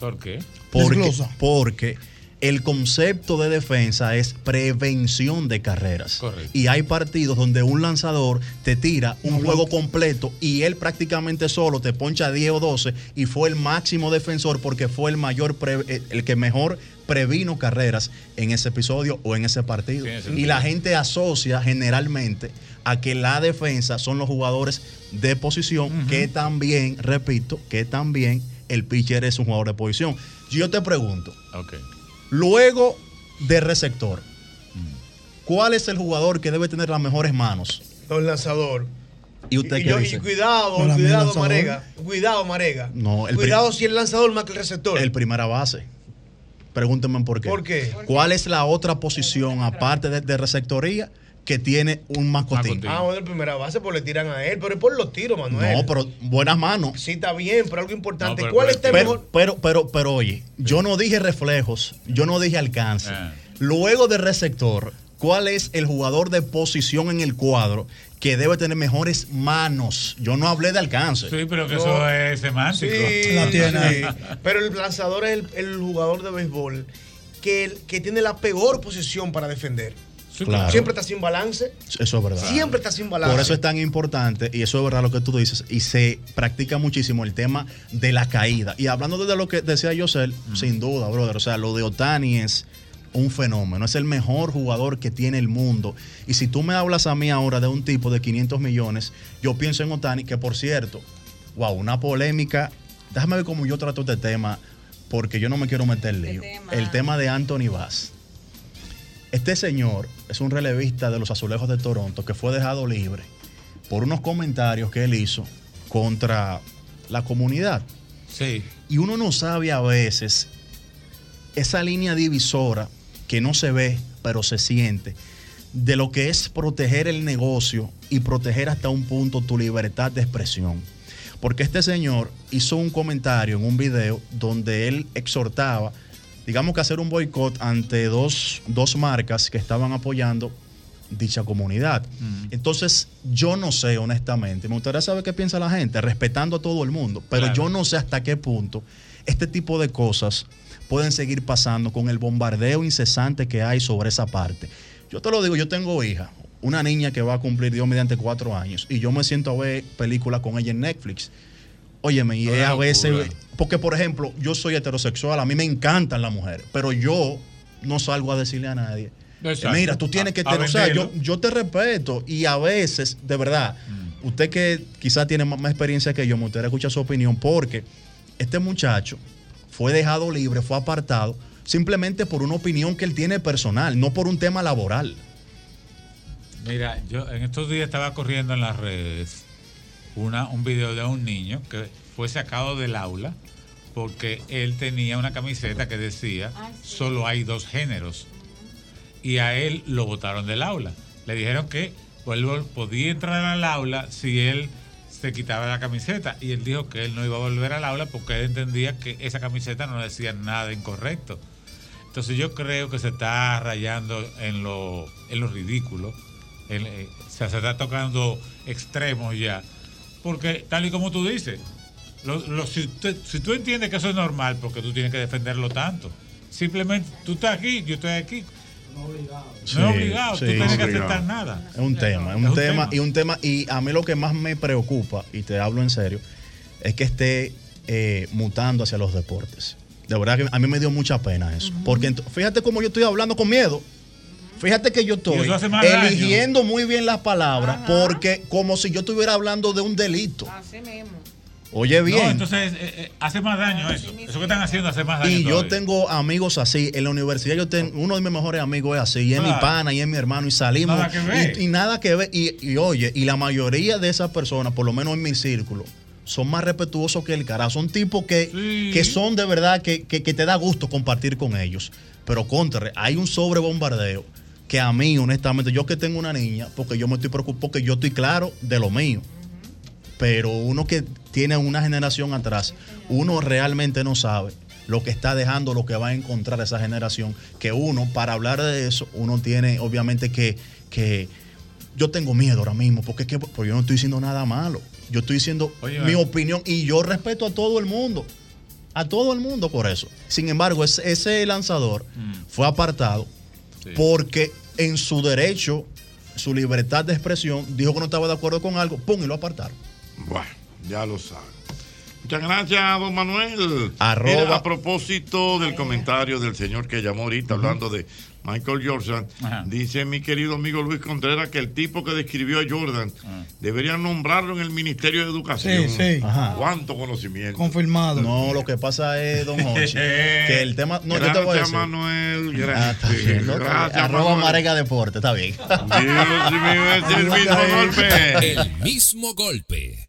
¿Por qué? Porque, Desglosa. porque el concepto de defensa es prevención de carreras. Y hay partidos donde un lanzador te tira un juego completo y él prácticamente solo te poncha 10 o 12 y fue el máximo defensor porque fue el mayor pre- eh, el que mejor previno carreras en ese episodio o en ese partido. Tiene sentido. Y la gente asocia generalmente a que la defensa son los jugadores de posición que también, repito, que también el pitcher es un jugador de posición. Yo te pregunto, Ok. luego de receptor, ¿cuál es el jugador que debe tener las mejores manos? Don lanzador. ¿Y usted Y, qué yo- y dice? cuidado, Para mí el cuidado, lanzador. Marega. Cuidado, Marega. No, el cuidado pri- si el lanzador más que el receptor. El primera base. Pregúntenme por qué. ¿Por qué? ¿Cuál es la otra posición, aparte de, de receptoría, que tiene un mascotín? Ah, bueno, el primera base, pues le tiran a él. Pero es por los tiros, Manuel. No, pero buenas manos. Sí, está bien, pero algo importante. No, pero- ¿Cuál pero- está el pero, mejor? Pero, pero, pero oye, yo no dije reflejos, yo no dije alcance. Luego de receptor, ¿cuál es el jugador de posición en el cuadro que debe tener mejores manos? Yo no hablé de alcance. Sí, pero que No. eso es semántico. Sí, sí. Pero el lanzador es el, el jugador de béisbol que, el- que tiene la peor posición para defender. claro. Siempre está sin balance. Eso es verdad. Siempre está sin balance. Por eso es tan importante, y eso es verdad lo que tú dices, y se practica muchísimo el tema de la caída. Y hablando de lo que decía Josel, sin duda, brother, o sea, lo de Otani es un fenómeno, es el mejor jugador que tiene el mundo. Y si tú me hablas a mí ahora de un tipo de 500 millones, yo pienso en Otani, que por cierto, wow, una polémica. Déjame ver cómo yo trato este tema, porque yo no me quiero meter lío. El tema de Anthony Bass. Este señor es un relevista de los Azulejos de Toronto que fue dejado libre por unos comentarios que él hizo contra la comunidad. Sí. Y uno no sabe a veces esa línea divisora que no se ve, pero se siente, de lo que es proteger el negocio y proteger hasta un punto tu libertad de expresión. Porque este señor hizo un comentario en un video donde él exhortaba, digamos que hacer un boicot ante dos, dos marcas que estaban apoyando dicha comunidad. Entonces, yo no sé, honestamente, me gustaría saber qué piensa la gente, respetando a todo el mundo, pero Claro. yo no sé hasta qué punto este tipo de cosas pueden seguir pasando con el bombardeo incesante que hay sobre esa parte. Yo te lo digo, yo tengo hija, una niña que va a cumplir Dios mediante cuatro años, y yo me siento a ver películas con ella en Netflix. Óyeme, y Ah, es a veces. Porque, por ejemplo, yo soy heterosexual, a mí me encantan las mujeres, pero yo no salgo a decirle a nadie. Exacto. Eh, Mira, tú tienes que A- a tener. o sea, yo, venderlo. yo te respeto y a veces, de verdad, Mm. usted que quizás tiene más, más experiencia que yo, me gustaría escuchar su opinión, porque este muchacho fue dejado libre, fue apartado, simplemente por una opinión que él tiene personal, no por un tema laboral. Mira, yo en estos días estaba corriendo en las redes una, un video de un niño que fue sacado del aula porque él tenía una camiseta que decía solo hay dos géneros. Y a él lo botaron del aula. Le dijeron que pues, él podía entrar al aula si él se quitaba la camiseta. Y él dijo que él no iba a volver al aula porque él entendía que esa camiseta no decía nada incorrecto. Entonces yo creo que se está rayando en lo, en lo ridículo el, eh, o sea, se está tocando extremos ya. Porque, tal y como tú dices, lo- lo- si, usted- si tú entiendes que eso es normal, porque tú tienes que defenderlo tanto. Simplemente tú estás aquí, yo estoy aquí. Sí, No es obligado, sí, tú tienes sí. que aceptar nada. Es un tema, es un, Es un tema, tema. y un tema. Y a mí lo que más me preocupa, y te hablo en serio, es que esté eh, mutando hacia los deportes. De verdad que a mí me dio mucha pena eso. Porque ento- fíjate cómo yo estoy hablando con miedo. Fíjate que yo Y estoy eso hace más daño. eligiendo muy bien las palabras porque como si yo estuviera hablando de un delito. Oye bien. No, entonces eh, eh, hace más daño eso. Eso que están haciendo hace más daño. Y yo todavía. tengo amigos así. En la universidad yo tengo, uno de mis mejores amigos es así, y es mi Claro. pana, y es mi hermano, y salimos. Nada que ver. Y, y nada que ver. Y, y oye, y la mayoría de esas personas, por lo menos en mi círculo, son más respetuosos que el cara. Son tipos que, que son de verdad que, que- que te da gusto compartir con ellos. Pero contra, hay un sobrebombardeo que a mí, honestamente, yo que tengo una niña, porque yo me estoy preocupado, porque yo estoy claro de lo mío pero uno que tiene una generación atrás, uno realmente no sabe lo que está dejando, lo que va a encontrar esa generación, que uno, para hablar de eso, uno tiene obviamente que, que yo tengo miedo ahora mismo, porque es que porque yo no estoy diciendo nada malo, yo estoy diciendo Oye, mi eh. opinión y yo respeto a todo el mundo, a todo el mundo por eso. Sin embargo, ese, ese lanzador fue apartado porque en su derecho, su libertad de expresión, dijo que no estaba de acuerdo con algo, ¡pum! y lo apartaron. Bueno, ya lo saben. Muchas gracias, don Manuel. Arroba. Mira, a propósito del comentario del señor que llamó ahorita hablando de Michael Jordan, dice mi querido amigo Luis Contreras que el tipo que describió a Jordan Ah. deberían nombrarlo en el Ministerio de Educación. Sí, sí. Ajá. ¿Cuánto conocimiento? Confirmado. No, lo que pasa es, don Jorge, que el tema. No, yo te voy Gracias, a decir. Manuel. Ah, está Gracias. bien, no, está bien. gracias, Arroba Manuel. Marega Deporte, está bien. Dios mío, es el mismo golpe. El mismo golpe.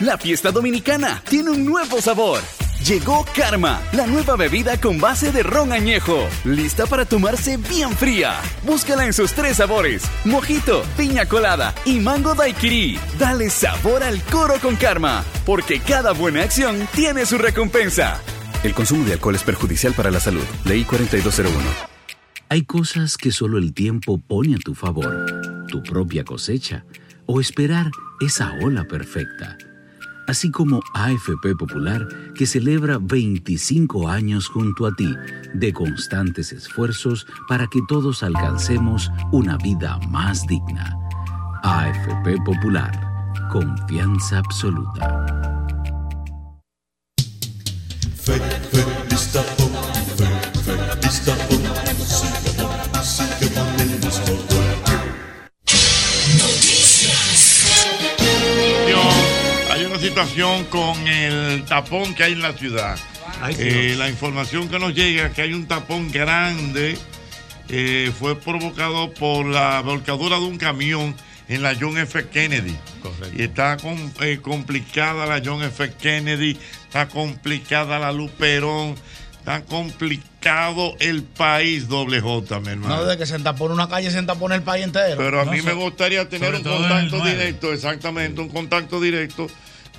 La fiesta dominicana tiene un nuevo sabor. Llegó Karma, la nueva bebida con base de ron añejo, lista para tomarse bien fría. Búscala en sus tres sabores: mojito, piña colada y mango daiquiri. Dale sabor al coro con Karma, porque cada buena acción tiene su recompensa. El consumo de alcohol es perjudicial para la salud. Ley 4201. Hay cosas que solo el tiempo pone a tu favor, tu propia cosecha o esperar esa ola perfecta. Así como AFP Popular, que celebra 25 años junto a ti, de constantes esfuerzos para que todos alcancemos una vida más digna. AFP Popular, confianza absoluta. Hay una situación con el tapón que hay en la ciudad. Ay, Eh, Dios. la información que nos llega es que hay un tapón grande. eh, fue provocado por la volcadura de un camión en la John F. Kennedy. Y está com- eh, complicada la John F. Kennedy, está complicada la Luperón, está complicado el país, doble J, mi hermano. No, de que se entapone una calle, se entapone el país entero. Pero a No, mí so- me gustaría tener sobre un todo en el contacto nueve. directo, exactamente, un contacto directo,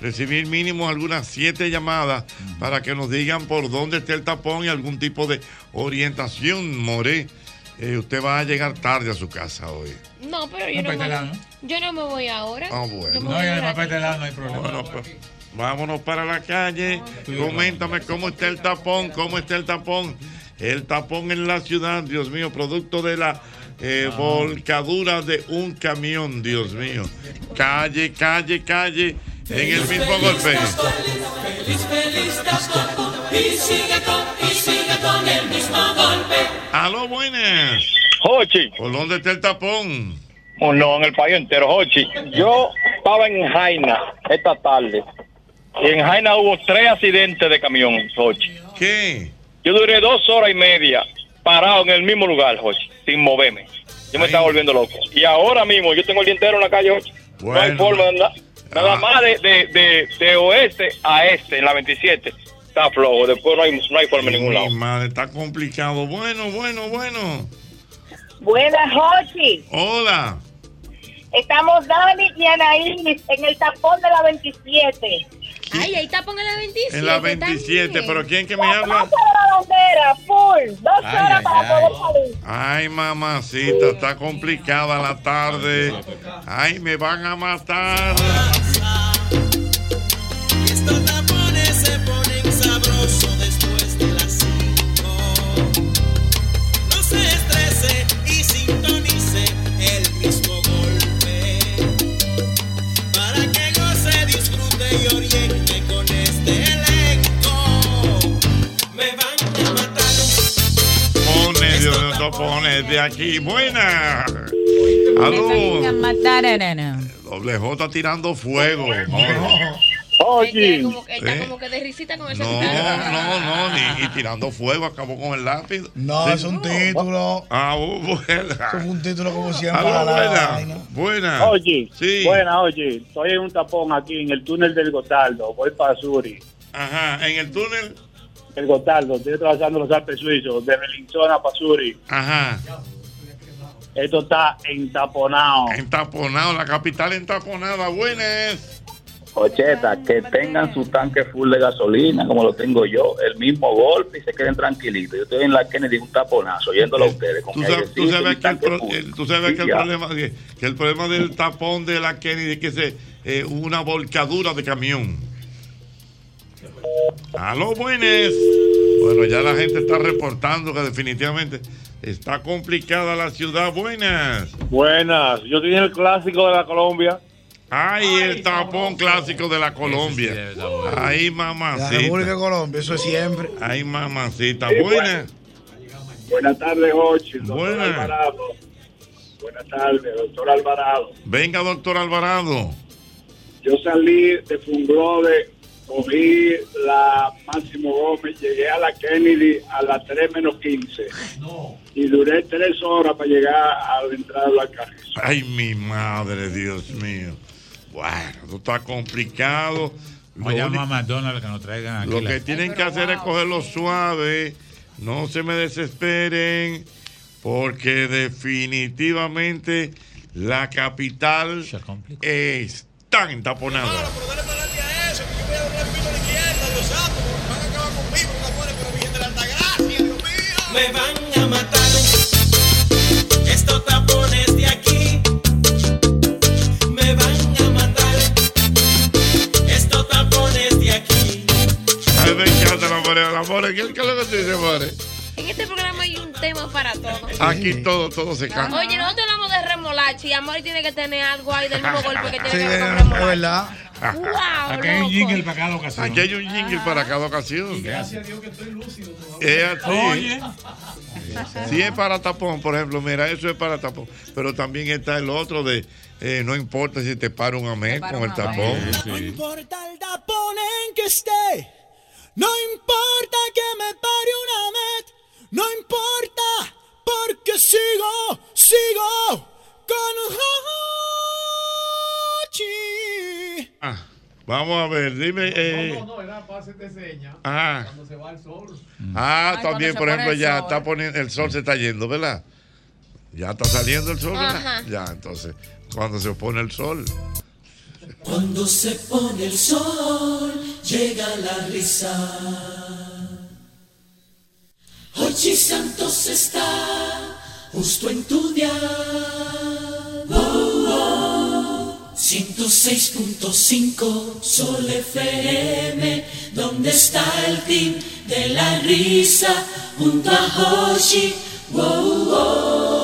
recibir mínimo algunas siete llamadas Mm. para que nos digan por dónde está el tapón y algún tipo de orientación, More. Eh, usted va a llegar tarde a su casa hoy. No, pero yo No, no, petelado, me, yo no me voy ahora. Ah, Yo bueno. me voy ahora. este no hay problema. pues, vámonos para la calle. Coméntame cómo está el tapón, cómo está el tapón. El tapón en la ciudad, Dios mío, producto de la eh, volcadura de un camión, Dios mío. Calle, calle, calle, en el mismo golpe. Feliz, feliz, estás tú. Y sigue con, y sigue con el mismo golpe. Aló, buenas. Hochi. ¿Por dónde está el tapón? Oh, no, en el país entero, Hochi. Yo estaba en Jaina esta tarde. Y en Jaina hubo tres accidentes de camión, Hochi. ¿Qué? Yo duré dos horas y media parado en el mismo lugar, Hochi. sin moverme. Yo me estaba volviendo loco. Y ahora mismo yo tengo el día entero en la calle 8. no hay Bueno. Ah. forma, na- nada más de, de, de, de oeste a este, en la 27. Está flojo, después no hay, no hay forma en ningún lado. Mi madre, está complicado. Bueno, bueno, bueno. Buenas, Jochi. Hola. Estamos Dani y Anaís en el tapón de la 27. Ay, ahí tapón en la 27. En la 27, pero ¿quién que me Las habla? plazas de la bandera, full. Dos Ay, horas ay, para ay. poder salir. Ay, mamacita, está complicada la tarde. Ay, me van a matar. Estos tapones se ponen sabrosos después de las 5. No se estrese y sintonice el mismo golpe. Para que goce, disfrute y oriente con este elenco. Me van a matar. Pone, Dios mío, no pone de aquí. Buena. Me Aló. matar, arena. Doble J tirando fuego. Está Oye. como, está como que de risita con esa No, guitarra. no, no, ni, y tirando fuego acabó con el lápiz. No, es un título. Ah, bu- buena. Es un título como siempre. Aló, la buena. vaina. Buena. Oye, Sí. buena, oye, estoy en un tapón aquí en el túnel del Gotardo, voy para Suri. Ajá, en el túnel. El Gotardo, estoy atravesando los Alpes Suizos, de Relinzona para Suri. Ajá. Esto está entaponado. Entaponado, la capital entaponada. Buenas. Ocheta, que tengan su tanque full de gasolina, como lo tengo yo, el mismo golpe y se queden tranquilitos. Yo estoy en la Kennedy un taponazo, oyéndolo a ustedes. Con Tú mi sabes, airecito tú y mi sabes que, el, tanque pro- full. Pues el- tú sabes Sí, que el ya. problema que, que el problema del tapón de la Kennedy que se eh, hubo una volcadura de camión. Aló, buenas. Bueno, ya la gente está reportando que definitivamente está complicada la ciudad. Buenas. Buenas, yo tenía el clásico de la Colombia. Ay, el tapón clásico de la Colombia. Ay, La mamacita. República de Colombia, eso es siempre. Ay, mamacita. Sí, Buenas. Buenas tardes, Jochi. Buenas. Buenas tardes, doctor Alvarado. Venga, doctor Alvarado. Yo salí de Funglode, cogí la Máximo Gómez, llegué a la Kennedy a las 3 menos 15. Y duré 3 horas para llegar a la entrada de la calle. Ay, mi madre, Dios mío. Bueno, esto está complicado. Lo, Voy a uni- llamar a McDonald's que nos traigan aquí. lo la- que tienen que hacer es cogerlo suave. No se me desesperen, porque definitivamente la capital está entaponada. Me van a matar. Estos tapones de este aquí me van a matar. Estos tapones de aquí. Ay, me encanta la pareja, la more. ¿Qué es lo que tú dices, more? En este programa hay un tema para todo. Aquí todo, todo se cambia. Oye, nosotros hablamos de remolacha y Amor tiene que tener algo ahí del mismo golpe que tiene Sí, que ver con es remolacha. verdad. Aquí hay un loco. jingle para cada ocasión. Aquí hay un jingle para cada ocasión. Gracias a Dios que estoy lúcido Es así. Oye. Si es para tapón, por ejemplo, mira, eso es para tapón. Pero también está el otro de eh, no importa si te para un amén con el tapón. No importa el tapón en que esté. No importa que me pare una met. No importa porque sigo, sigo con Hachi. Ah, vamos a ver, dime. eh, No, no, era para hacerte seña. Ajá. Cuando se va el sol. Ah, Ay, cuando se también, por pone ejemplo, el ya sol. está poniendo, el sol se está yendo, ¿verdad? Ya está saliendo el sol, ¿verdad? Ajá. Ya, entonces, cuando se pone el sol. Cuando se pone el sol, llega la risa. Hochi Santos está justo en tu día. Oh, oh. 106.5 Sol FM, donde está el team de la risa junto a Hochi. Oh, oh.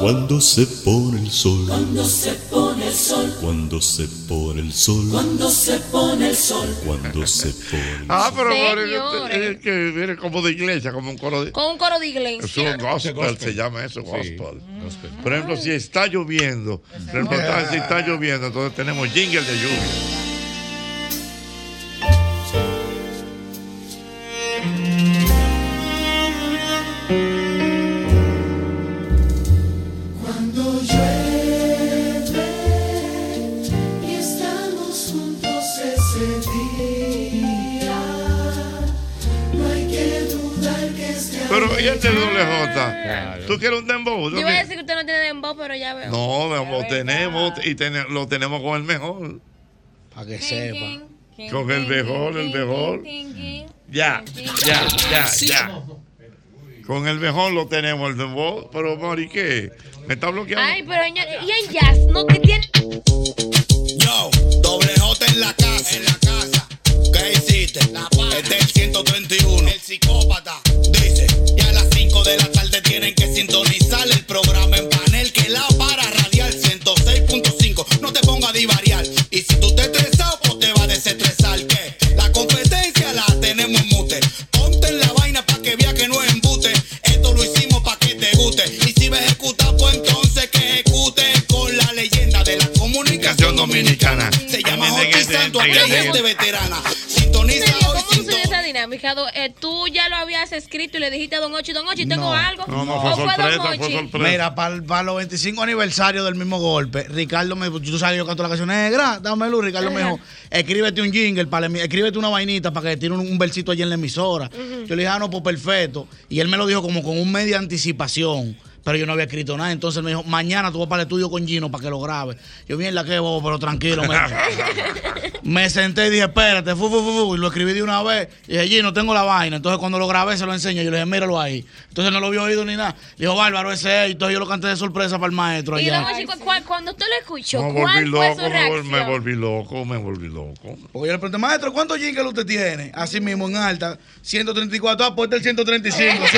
Cuando se pone el sol, Cuando se pone el sol, cuando se pone el sol, cuando se pone el sol. cuando se pone Ah, pero more, Señores. es que viene como de iglesia, como un coro de. Con un coro de Es un iglesia. gospel, se llama eso, gospel. Por ejemplo, si está lloviendo, por ejemplo, está- si está lloviendo, entonces tenemos jingle de lluvia. este oyente de doble J. ¿Tú quieres un dembow? ¿Tú Yo iba a quieres? decir que usted no tiene dembow, pero ya veo. No, lo tenemos y tene- lo tenemos con el mejor. Para que sepa. Con el mejor, el mejor. Ya, ya, ya, ya. Con el mejor lo tenemos, el dembow. Pero, Mari, ¿qué? ¿Me está bloqueando? Ay, pero señor, y en jazz, no que tiene. Yo, doble J en la casa, en la casa. ¿Qué hiciste? La este es el 131, el psicópata. Dice, ya a las 5 de la tarde tienen que sintonizar el programa en panel que la para radial 106.5. No te pongas a divariar. Y si tú te estresado, pues te va a desestresar. ¿Qué? La competencia la tenemos en mute. Ponte en la vaina para que vea que no es embute. Esto lo hicimos para que te guste. Y si ves ejecutar, pues entonces que ejecute con la leyenda de la comunicación dominicana. Se llama Jorge Santo, aquí hay gente veterana. Sintoniza hoy. ¿Cómo sucedió esa dinámica? Do- eh, tú ya lo habías escrito y le dijiste a Don Ochi, Don Ochi, tengo algo. ¿O Don Ochi? Mira, para los 25 aniversarios del mismo golpe, Ricardo me tú sabes yo canto la canción negra, dame luz, Ricardo me dijo, escríbete un jingle, para escríbete una vainita para que tire un, un versito allí en la emisora. Ujú. Yo le dije, ah, no, pues perfecto. Y él me lo dijo como con un mes de anticipación. Pero yo no había escrito nada. Entonces él me dijo, mañana tú vas para el estudio con Gino para que lo grabe. Yo bien la que bobo, pero tranquilo. Me, me senté y dije, espérate, fu, fu, fu, fu, y lo escribí de una vez. Y dije, Gino, tengo la vaina. Entonces cuando lo grabé se lo enseñé. Yo le dije, míralo ahí. Entonces no lo había oído ni nada. Le dijo, bárbaro, ese es. Entonces yo lo canté de sorpresa para el maestro Y Don allá. Ochi, cu- cu- cuando usted lo escuchó, Me volví ¿cuál fue loco, me su vol- reacción? me volví loco, me volví loco. Porque yo le pregunté, maestro, ¿cuántos jingles usted tiene? Así mismo en alta. 134, aporta [laughs] el 135, pues,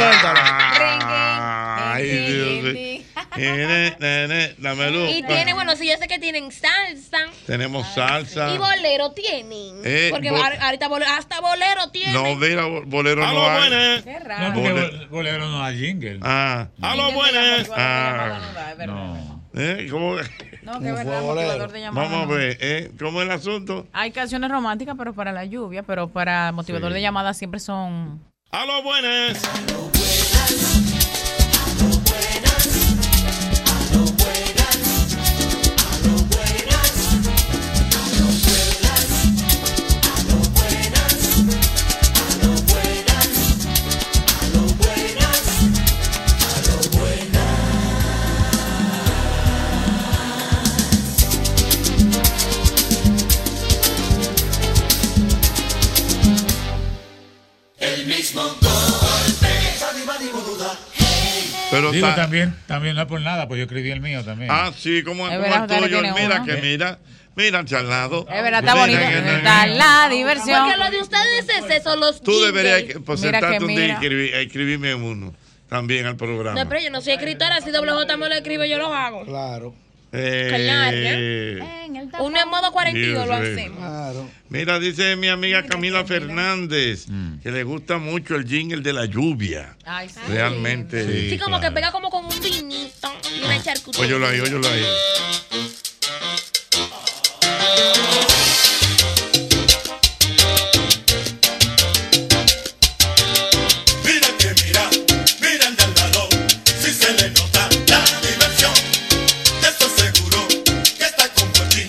suéltala. Ay, Dios mío. Nene, nene, dame luz. Y tiene, bueno, sí, yo sé que tienen salsa Tenemos salsa. y bolero tienen. Ah. Eh, porque bo- ahor- ahorita bolero, hasta bolero tienen. No, mira, bo- bolero Aló, no hay. buenas. Qué No, porque bol- bolero no hay jingle. Ah. Aló, buenas. Ah. No. ¿Eh? ¿Cómo? No, que es verdad, motivador de llamada. Vamos no. a ver, ¿eh? ¿Cómo es el asunto? Hay canciones románticas, pero para la lluvia, pero para motivador Sí. de llamada siempre son. ¡Aló, buenas! El mismo golpe. Pero Digo, está- también, también no es por nada, pues yo escribí el mío también. Ah, sí, como Es como verdad, el Jotaro tuyo. tiene Mira uno. que mira. Mira, charlado. Es verdad, está bonito. Está la diversión. Porque lo de ustedes es eso, los Tú jingles. deberías que- pues, Mira que sentarte un día y mira. escribir- escribirme uno también al No, programa. pero yo no soy escritora, si doble J me lo escribe, yo lo hago. Claro. Eh, Uno en modo 42 Dios lo mío. hacemos. eh, Mira, dice mi amiga Camila Fernández que le gusta mucho el jingle de la lluvia. Ay, sí. Realmente. Sí, como claro. que pega como con un vinito y una charcutería. Óyelo ahí, óyelo ahí. Mira que mira, mira el de al lado, si se le nota la diversión. Estoy seguro que está como aquí,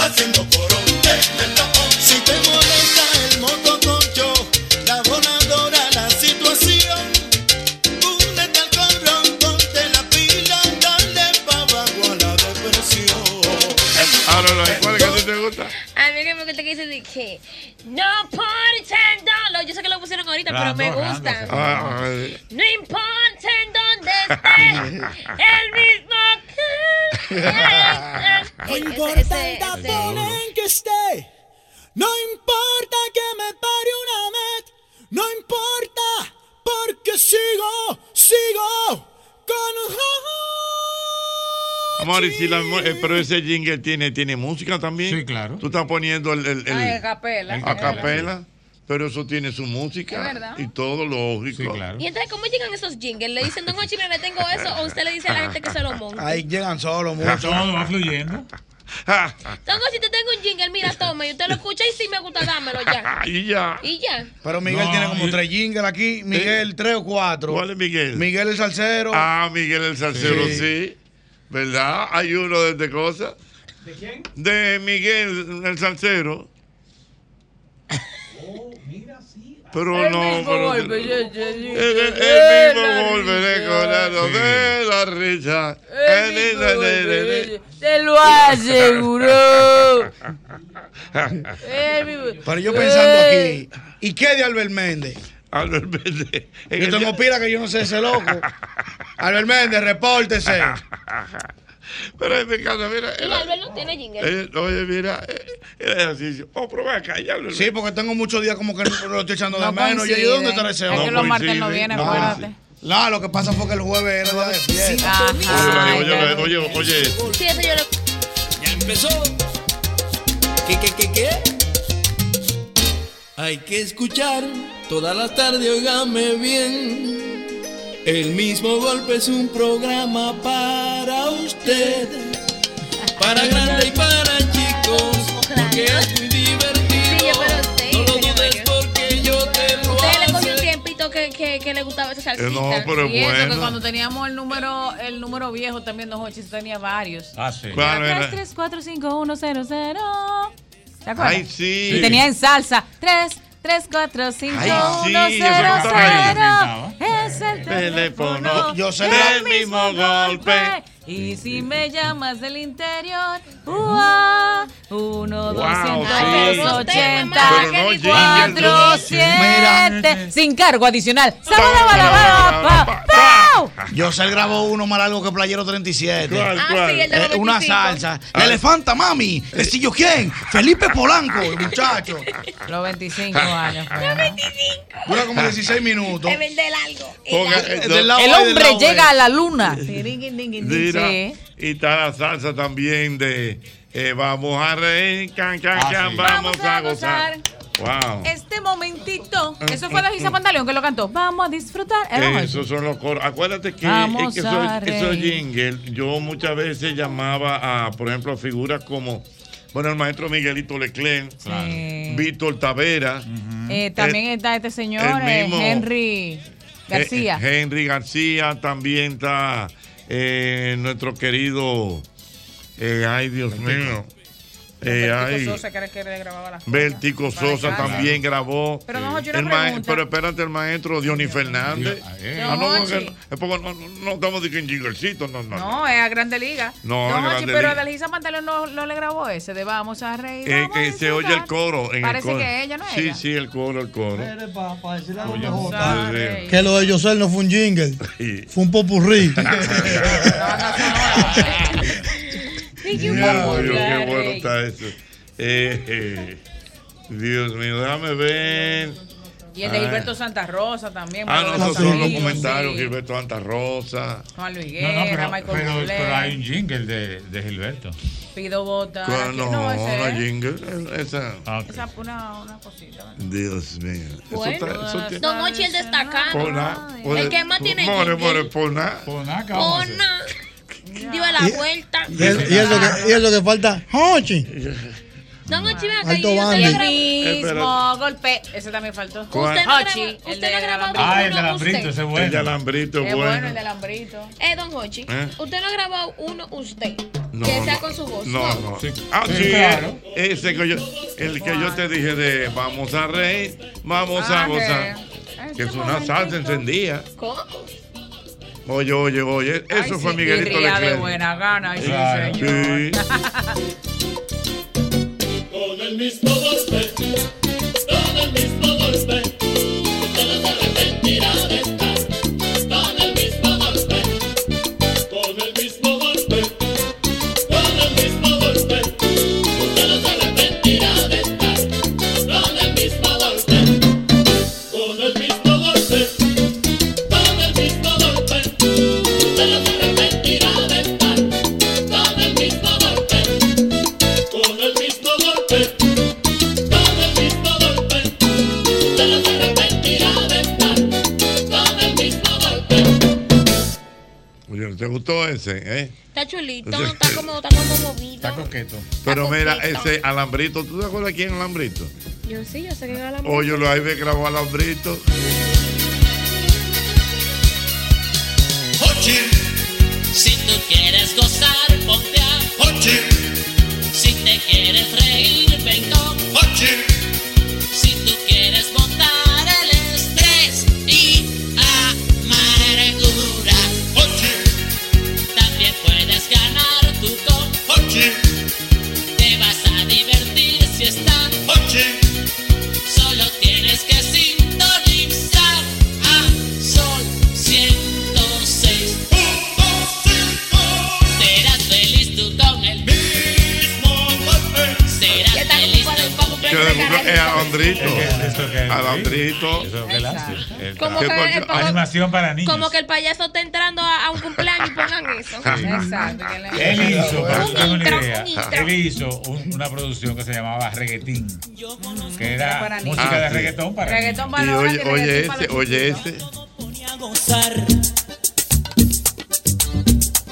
haciendo coro en el tapón. Si te molesta el motoconcho, la voladora, la situación. Únete al corrón, ponte la pila, dale pa' abajo a la depresión. Ahora, ¿la- ¿cuál es que a ti te gusta? A mí que me gusta que dice de que no importa en dónde. Yo sé que lo pusieron ahorita, pero me gusta. Ah, ah, No importa en dónde estés, el mismo No Ese- importa ese- el tapón en que esté, no importa que me pare una met, no importa, porque sigo, sigo con Amor, y si la mu- eh, pero ese jingle tiene, tiene música también. Sí, claro. Tú estás poniendo el, el, el- Ah, Ay, a capela. a capela, pero eso tiene su música Es verdad. y todo lógico. Sí, claro. Y entonces, ¿cómo llegan esos jingles? ¿Le dicen, don Ochi, mira, le tengo eso? ¿O usted le dice a la gente que se lo monte? Ahí llegan [laughs] solos mucho. Todo va fluyendo. Don Ochi, te tengo un jingle, mira, toma. Y usted lo escucha y si me gusta, dámelo ya. y ya. Y ya. Pero Miguel tiene como tres jingles aquí. Miguel, tres o cuatro. ¿Cuál es Miguel? Miguel el salsero. Ah, Miguel el Salcero, sí. ¿Verdad? Hay uno de este cosa. ¿De quién? De Miguel el Salcero. Oh, mira, sí. Pero El no, mismo pero- golpe, ye, ye, ye. Es el, el mismo la golpe de risa. colado de la risa. El El mismo golpe, ye, de- ye. Te lo aseguro. El mismo- [laughs] Pero yo pensando Eh. aquí, ¿y qué de Albert Méndez? Albert Méndez. Yo tengo pila que yo no sé [laughs] ese loco. Albert Méndez, repórtese. [laughs] Pero es mi casa, mira. Y era- Albert no tiene jingle. eh, oye, mira, eh, era ejercicio. Oh, pero ven acá, ya lo- Sí, porque tengo muchos días como que no lo estoy echando de No menos. ¿Y ahí coincide. dónde está ese Es que hombre? los martes no viene, Ah, acuérdate. sí. No, lo que pasa fue que el jueves era día de fiesta. Oye, oye, oye, oye, oye. Sí, eso yo lo. Ya empezó. ¿Qué, qué, qué, qué? Hay que escuchar toda la tarde, óigame bien. El mismo golpe es un programa para usted. Para grande y para chicos, porque es muy divertido. No lo dudes porque yo te lo Usted le cogió un aseguro. tiempito que, que, que le gustaba esa salsita. Eh, no, pero Y eso que bueno. cuando teníamos el número, el número viejo también, Don Hochi tenía varios. Ah, sí. Claro, era- 3, 4, 5, 1, 0, 0. ¿Te acuerdas? Ay, sí. Y tenía en salsa. 3, 3, 4, 5, Ay, 1, sí, 0, eso que estaba ahí. 0. Es el Teléfono. Yo sé el mismo golpe. golpe. Y si me llamas del interior, ¡uah! 1, 280, sí. Pero no, Jim, ya no. 4, 7, sin cargo adicional. ¡Sábado, bala, bala, pa! [laughs] Yosel grabó uno más largo que Playero 37. ¿Cuál, Ah, cuál? sí, el de los Eh, una 25. salsa. La elefanta, mami. ¿Decillo quién? Felipe Polanco, el muchacho. Los 25 años. pues. Los 25. Dura Ah. como 16 minutos. vender algo. eh, Del lado El A y del hombre lado B. llega a la luna. Mira, Sí. y está la salsa también de eh, Vamos a reír, can, can, Ah, can, sí. vamos, Vamos a a gozar. Wow. Este momentito. Eso fue la Gisa Pantaleón que lo cantó. Vamos a disfrutar. Era Jorge. Esos son los coros. Acuérdate que, Vamos es que a eso, eso reír. jingle, yo muchas veces llamaba a, por ejemplo, a figuras como, bueno, el maestro Miguelito Leclerc, Víctor Tavera, Eh, también está este señor, el eh, mismo- Henry García. Eh, eh, Henry García también está eh, nuestro querido. eh, ay, Dios mío. Eh, ay, Vértico Sosa también grabó. Pero, don Jochi, una El ma- pregunta. pero espérate, el maestro Dionis Fernández. eh. Ah, no, Don porque- Jochi. es porque no, no- no estamos diciendo en jinglecito, no, no. no. No, es a Grande Liga. No, a Don Hochi, Grande pero Liga. la Gisa Pantaleón no, no le grabó ese de Vamos a reír. Eh, vamos que a se oye el disfrutar. coro. En Parece el coro. que ella no es Sí, ella. sí, el coro, el coro. Que lo de Yosel no fue un jingle, fue un popurrí. Dios mío, qué bueno está eso. Eh, eh, Dios mío, déjame ver. Y el de Ay. Gilberto Santa Rosa también. Ah, no, Manuel esos son los Rosarito, comentarios. sí. Gilberto Santa Rosa. Juan Luis No, no, Guerra, pero, Michael pero- Bublé, pero hay un jingle de, de Gilberto. Pido Bota. Claro, No, no, ese, ¿eh? jingle. Ah, Esa. Esa una, una cosita. Dios mío. Eso Bueno, ah, está- eso tiene- Don Ochi el destacado. Por nada, por- El que más tiene More, jingle. more, por nada. Ona. Dio la vuelta. Y, es- y eso que, y eso que falta, Hochi. [laughs] Don Ochi, ven acá. Alto y yo bando. soy el Eh, El espérate. mismo golpe. Ese también faltó. ¿Cuál? Usted no grabó- Hochi, usted el de no grabó Alambrito. Ah, el del alambrito, ese es bueno. El de alambrito, Es bueno bueno. el de alambrito. Eh, don Hochi, ¿Eh? usted no ha grabado uno usted. No, que sea no, con su voz. No, no. Ah, sí, ese que yo, el que yo te dije de vamos a reír, vamos a Ah, gozar. Que es una salsa encendida. ¿Cómo? Oye, oye, oye. Eso Ay, fue sí, y Miguelito ría de Leclerc. buena gana. Ay, sí, Claro. señor. Con el mismo golpe, con el mismo golpe, usted no se arrepentirá de estar. Con el mismo golpe, con el mismo golpe, con el mismo golpe, usted no se arrepentirá de estar. Con el mismo golpe, con el mismo golpe, con el mismo golpe, usted no se arrepentirá de estar. Con el mismo golpe. Con el mismo golpe, con el mismo golpe, usted no se arrepentirá de estar. Con el mismo golpe, Oye, ¿te gustó ese? Eh? Está chulito, está como, está como movido. Está coqueto. Pero mira, coqueto. ese alambrito, ¿tú te acuerdas quién es alambrito? Yo sí, yo sé que es alambrito. Oye, lo ahí me grabó alambrito. si tú quieres gozar, ponte a Hochi. Si te quieres reír, ven con Hochi. Si tú quieres montar el te vas a divertir si está noche. Solo tienes que sintonizar a Sol 106. Serás feliz tú con el mismo golpe. Serás feliz tú con Que le compró- eh, a Andrito. Al Andrito. Como que- Que por- como- Animación para niños. Como que el payaso está entrando a, a un cumpleaños y pongan [laughs] eso. Exacto. que le- Él hizo, para que tengan una intro, idea, un él intro. hizo un- una producción que se llamaba Reggaetín, que para era niños. música de Ah, sí. reggaetón para Reggaetón niños. para Y los oye, grandes, oye ese, reggaetón para los oye chiquitos. ese. a gozar.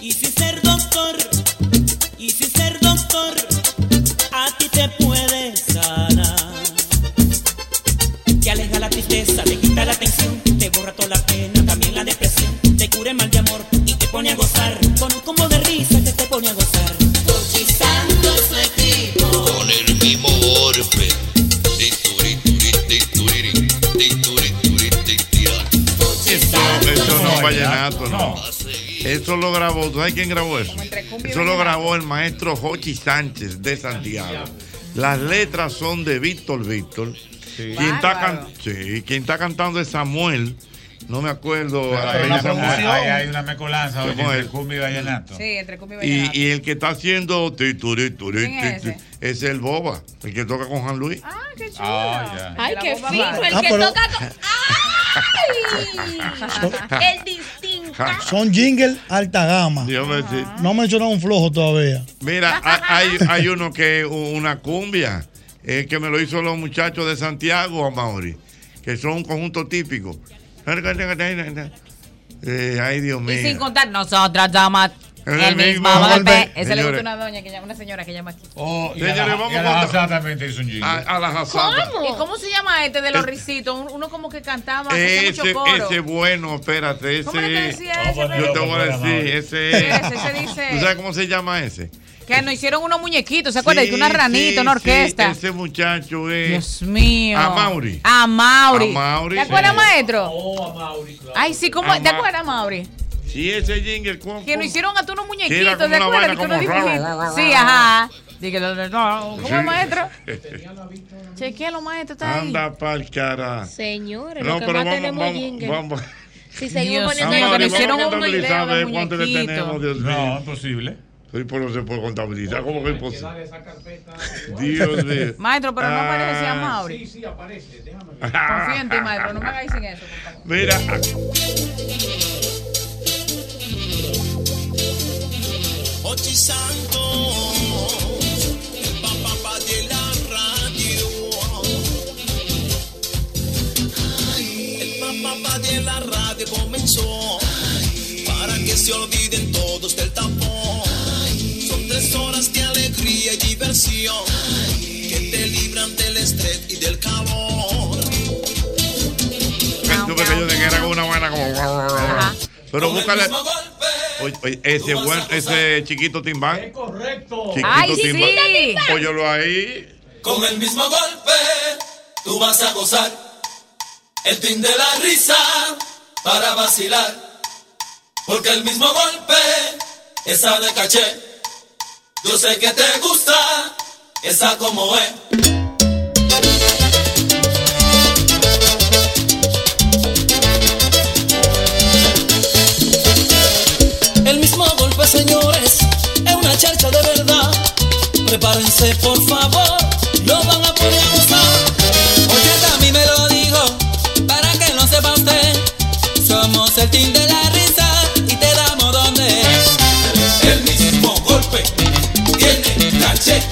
Y sin ser doctor, y sin ser doctor, a ti te puede sanar. Te aleja la tristeza, te quita la tensión, te borra toda la pena, también la depresión. Te cura el mal de amor y te pone a gozar. Con un combo de risa que te pone a gozar. Cochizando su equipo. Con el mismo golpe. Ti, turi, turi, ti, turiri. Ti, turi, turi, ti, tira. Eso, eso no es No, vallenato, no. Eso lo grabó, ¿tú sabes quién grabó eso? cumbia y Eso lo vallenato. grabó el maestro Jochi Sánchez de Santiago. Las letras son de Víctor Víctor. Quien, está can- sí, quien está cantando es Samuel. No me acuerdo. Hay apellido una, Samuel. hay, hay una mezcolanza oye, Samuel. entre cumbia y vallenato. Sí, entre cumbia y Y, vallenato. y el que está haciendo ti, turi, turi, ¿Quién es ti, tu- es el boba, el que toca con Juan Luis. Ah, qué chulo. Ah, ya. Ay, La qué bomba fino. vale. El Ah, que pero- toca [laughs] con. ¡Ay! El distinto. Son jingles alta gama. No me he hecho nada un flojo todavía. Mira, ha- hay, hay uno que es u- una cumbia, eh, que me lo hizo los muchachos de Santiago a Mauri, que son un conjunto típico. Eh, ay, Dios Y sin mío. contar, nosotras damas. El El mismo mismo golpe. golpe. Ese le gusta Señores. una doña que llama, una señora que llama aquí. Oh, y Señores, a la, vamos y a la con- Hazá también te hizo un jingle. A, a las asadas. ¿Y cómo se llama este de los risitos? Un- Uno como que cantaba, hacía Eh, Ese, mucho coro. ese bueno, espérate, ¿Cómo Oh, ese. le decía ese, Yo te Pedro? voy a decir, ese. Ese, ese dice- ¿Tú sabes cómo se llama ese? Que nos hicieron unos muñequitos, ¿se acuerdan? Sí, que una ranita, sí, una sí, orquesta. ese muchacho es. Dios mío. A Mauri. A Mauri. A Mauri, ¿Te acuerdas, sí. maestro? Ay, sí, ¿cómo? A ¿Te Ma- acuerdas, Mauri? Sí, ese jingle. ¿cómo- Que nos hicieron a tú unos Sí, era muñequitos, como ¿te una acuerdas? vaina Que unos como rara. dibujitos. Sí, Ah. ajá. Dije, no, no, no. Sí. ¿cómo es, maestro? Chequéalo, maestro, está ahí. Anda pa'l cara. Señores, No, lo que pero más vamos, tenemos es vamos, jingle. vamos. Si seguimos Dios poniendo mío, jingle, pero tenemos hicieron una idea contabilizar, de ve cuánto que muñequitos. tenemos, Dios mío. No, imposible. Sí, pero no se puede contabilizar. ¿Cómo que imposible? Dios mío. Maestro, pero no aparece a Ah. Mauri. Sí, sí, aparece. Déjame Confía en ti, maestro. No me hagáis sin eso, por favor. Mira. ah, Ochi Santos, papá pa, de la radio. Ay, el papá pa, de la radio comenzó para que se olviden todos del tapón. Son tres horas de alegría y diversión que te libran del estrés y del calor. Tú ves que yo te era con una buena como. Pero búscale. Oye, oye, ese, buen, ese chiquito pues timbán. Correcto. Chiquito timbán. Óyelo ahí. Con el mismo golpe, tú vas a gozar. El tin de la risa para vacilar. Porque el mismo golpe esa de caché. Yo sé que te gusta esa como es. El mismo golpe, señores, es una charcha de verdad. Prepárense, por favor, lo van a poner a gozar. Porque a mí me lo digo, para que no sepa usted. Somos el team de la risa y te damos donde es. El mismo golpe tiene caché.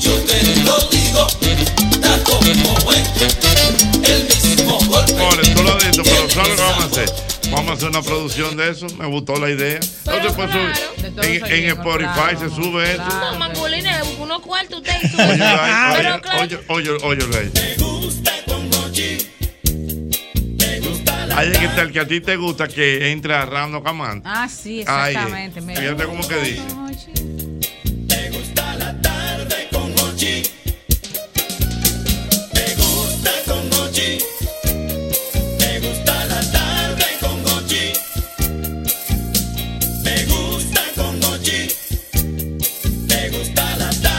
Yo te lo digo, tal como es. El mismo golpe. Ahora, tú lo has dicho, pero ¿sabes lo que vamos a hacer? Vamos a hacer una producción de eso. Me gustó la idea. Entonces, pues, sube. en, en Spotify se sube eso. No, Maculina, unos cuartos usted y Óyelo ahí, Pero óyelo, claro. óyelo, óyelo, óyelo ahí. Ahí es que está el que a ti te gusta que entra a Rando Camante. Ah, sí, Ahí es. exactamente. mira. Fíjate cómo que dice. con Gochi. Me gusta la tarde con Gochi. Me gusta con Gochi. Me gusta la tarde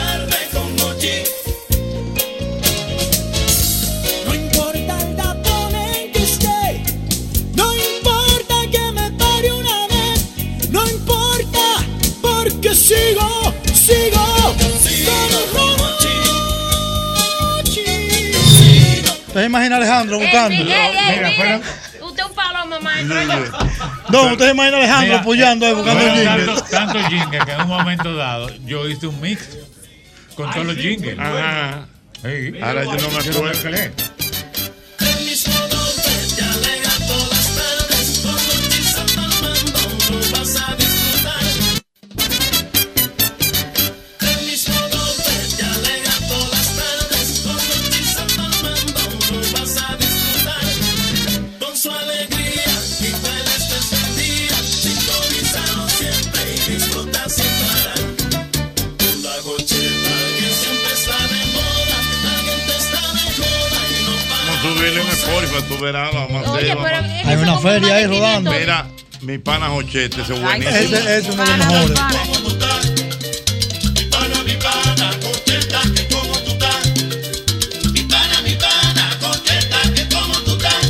imagina a Alejandro buscando? Miguel, eh, Mira, Miguel. fueron- Usted es un palomo, maestro. Don, ¿usted se imagina a Alejandro apoyando ahí eh, buscando el jingle? Tanto, tanto jingle que en un momento dado yo hice un mix con todos los jingles. Ajá. Sí. Ahora yo no me acuerdo. mezclé. El mismo golpe te alegra todas tardes. Con Conchita Palmando lo vas a disfrutar. El mismo golpe te alegra todas tardes. Con Conchita Palmando lo vas a disfrutar. Con su alegría y feliz despedida. Sintonizado siempre y disfruta sin parar. La gocheta que siempre está de moda. La gente está de moda y no Vamos a subirle un Spotify, tú verás, lo vamos a Oye, hacer. pero vamos a- es que Hay son una como feria más ahí de rodando. 500. Mira, mi pana Jochete, ese es Ay, buenísimo. sí. Ese es uno de los mejores. Mi pana, mi pana, contenta que como tú estás. Mi pana, mi pana, contenta que como tú estás.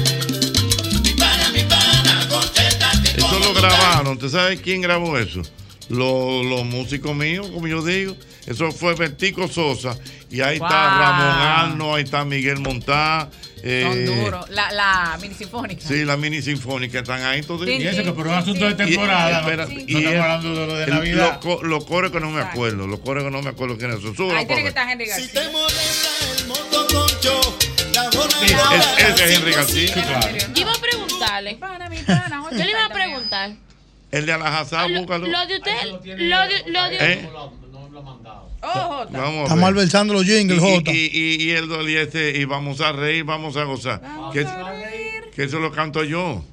Mi pana, mi pana, contenta que Eso como lo tú estás. grabaron. ¿Usted sabe quién grabó eso? Los, los músicos míos, como yo digo. Eso fue Bertico Sosa. Y ahí está Wow. Ramón Arno, ahí está Miguel Montá. eh, Son duros. La, la minisinfónica. Sí, la mini sinfónica están ahí todos. Sí, Y eso sí, que por un sí, asunto sí. de Y, temporada, espera, sí. y No estamos es- hablando de lo de el- Navidad. Los co- los coros que no me acuerdo, los coros que no me acuerdo quiénes son. Súbelo, Ahí tiene que papá. estar Henry García. Si te molesta el moto concho, la bola Sí, es- ese es Henry García. Yo iba a preguntarle. Yo le iba a preguntar. El de Alajazá, búscalo. Lo de usted, lo de, lo de ¿Eh? Ojo. Vamos a Está ver. malversando los jingles, Y- Jota. Y, y- y el doli este, y vamos a reír, vamos a gozar. que, que eso lo canto yo.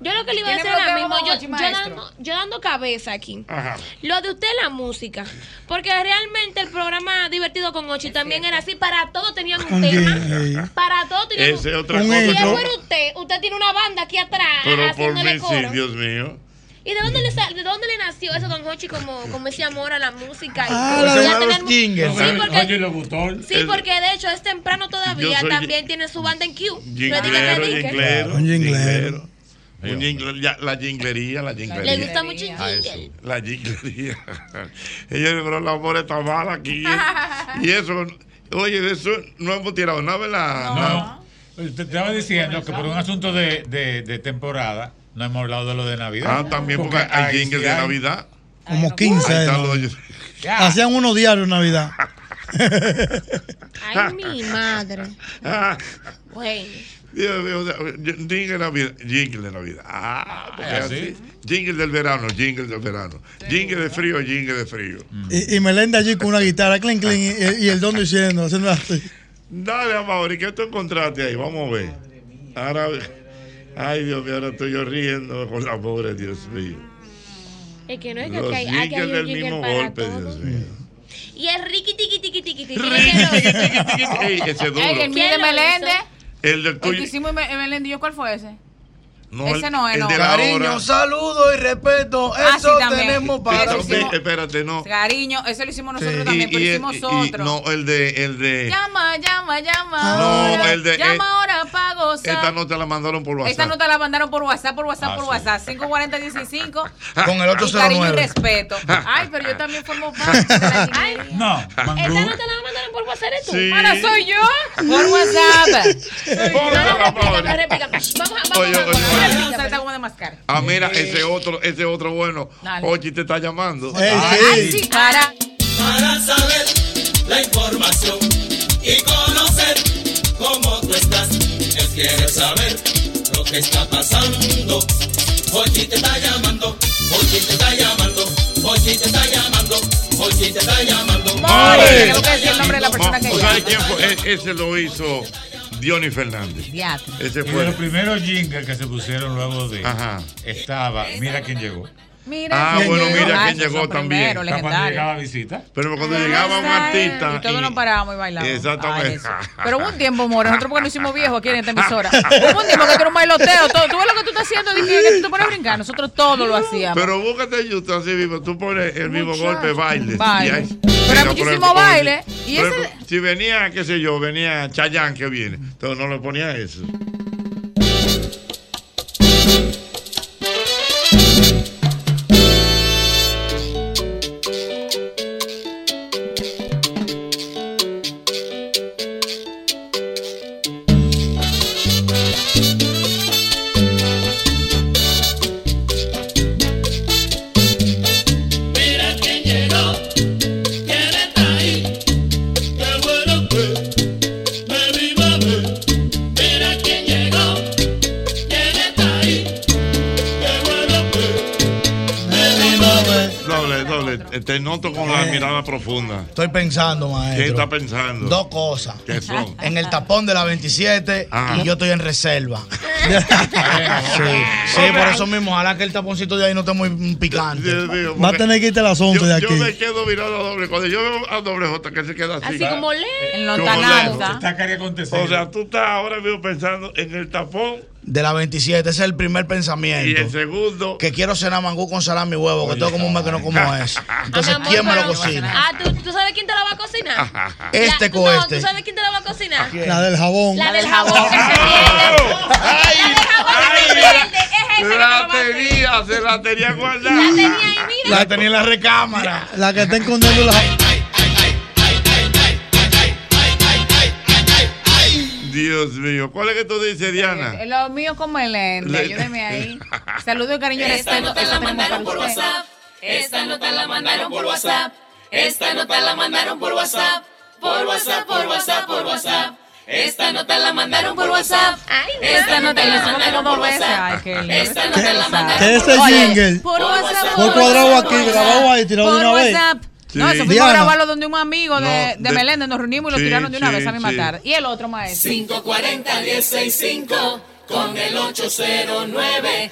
Yo lo que le iba a Tiene decir ahora bloqueo mismo, como yo, Jochi, yo maestro. dando, yo dando cabeza aquí. Ajá. Lo de usted la música, porque realmente el programa divertido con Ochi también era así, para todo tenían un tema, para todo tenían Ese es otra un cosa. Si ¿no? fuera usted, usted tiene una banda aquí atrás Pero por haciéndole mí sí, coro. Dios mío. ¿Y de dónde le sal- de dónde le nació eso don Hochi como, como ese amor a la música? y- Ah, y la de ya los tener- jingles. Sí, porque- Oye, lo gustó. Sí, porque de hecho es temprano todavía, Yo soy también tiene su banda en Q. Jinglero, Predica, predica. jinglero. Un jinglero. Un jingle- ya, la jinglería, la jinglería. Le gusta mucho el Ah, eso, jingle. La jinglería. [laughs] Ella dice, pero la amor está mal [laughs] aquí. y eso, oye, de eso no hemos tirado nada, ¿verdad? No. Te estaba diciendo que por un asunto de, de, de temporada no hemos hablado de lo de Navidad. Ah, también porque hay jingles de Navidad. Como 15 Ahí están ¿no? los- Hacían unos diarios en Navidad. Ay, [laughs] mi madre. Ah, Bueno. Dios mío, o sea, jingle de Navidad. Jingle de Navidad. Ah, porque Ah, así. Jingle del verano, jingle del verano. Jingle de frío, jingle de frío. Y, y Melenda allí con una guitarra, clink, clink, y, y el don diciendo, haciendo así. Dale, Amaury, ¿qué tú encontraste ahí? Vamos a ver. Ahora, ay, Dios mío, ahora estoy yo riendo con la pobre, Dios mío. Es que no es que Los aquí hay, aquí hay jingles un del jingle mismo para golpe, todo. Dios mío. [laughs] Y es riqui tiqui tiqui tiqui tiqui. Ey, ese duro. [laughs] Ey, el mío de Meléndez. El del El que tuyo. hicimos en Me- en Meléndez. ¿y yo cuál fue ese? No, ese no es, el no. de la Cariño, hora. saludo y respeto. Ah, Eso sí, también. tenemos para Pero, usted. ve, Espérate, no. Cariño, ese lo hicimos nosotros Y- también, pero y- hicimos y- otro. No, el de, el de. Llama, llama, llama. No, ahora. el de- Llama eh, ahora para gozar. Esta nota la mandaron por WhatsApp. Esta nota la mandaron por WhatsApp, por WhatsApp, Ah, por sí. WhatsApp. [laughs] 54015. Con el Y cariño y 809. [laughs] respeto. Ay, pero yo también formo parte de la Ay, No, Esa no te la mandaron por WhatsApp, ¿eres tú. Sí. Ahora soy yo. Por [laughs] [laughs] WhatsApp. Replícame, replícame. Vamos a Oye, oye, oye. No, está como de mascar. Ah, mira, ese otro, ese otro bueno. Dale. Ochi te está llamando. Ah, Ay, sí, para. Para saber la información y conocer cómo tú estás. Él quiere saber lo que está pasando. Hoy te está llamando, hoy te está llamando, hoy te está llamando, hoy te está llamando. More. Tengo que decir el nombre de la persona que ¿Tú sabes quién llama. fue? E- Ese lo hizo Diony Fernández. Diatra. Ese Y de fue. los primeros jingles que se pusieron luego de estaba, mira quién llegó. Ah, Mira, quién bueno, llegó. mira Ah, quién esos llegó son también. primeros, Cuando legendarios. llegaba visita. Pero cuando llegaba un artista. Y todos nos parábamos y bailábamos. Exactamente. Pero hubo un tiempo, Mora, nosotros porque nos hicimos viejos aquí en [laughs] esta emisora. Hubo un tiempo que tú eras un bailoteo, todo. Tú ves lo que tú estás haciendo, dije que tú te pones a brincar. Nosotros todo lo hacíamos. Pero búscate en YouTube así mismo. Tú pones el mismo golpe, baile. Baile. Pero muchísimo baile. Y ese- Si venía, qué sé yo, venía Chayán que viene. Entonces no le ponía eso. Te noto con la mirada profunda. Estoy pensando, maestro. ¿Qué está pensando? Dos cosas. ¿Qué son? En el tapón de la 27 Ah. y yo estoy en [laughs] reserva. sí, sí, por eso mismo, ojalá que el taponcito de ahí no esté muy mm, picante. Va a tener que irte a las 11 de Yo me aquí. quedo mirando a doble. Cuando yo veo a doble J que se queda así. Ah. Así como le. En Como lejos. acontecer. O sea, tú estás ahora mismo pensando en el tapón De la 27, ese es el primer pensamiento. y el segundo. Que quiero cenar mangú con salami y huevo, que tengo como un mes que no [laughs] como eso. Entonces, Mi amor, ¿quién me lo pero- cocina? Ah, ¿tú, tú sabes quién te la va a cocinar? Este La- con No, este. ¿tú sabes quién te la va a cocinar? La del jabón. [laughs] La del jabón. La tenía, se la tenía guardada. La tenía ahí, La tenía en la recámara. La que está escondiendo la. Dios mío. ¿Cuál es que tú dices, Diana? Lo mío como el ente, ayúdeme [laughs] ahí. Saludo y cariño y Esta respeto. nota eso la tenemos para mandaron por usted. WhatsApp. Esta nota la mandaron por WhatsApp. Esta nota la mandaron por WhatsApp. Por WhatsApp, por WhatsApp, por WhatsApp. Esta nota la mandaron por WhatsApp. Esta nota la mandaron por WhatsApp. Esta nota la mandaron Que ese Oye, jingle por WhatsApp, fue por cuadrado WhatsApp, aquí, por grabado ahí, tirado de Por una vez. WhatsApp. No, eso fuimos a Diana. grabarlo donde un amigo de, No, de de- Meléndez nos reunimos y lo Sí, tiraron de una sí, vez a mi sí. matar. Y el otro maestro. 540-1065 con el 809.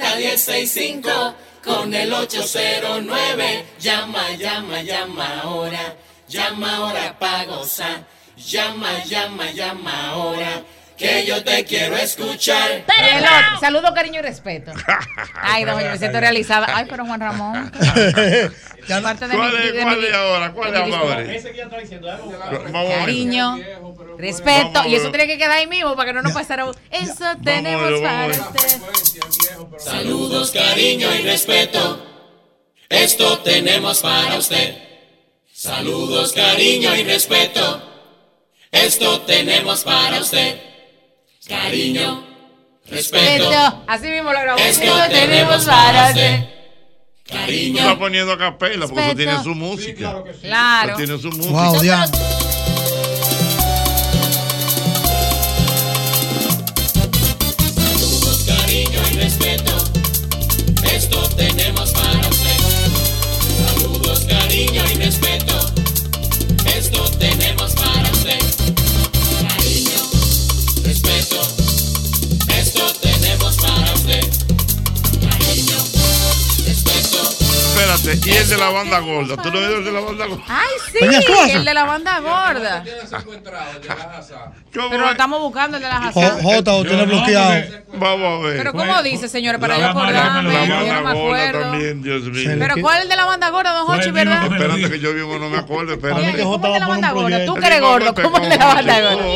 540-1065 con el 809. Llama, llama, llama ahora. Llama ahora pa' gozar. Llama, llama, llama ahora. Que yo te quiero escuchar. El otro. Saludo, cariño y [laughs] respeto. Ay, don, yo me siento realizada. Ay, pero Juan Ramón. Parte de mi- ¿Cuál es, de cuál mi- es ahora? ¿Cuál de es mi ahora? disco. Vamos a ver. eh, Cariño, respeto. Vamos, Y eso bro. tiene que quedar ahí mismo para que no nos pasara. un- Eso vamos, tenemos para vamos. usted. Saludos, cariño y respeto. Esto tenemos para usted. Saludos, cariño y respeto. Esto tenemos para usted. Cariño, respeto. Esto, así mismo lo grabó. Esto Eso tenemos tenemos para para usted. usted. Tú estás poniendo a capela porque tú Respeto. tienes su música. Claro. Tú tienes su música. Wow, Diana. Saludos, cariño y respeto. Esto tenemos para usted. Saludos, cariño y respeto. Esto tenemos para usted. Cariño, respeto. Esto tenemos para usted. Cariño, respeto. Espérate, y el de la banda gorda. ¿Tú no ves el de la banda gorda? Ay, sí, Doña Suaza. el de la banda gorda. [laughs] Pero lo estamos buscando el de Oh, las asas. Jota, o tiene bloqueado. Vamos a ver. Pero ¿cómo dice, señores? Para yo La acordarme, yo no banda me gorda acuerdo. también, Dios mío. Pero ¿cuál es el de la banda gorda, don Hochi, verdad? Espérate que yo vivo, no me acuerdo. Espérate. ¿Cómo es el de la banda gorda? proyecto. Tú que eres gordo, [laughs] ¿cómo es el de la banda gorda?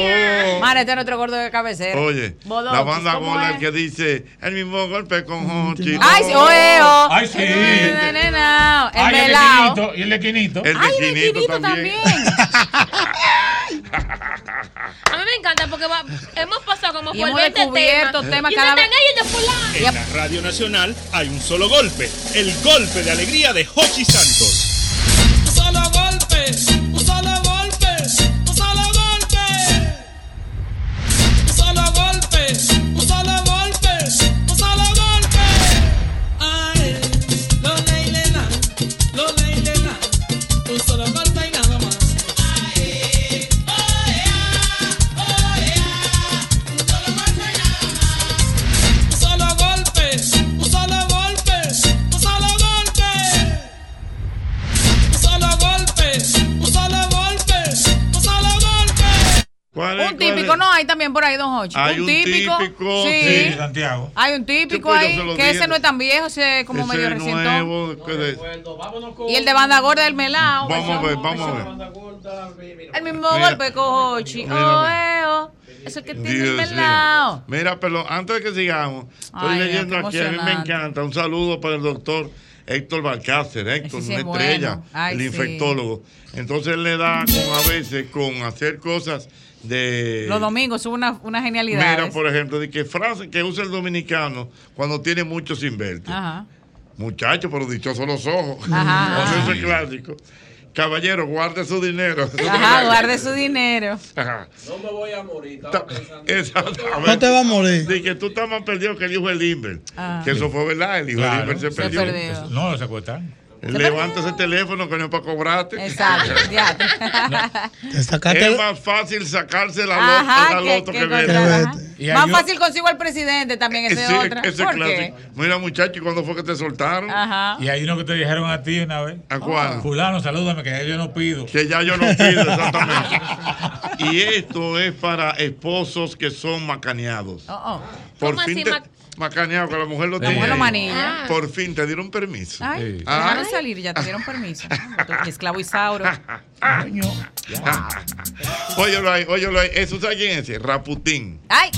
Mara, este es nuestro gordo de cabecera. Oye, Bodochi, la banda ¿cómo gorda es? que dice el mismo golpe con Hochi. Ay, sí, oh, eh, oe, o. Ay, sí. No, no, no, no. El Ay, el melao. lequinito, Y el lequinito. El Ay, de Quinito Quinito también. también. A mí me encanta porque va- hemos pasado como Y por hemos 20 descubierto temas Y cada no vez- están ahí, y después la- En la Radio Nacional hay un solo golpe, el golpe de alegría de Hochi Santos. Un solo golpe, un solo golpe, un solo golpe. Un solo golpe, un solo golpe, un solo golpe. Ay, Lola y Lena, Lola y Lena, un solo golpe y nada más. Ay, oea, oea, un solo golpe y nada más. Un solo golpe, un solo golpe, un solo golpe. Un solo golpe, un solo golpe, un solo golpe. ¿Cuál Un típico, no, hay también por ahí, don Hochi. Hay Un típico. Sí. Santiago. Hay un típico Yo, pues, yo ahí, se lo que dije. ese no es tan viejo, ese es como Ese medio es recientón. nuevo, que de- Y el de banda gorda del melao. Vamos a eso. ver, vamos a ver. El mismo Mira. golpe con Hochi. Mira, Oe, o. Eso que tiene el Dios melao. mío. Mira, pero antes de que sigamos, estoy Ay, leyendo Dios, aquí, qué a mí me emocionante. encanta. Un saludo para el doctor Héctor Balcácer, Héctor, sí una es bueno. estrella, Ay, el sí. infectólogo. Entonces él le da con a veces con hacer cosas de. Los domingos son una, una genialidad. Mira, por ejemplo, de que frase que usa el dominicano cuando tiene muchos invertidos. Ajá. Muchachos, pero dichosos los ojos. Ajá, ajá. Eso es clásico. Caballero, guarde su dinero. Ajá, guarde su dinero. [laughs] Ajá. No me voy a morir. Exactamente. No te va a morir. De que tú estás más perdido que el hijo de Limber. Ah. Que eso fue verdad, el hijo Claro. de Limber se Se perdió. perdió. No, lo secuestraron. Levanta ese teléfono que no es para cobrarte. [laughs] Exacto, ya. Es más fácil sacarse la loto, Ajá, la que- loto que que encontrar, ver. ajá. Más fácil consigo al presidente también, ese Ese- es otra. ese ¿Por qué? Ah. clásico. Mira, muchacho, ¿y cuándo fue que te soltaron? Ajá. Y hay uno que te dijeron a ti una vez. ¿A cuál? Fulano, salúdame, que ya yo no pido. Que ya [laughs] yo no pido, [laughs] exactamente. y esto es para esposos que son macaneados. Oh, oh. Por fin te, macaneado, que la mujer lo La tiene. mujer lo ahí. manilla. Por fin te dieron permiso. Ay, Sí. dejaron Ay. salir, ya te dieron permiso. Esclavo Isauro. óyelo ahí, óyelo ahí. ¿Eso sabe quién es ese? Raputín. Ay,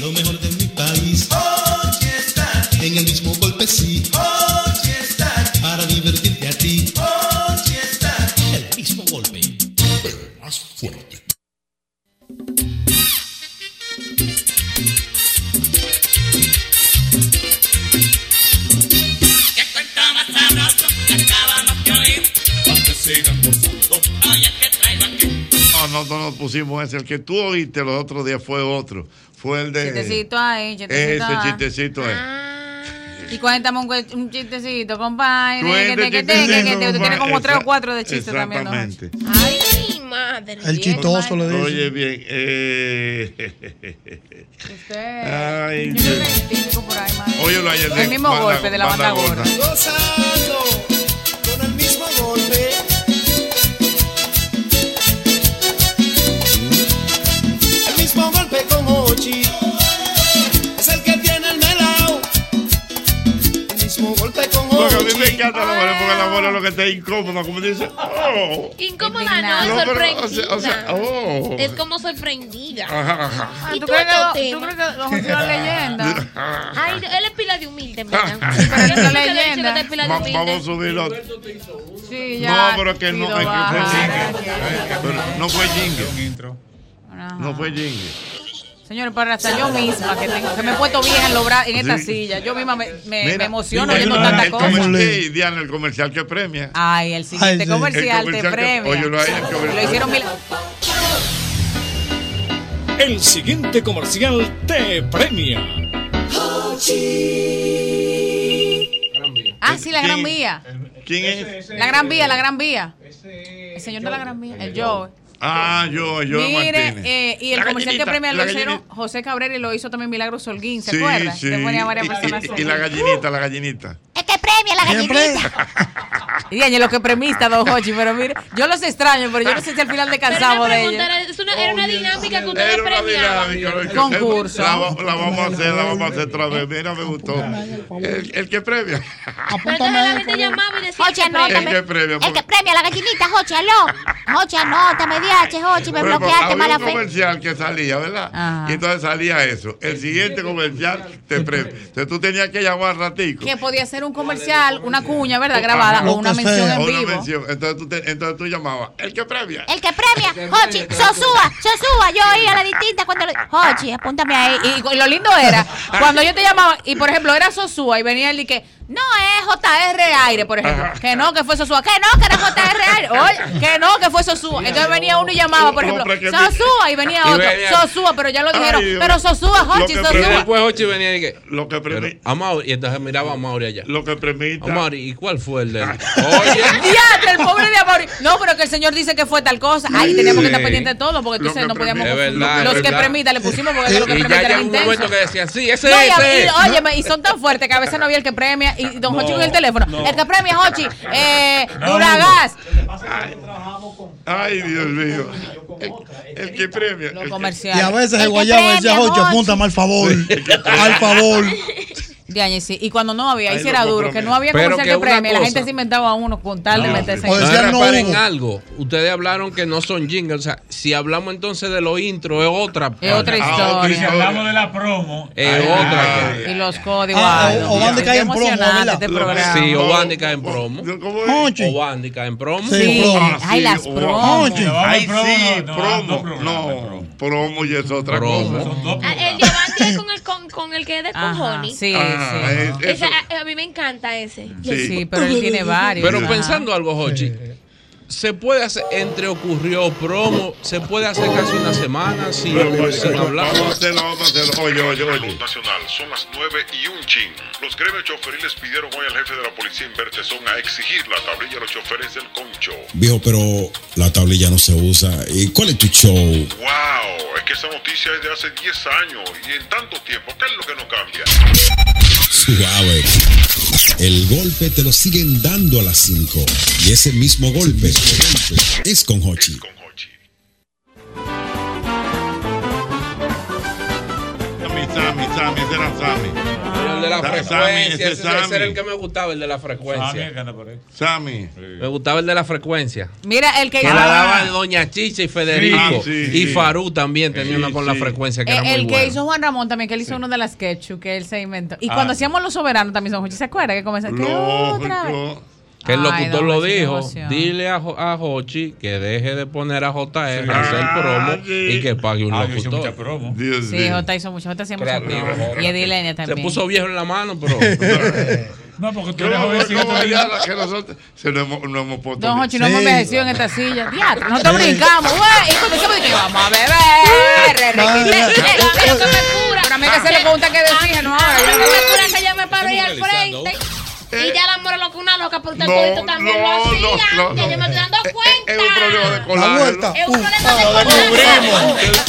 Lo mejor de mi país. Hoy está aquí. [laughs] En el mismo golpe sí. Hoy está aquí. Para divertirte a ti. Hoy está aquí. El mismo golpe. Pero más fuerte. Qué cuento más sabroso que acabamos de oír. Porque sigan gozando. Oye, que traigo aquí. No, nosotros nos pusimos ese. El que tú oíste los otros días fue otro. Fue el de. chistecito ahí, Ese chistecito Ah, ahí. chistecito eh. es. Y cuéntame un, cue- un chistecito, compadre. Que Cuenta te, que el te, que te, chistecito, tú compadre. tienes como tres o Exact- cuatro de chistes también, ¿no? Exactamente. Ay, mi madre. El chistoso le dice. Oye, bien. Eh... Ay, Óyelo ahí, El mismo banda- golpe de la banda gorda. Gozando con el mismo golpe. El mismo golpe con Ochi. Es el que tiene el melao. El mismo golpe con Porque a mí me Ochi. encanta la bola, porque la bola lo que Ah. está incómoda, como dice. Oh. Incómoda, no, es No, pero, sorprendida. o sea, o sea, oh. Es como sorprendida. Ajá, ajá. ¿Y ¿Tú tú, crees otro que- tú tema? crees que Don José es leyenda? [laughs] Ay, él es pila de humilde, en ¿verdad? pero es Yo nunca la le he dicho leyenda. que está pila Ah. de Va- humilde. vamos a subirlo. Sí, No, ya. pero es que no. Tiro es que fue baja. jingle. Pero No fue jingle. No fue jingle. Señores, para hasta yo misma, que, tengo, que me he puesto vieja en, los bra- en esta Sí. silla, yo misma me, Eh, me, Mira, me emociono mira, viendo el tanta comer- cosa. Sí, Diana, el comercial que premia. Ay, el siguiente sí. comercial, El te comercial que- premia. Óyelo ahí, el comercial. Lo hicieron mil... El siguiente comercial te premia. Ah, sí, la Gran ¿Quién- Vía. ¿Quién es? La Gran Vía, la Gran Vía. El señor de la Gran Vía, el Joe. Ah, yo, yo Mire, Martínez. eh, y el La comercial que gallinita, premia la lo hicieron gallinita. José Cabrera y lo hizo también Milagro Solguín, ¿se Sí, acuerdan? sí. Se ponía varias Y- personas. y, y la gallinita, la gallinita. premia la gallinita. Y añe lo que premista, don Hochi, pero mire, yo los extraño, pero yo no sé si al final de Pero una cansamos de pregunta, ellos. era- es una- era una dinámica que ustedes Era una premiaban. dinámica, lo que- Concurso. La, va- la vamos a hacer, la vamos a hacer otra vez. Mira, me gustó. El, el que [laughs] premia. Pero entonces la gente llamaba y decía. Jochi, que premia. anótame. El que premia, El que premia a la gallinita, Jochi, aló. Jochi, anótame, diache, Jochi, me Pero bloqueaste, había mala un fe. comercial que salía, ¿verdad? Y entonces salía eso. El siguiente comercial te premia. Entonces tú tenías que llamar ratico. Que podía ser un comercial, una cuña, ¿verdad? Grabada Ajá. o una mención O en una vivo. Eh. mención. Entonces tú, te- entonces tú llamabas. El que premia. El que premia, Jochi, Sosúa, Sosúa, yo oía la distinta cuando le... Jochi, apúntame ahí. Y, y lo lindo era, cuando yo te llamaba, y por ejemplo, era Sosúa, y venía él y que, no es JR Aire, por ejemplo. Que no, que fue Sosúa. Que no, que era JR Aire. Oye, que no, que fue Sosúa. Entonces venía uno y llamaba, por ejemplo, Hombre, que- Sosúa, y venía Y otro, venía- Sosúa, pero ya lo dijeron. Ay, Dios. Pero Sosúa, Jochi, Y Sosúa. después Hochi venía y que. Lo que premita. A Mauri, y entonces miraba a Mauri allá. Lo que premita. A Mauri, ¿y cuál fue el de.? Diatre, el pobre de Amaury. No, pero que el señor dice que fue tal cosa. Ahí teníamos que estar Sí. pendientes de todo, porque Lo entonces que no podíamos. permite. confundir. Es verdad, los es que verdad. permita le pusimos, porque lo que Y ya permita era llegó un intenso. momento que decía, sí, ese No, y, es. ese y- es. óyeme, y son tan fuertes que a veces no había el que premia y don No, Hochi con el teléfono. no. El que premia, Hochi, eh, No. Duragas. Ay, Dios mío. El, el que premia. el que- comerciales. Y a veces el guayabo decía, Jochi, apúntame al favor. [laughs] al favor. De año, sí. Y cuando no había, ahí Ahí sí era lo duro, que no había Pero comercial que que, una premia. La cosa- gente se inventaba uno con tal de meterse No, en reparen algo. Ustedes hablaron que no son jingles. O sea, si hablamos entonces de los intros, es otra. Es otra Ah, historia. historia. Si hablamos de la promo. Es otra. Y los códigos. Ah, ay, o- Dios o van de mío, caer qué en promo, emocionante ¿verdad? este programa. Sí, Obandi cae en promo. Obandi cae en promo. Sí, Ah, ay, las Obandi. promos. Ay, oh, sí, promo. No, promo y es otra cosa. Ah, El de Avanti es con el, con, con el que es de Ajá, cojones. sí, Ah, sí. es- Ese, a, a mí me encanta ese. Sí, pero él tiene varios. Ah. Pero Ajá. pensando algo, Jochi. se puede hacer, entre ocurrió promo, se puede hacer casi una semana sin, sin hablar. Vamos a hacerlo, vamos a hacerlo. Oye, oye, oye. Nacional, son las 9 y un chin. Los gremios choferiles pidieron hoy al jefe de la policía en Bertesón a exigir la tablilla a los choferes del concho. Viejo, pero la tablilla no se usa. ¿Y cuál es tu show? ¡Wow! Es que esa noticia es de hace 10 años y en tanto tiempo, ¿qué es lo que no cambia? Suave. El golpe te lo siguen dando a las 5. Y ese mismo golpe es con Hochi. Sammy, Sammy, Sammy, ese era Sammy. El de la Sammy, frecuencia, ese ese, es Sammy. ese era el que me gustaba, el de la frecuencia. Sammy. Me gustaba el de la frecuencia. Mira, el que, Que la daba Doña Chicha y Federico. Sí, sí, sí. y Farú también tenía Sí, una con la sí. frecuencia que Eh, era muy el que buena. hizo Juan Ramón también, que él hizo uno de las ketchup que él se inventó. Y Ah. cuando hacíamos Los Soberanos también, son Jochi, ¿se acuerda? Que comenzó, [laughs] ¿qué otra vez? Que el Ay, locutor don lo Jochi, qué dijo. emoción. Dile a, Jo- a Jochi que deje de poner a JR a hacer promo y que pague un locutor. Dios Sí, Jota hizo mucho, Jota hacía mucho. Creativo, promo. Y Jota. Edilenia también. Se puso viejo en la mano, pero. No, porque tú ¿Cómo, eres jovencito cómo todavía. allá la que nosotros se lo hemos, no hemos puesto? Don Jochi, no hemos Sí. envejecido en esta silla. Diatra, nosotros brincamos, güey. Y comenzamos y que vamos a beber. re, Madre. re, re, re, re. Pero que me cura. Pero a mí hay que Ah, hacerle preguntas que defijan, ¿no? Ahora, Pero que yo- me cura que yo me paro ahí al Estamos realizando. frente. eh, Y ya la mora loca, una loca, porque usted No, todito también lo no, hacía. no, no, ya no. yo me estoy dando cuenta. Es un problema de colar. Es un problema de Lo colar. descubrimos.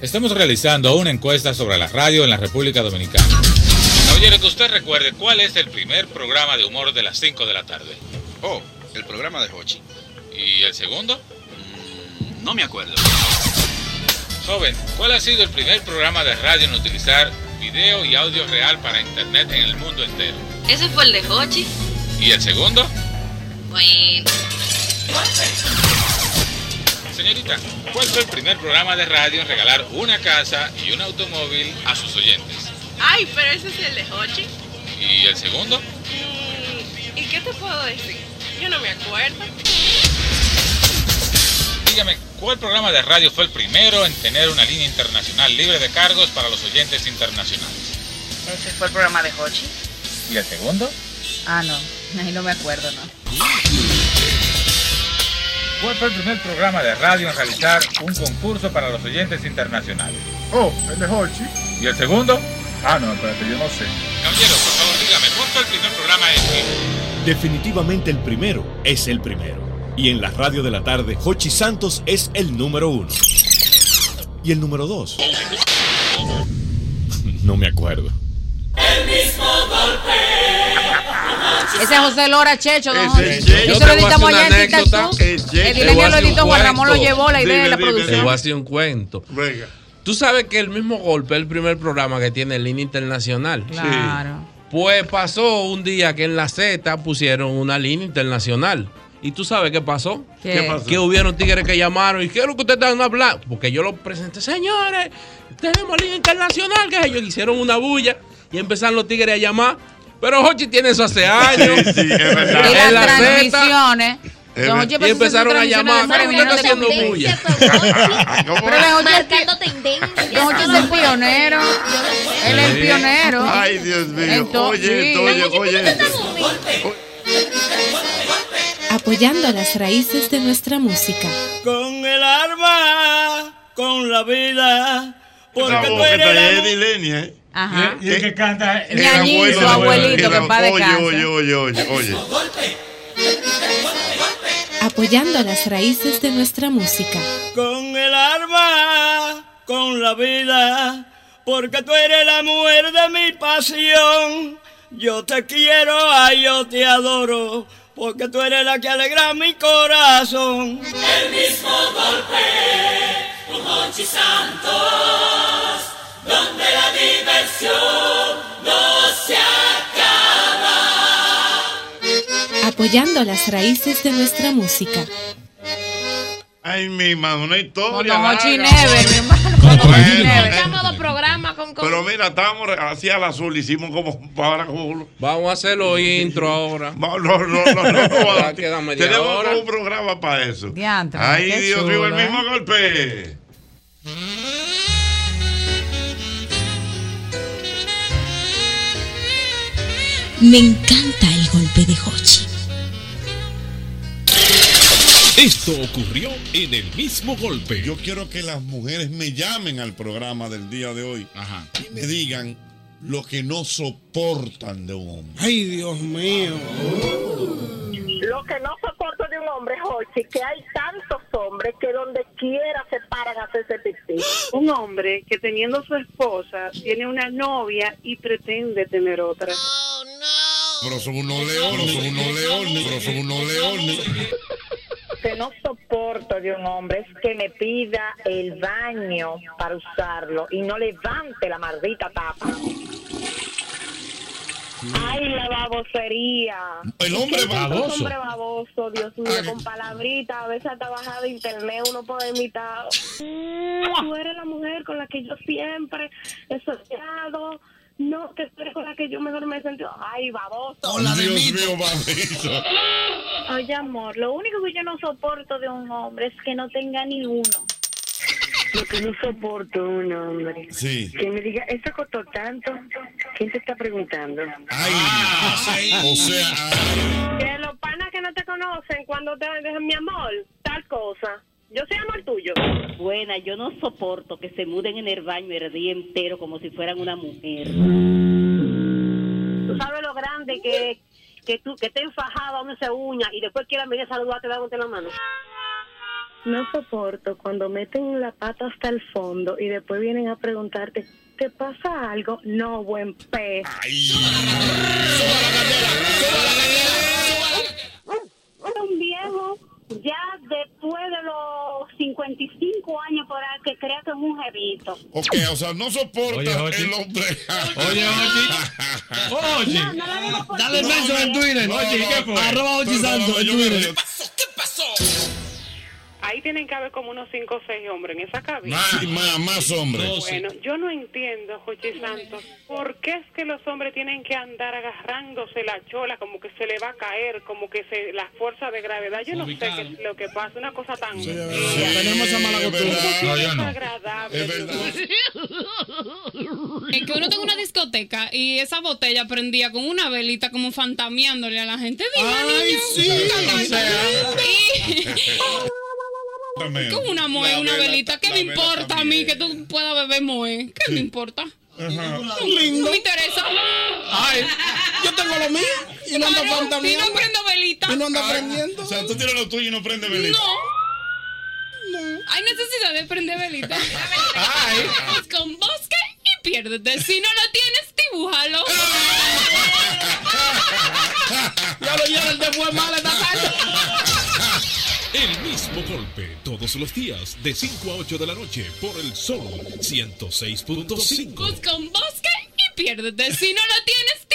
Estamos realizando una encuesta sobre la radio en la República Dominicana. Caballero, que usted recuerde cuál es el primer programa de humor de las 5 de la tarde. Oh, el programa de Hochi. Mm, ¿Y el segundo? No me acuerdo. Joven, ¿cuál ha sido el primer programa de radio en utilizar video y audio real para internet en el mundo entero? Ese fue el de Hochi. ¿Y el segundo? Bueno. Señorita, ¿cuál fue el primer programa de radio en regalar una casa y un automóvil a sus oyentes? Ay, pero ese es el de Hochi. ¿Y el segundo? ¿Y qué te puedo decir? Yo no me acuerdo. Dígame, ¿cuál programa de radio fue el primero en tener una línea internacional libre de cargos para los oyentes internacionales? Ese fue el programa de Hochi. ¿Y el segundo? Ah, no. Ahí no me acuerdo, no. ¿Cuál fue el primer programa de radio en realizar un concurso para los oyentes internacionales? Oh, el de Hochi. ¿Y el segundo? Ah, no, espérate, yo no sé. Caballero, por favor, dígame, ¿cuál fue el primer programa en Definitivamente el primero es el primero. Y en la radio de la tarde, Jochi Santos es el número uno. Y el número dos. No me acuerdo. Ese es José Lora Checho, don Jochi. Ese Checho. Yo Eso te lo voy editamos allá a hacer una en Tic Tac Tú. Edilenia lo editó, Juan Ramón lo llevó, la idea de la Te voy a producción. hacer un cuento. Tú sabes que el mismo golpe es el primer programa que tiene línea internacional. Claro. Pues pasó un día que en la Z pusieron una línea internacional. ¿Y tú sabes qué pasó? ¿Qué? ¿Qué pasó? Que hubieron tigres que llamaron y ¿qué es lo que ustedes están hablando? Porque yo lo presenté, señores, tenemos línea internacional, que ellos hicieron una bulla y empezaron los tigres a llamar. Pero Hochi tiene eso hace años. Y En la las Z, transmisiones. Es Don verdad. Jochi Y empezó hacer empezaron a transmisiones llamar, de pero usted está Fermín, haciendo ¿no? [laughs] bulla. Pero don Jochi es Marcando tendencia. Don Jochi es el pionero. Él es el Sí. pionero. Ay, Dios mío. Entonces- oye, esto, oye, sí. oye. esto. Apoyando las raíces de nuestra música. Con el arma, con la vida. Esa Porque tú voz que eres está ahí la es de Ilenia, ¿eh? Ajá. Y el que canta Mi añito, abuelito, que en paz Oye, descanse. oye, oye, oye, oye. Apoyando las raíces de nuestra música. Con el arma, con la vida, porque tú eres la mujer de mi pasión. Yo te quiero, ay, yo te adoro, porque tú eres la que alegra mi corazón. El mismo golpe con Hochi Santos, donde la diversión no se acaba. Apoyando las raíces de nuestra música. Ay, mi hermano, una historia. Don Jochi larga. Neves, mi hermano. Estamos dos programas con. con- eh. Pero mira, estábamos re- así al azul, hicimos como ahora como. Vamos a hacer los intro ahora. No, no, no, no, [laughs] Ya queda media Tenemos hora. un programa para eso. Diantre, Ay, qué Dios mío, el chulo, ¿eh? mismo golpe. Me encanta el golpe de Hochi. Esto ocurrió en el mismo golpe. Yo quiero que las mujeres me llamen al programa del día de hoy y me digan lo que no soportan de un hombre. Ay, Dios mío. Lo que no soporto de un hombre, Jochi, que hay tantos hombres que donde quiera se paran a hacerse pipí. Un hombre que teniendo su esposa tiene una novia y pretende tener otra. Pero son unos leones, son unos leones, pero son unos leones. que no soporto de un hombre es que me pida el baño para usarlo y no levante la maldita tapa. Ay, la babosería. El hombre Qué tanto baboso. hombre baboso, Dios mío, con palabritas, a veces hasta bajada de internet uno puede imitar. Mm, Tú eres la mujer con la que yo siempre he soñado. No, que tú eres con la que yo mejor me he sentido. Ay, baboso. Dios mío, baboso. Oye, amor, lo único que yo no soporto de un hombre es que no tenga ni uno. Lo que no soporto de un hombre. Sí. Que me diga, esto costó tanto. ¿Quién te está preguntando? O sea, ah. Que los panas que no te conocen cuando te dicen mi amor, tal cosa. Yo soy amor tuyo. Buena, yo no soporto que se muden en el baño el día entero como si fueran una mujer. Tú sabes lo grande que que tú que te enfajado donde se uña y después quieran venir a saludarte dándote la mano. No soporto cuando meten la pata hasta el fondo y después vienen a preguntarte, ¿te pasa algo? No, buen pez. un viejo ya después de los 55 años por ahí que crea que es un jevito. ok, o sea, no soporta el hombre. Oye, Oye. Dale mention en Twitter. Arroba Hochi Santos en Twitter. Ahí tienen que haber como unos 5 o 6 hombres en esa cabina. Más, más, más hombres. Bueno, yo no entiendo, Jochi Santos, ¿por qué es que los hombres tienen que andar agarrándose la chola como que se le va a caer, como que se, la fuerza de gravedad? Yo no sé qué es lo que pasa, una cosa tan... Tenemos esa mala costumbre. No, yo Ah, no. Es que uno tenga una discoteca y esa botella prendía con una velita como fantameándole a la gente. Dime, niño. Y con una moe, La una vela- velita. ¿Qué la me vela importa a mí que tú puedas beber moe? ¿Qué me importa? Ajá. No, no me interesa. Ay, yo tengo lo mío y no ando Claro, fantaneando. y no prendo velita. Y no ando Ay, prendiendo. O sea, tú tienes lo tuyo y no prende velita. Hay necesidad de prender velita. Pues con bosque y piérdete. Si no lo tienes, dibújalo. Ya lo llevan de buen mal esta tarde. El mismo golpe todos los días de 5 a 8 de la noche por el Sol 106.5. Pues con bosque y piérdete. Si no lo tienes,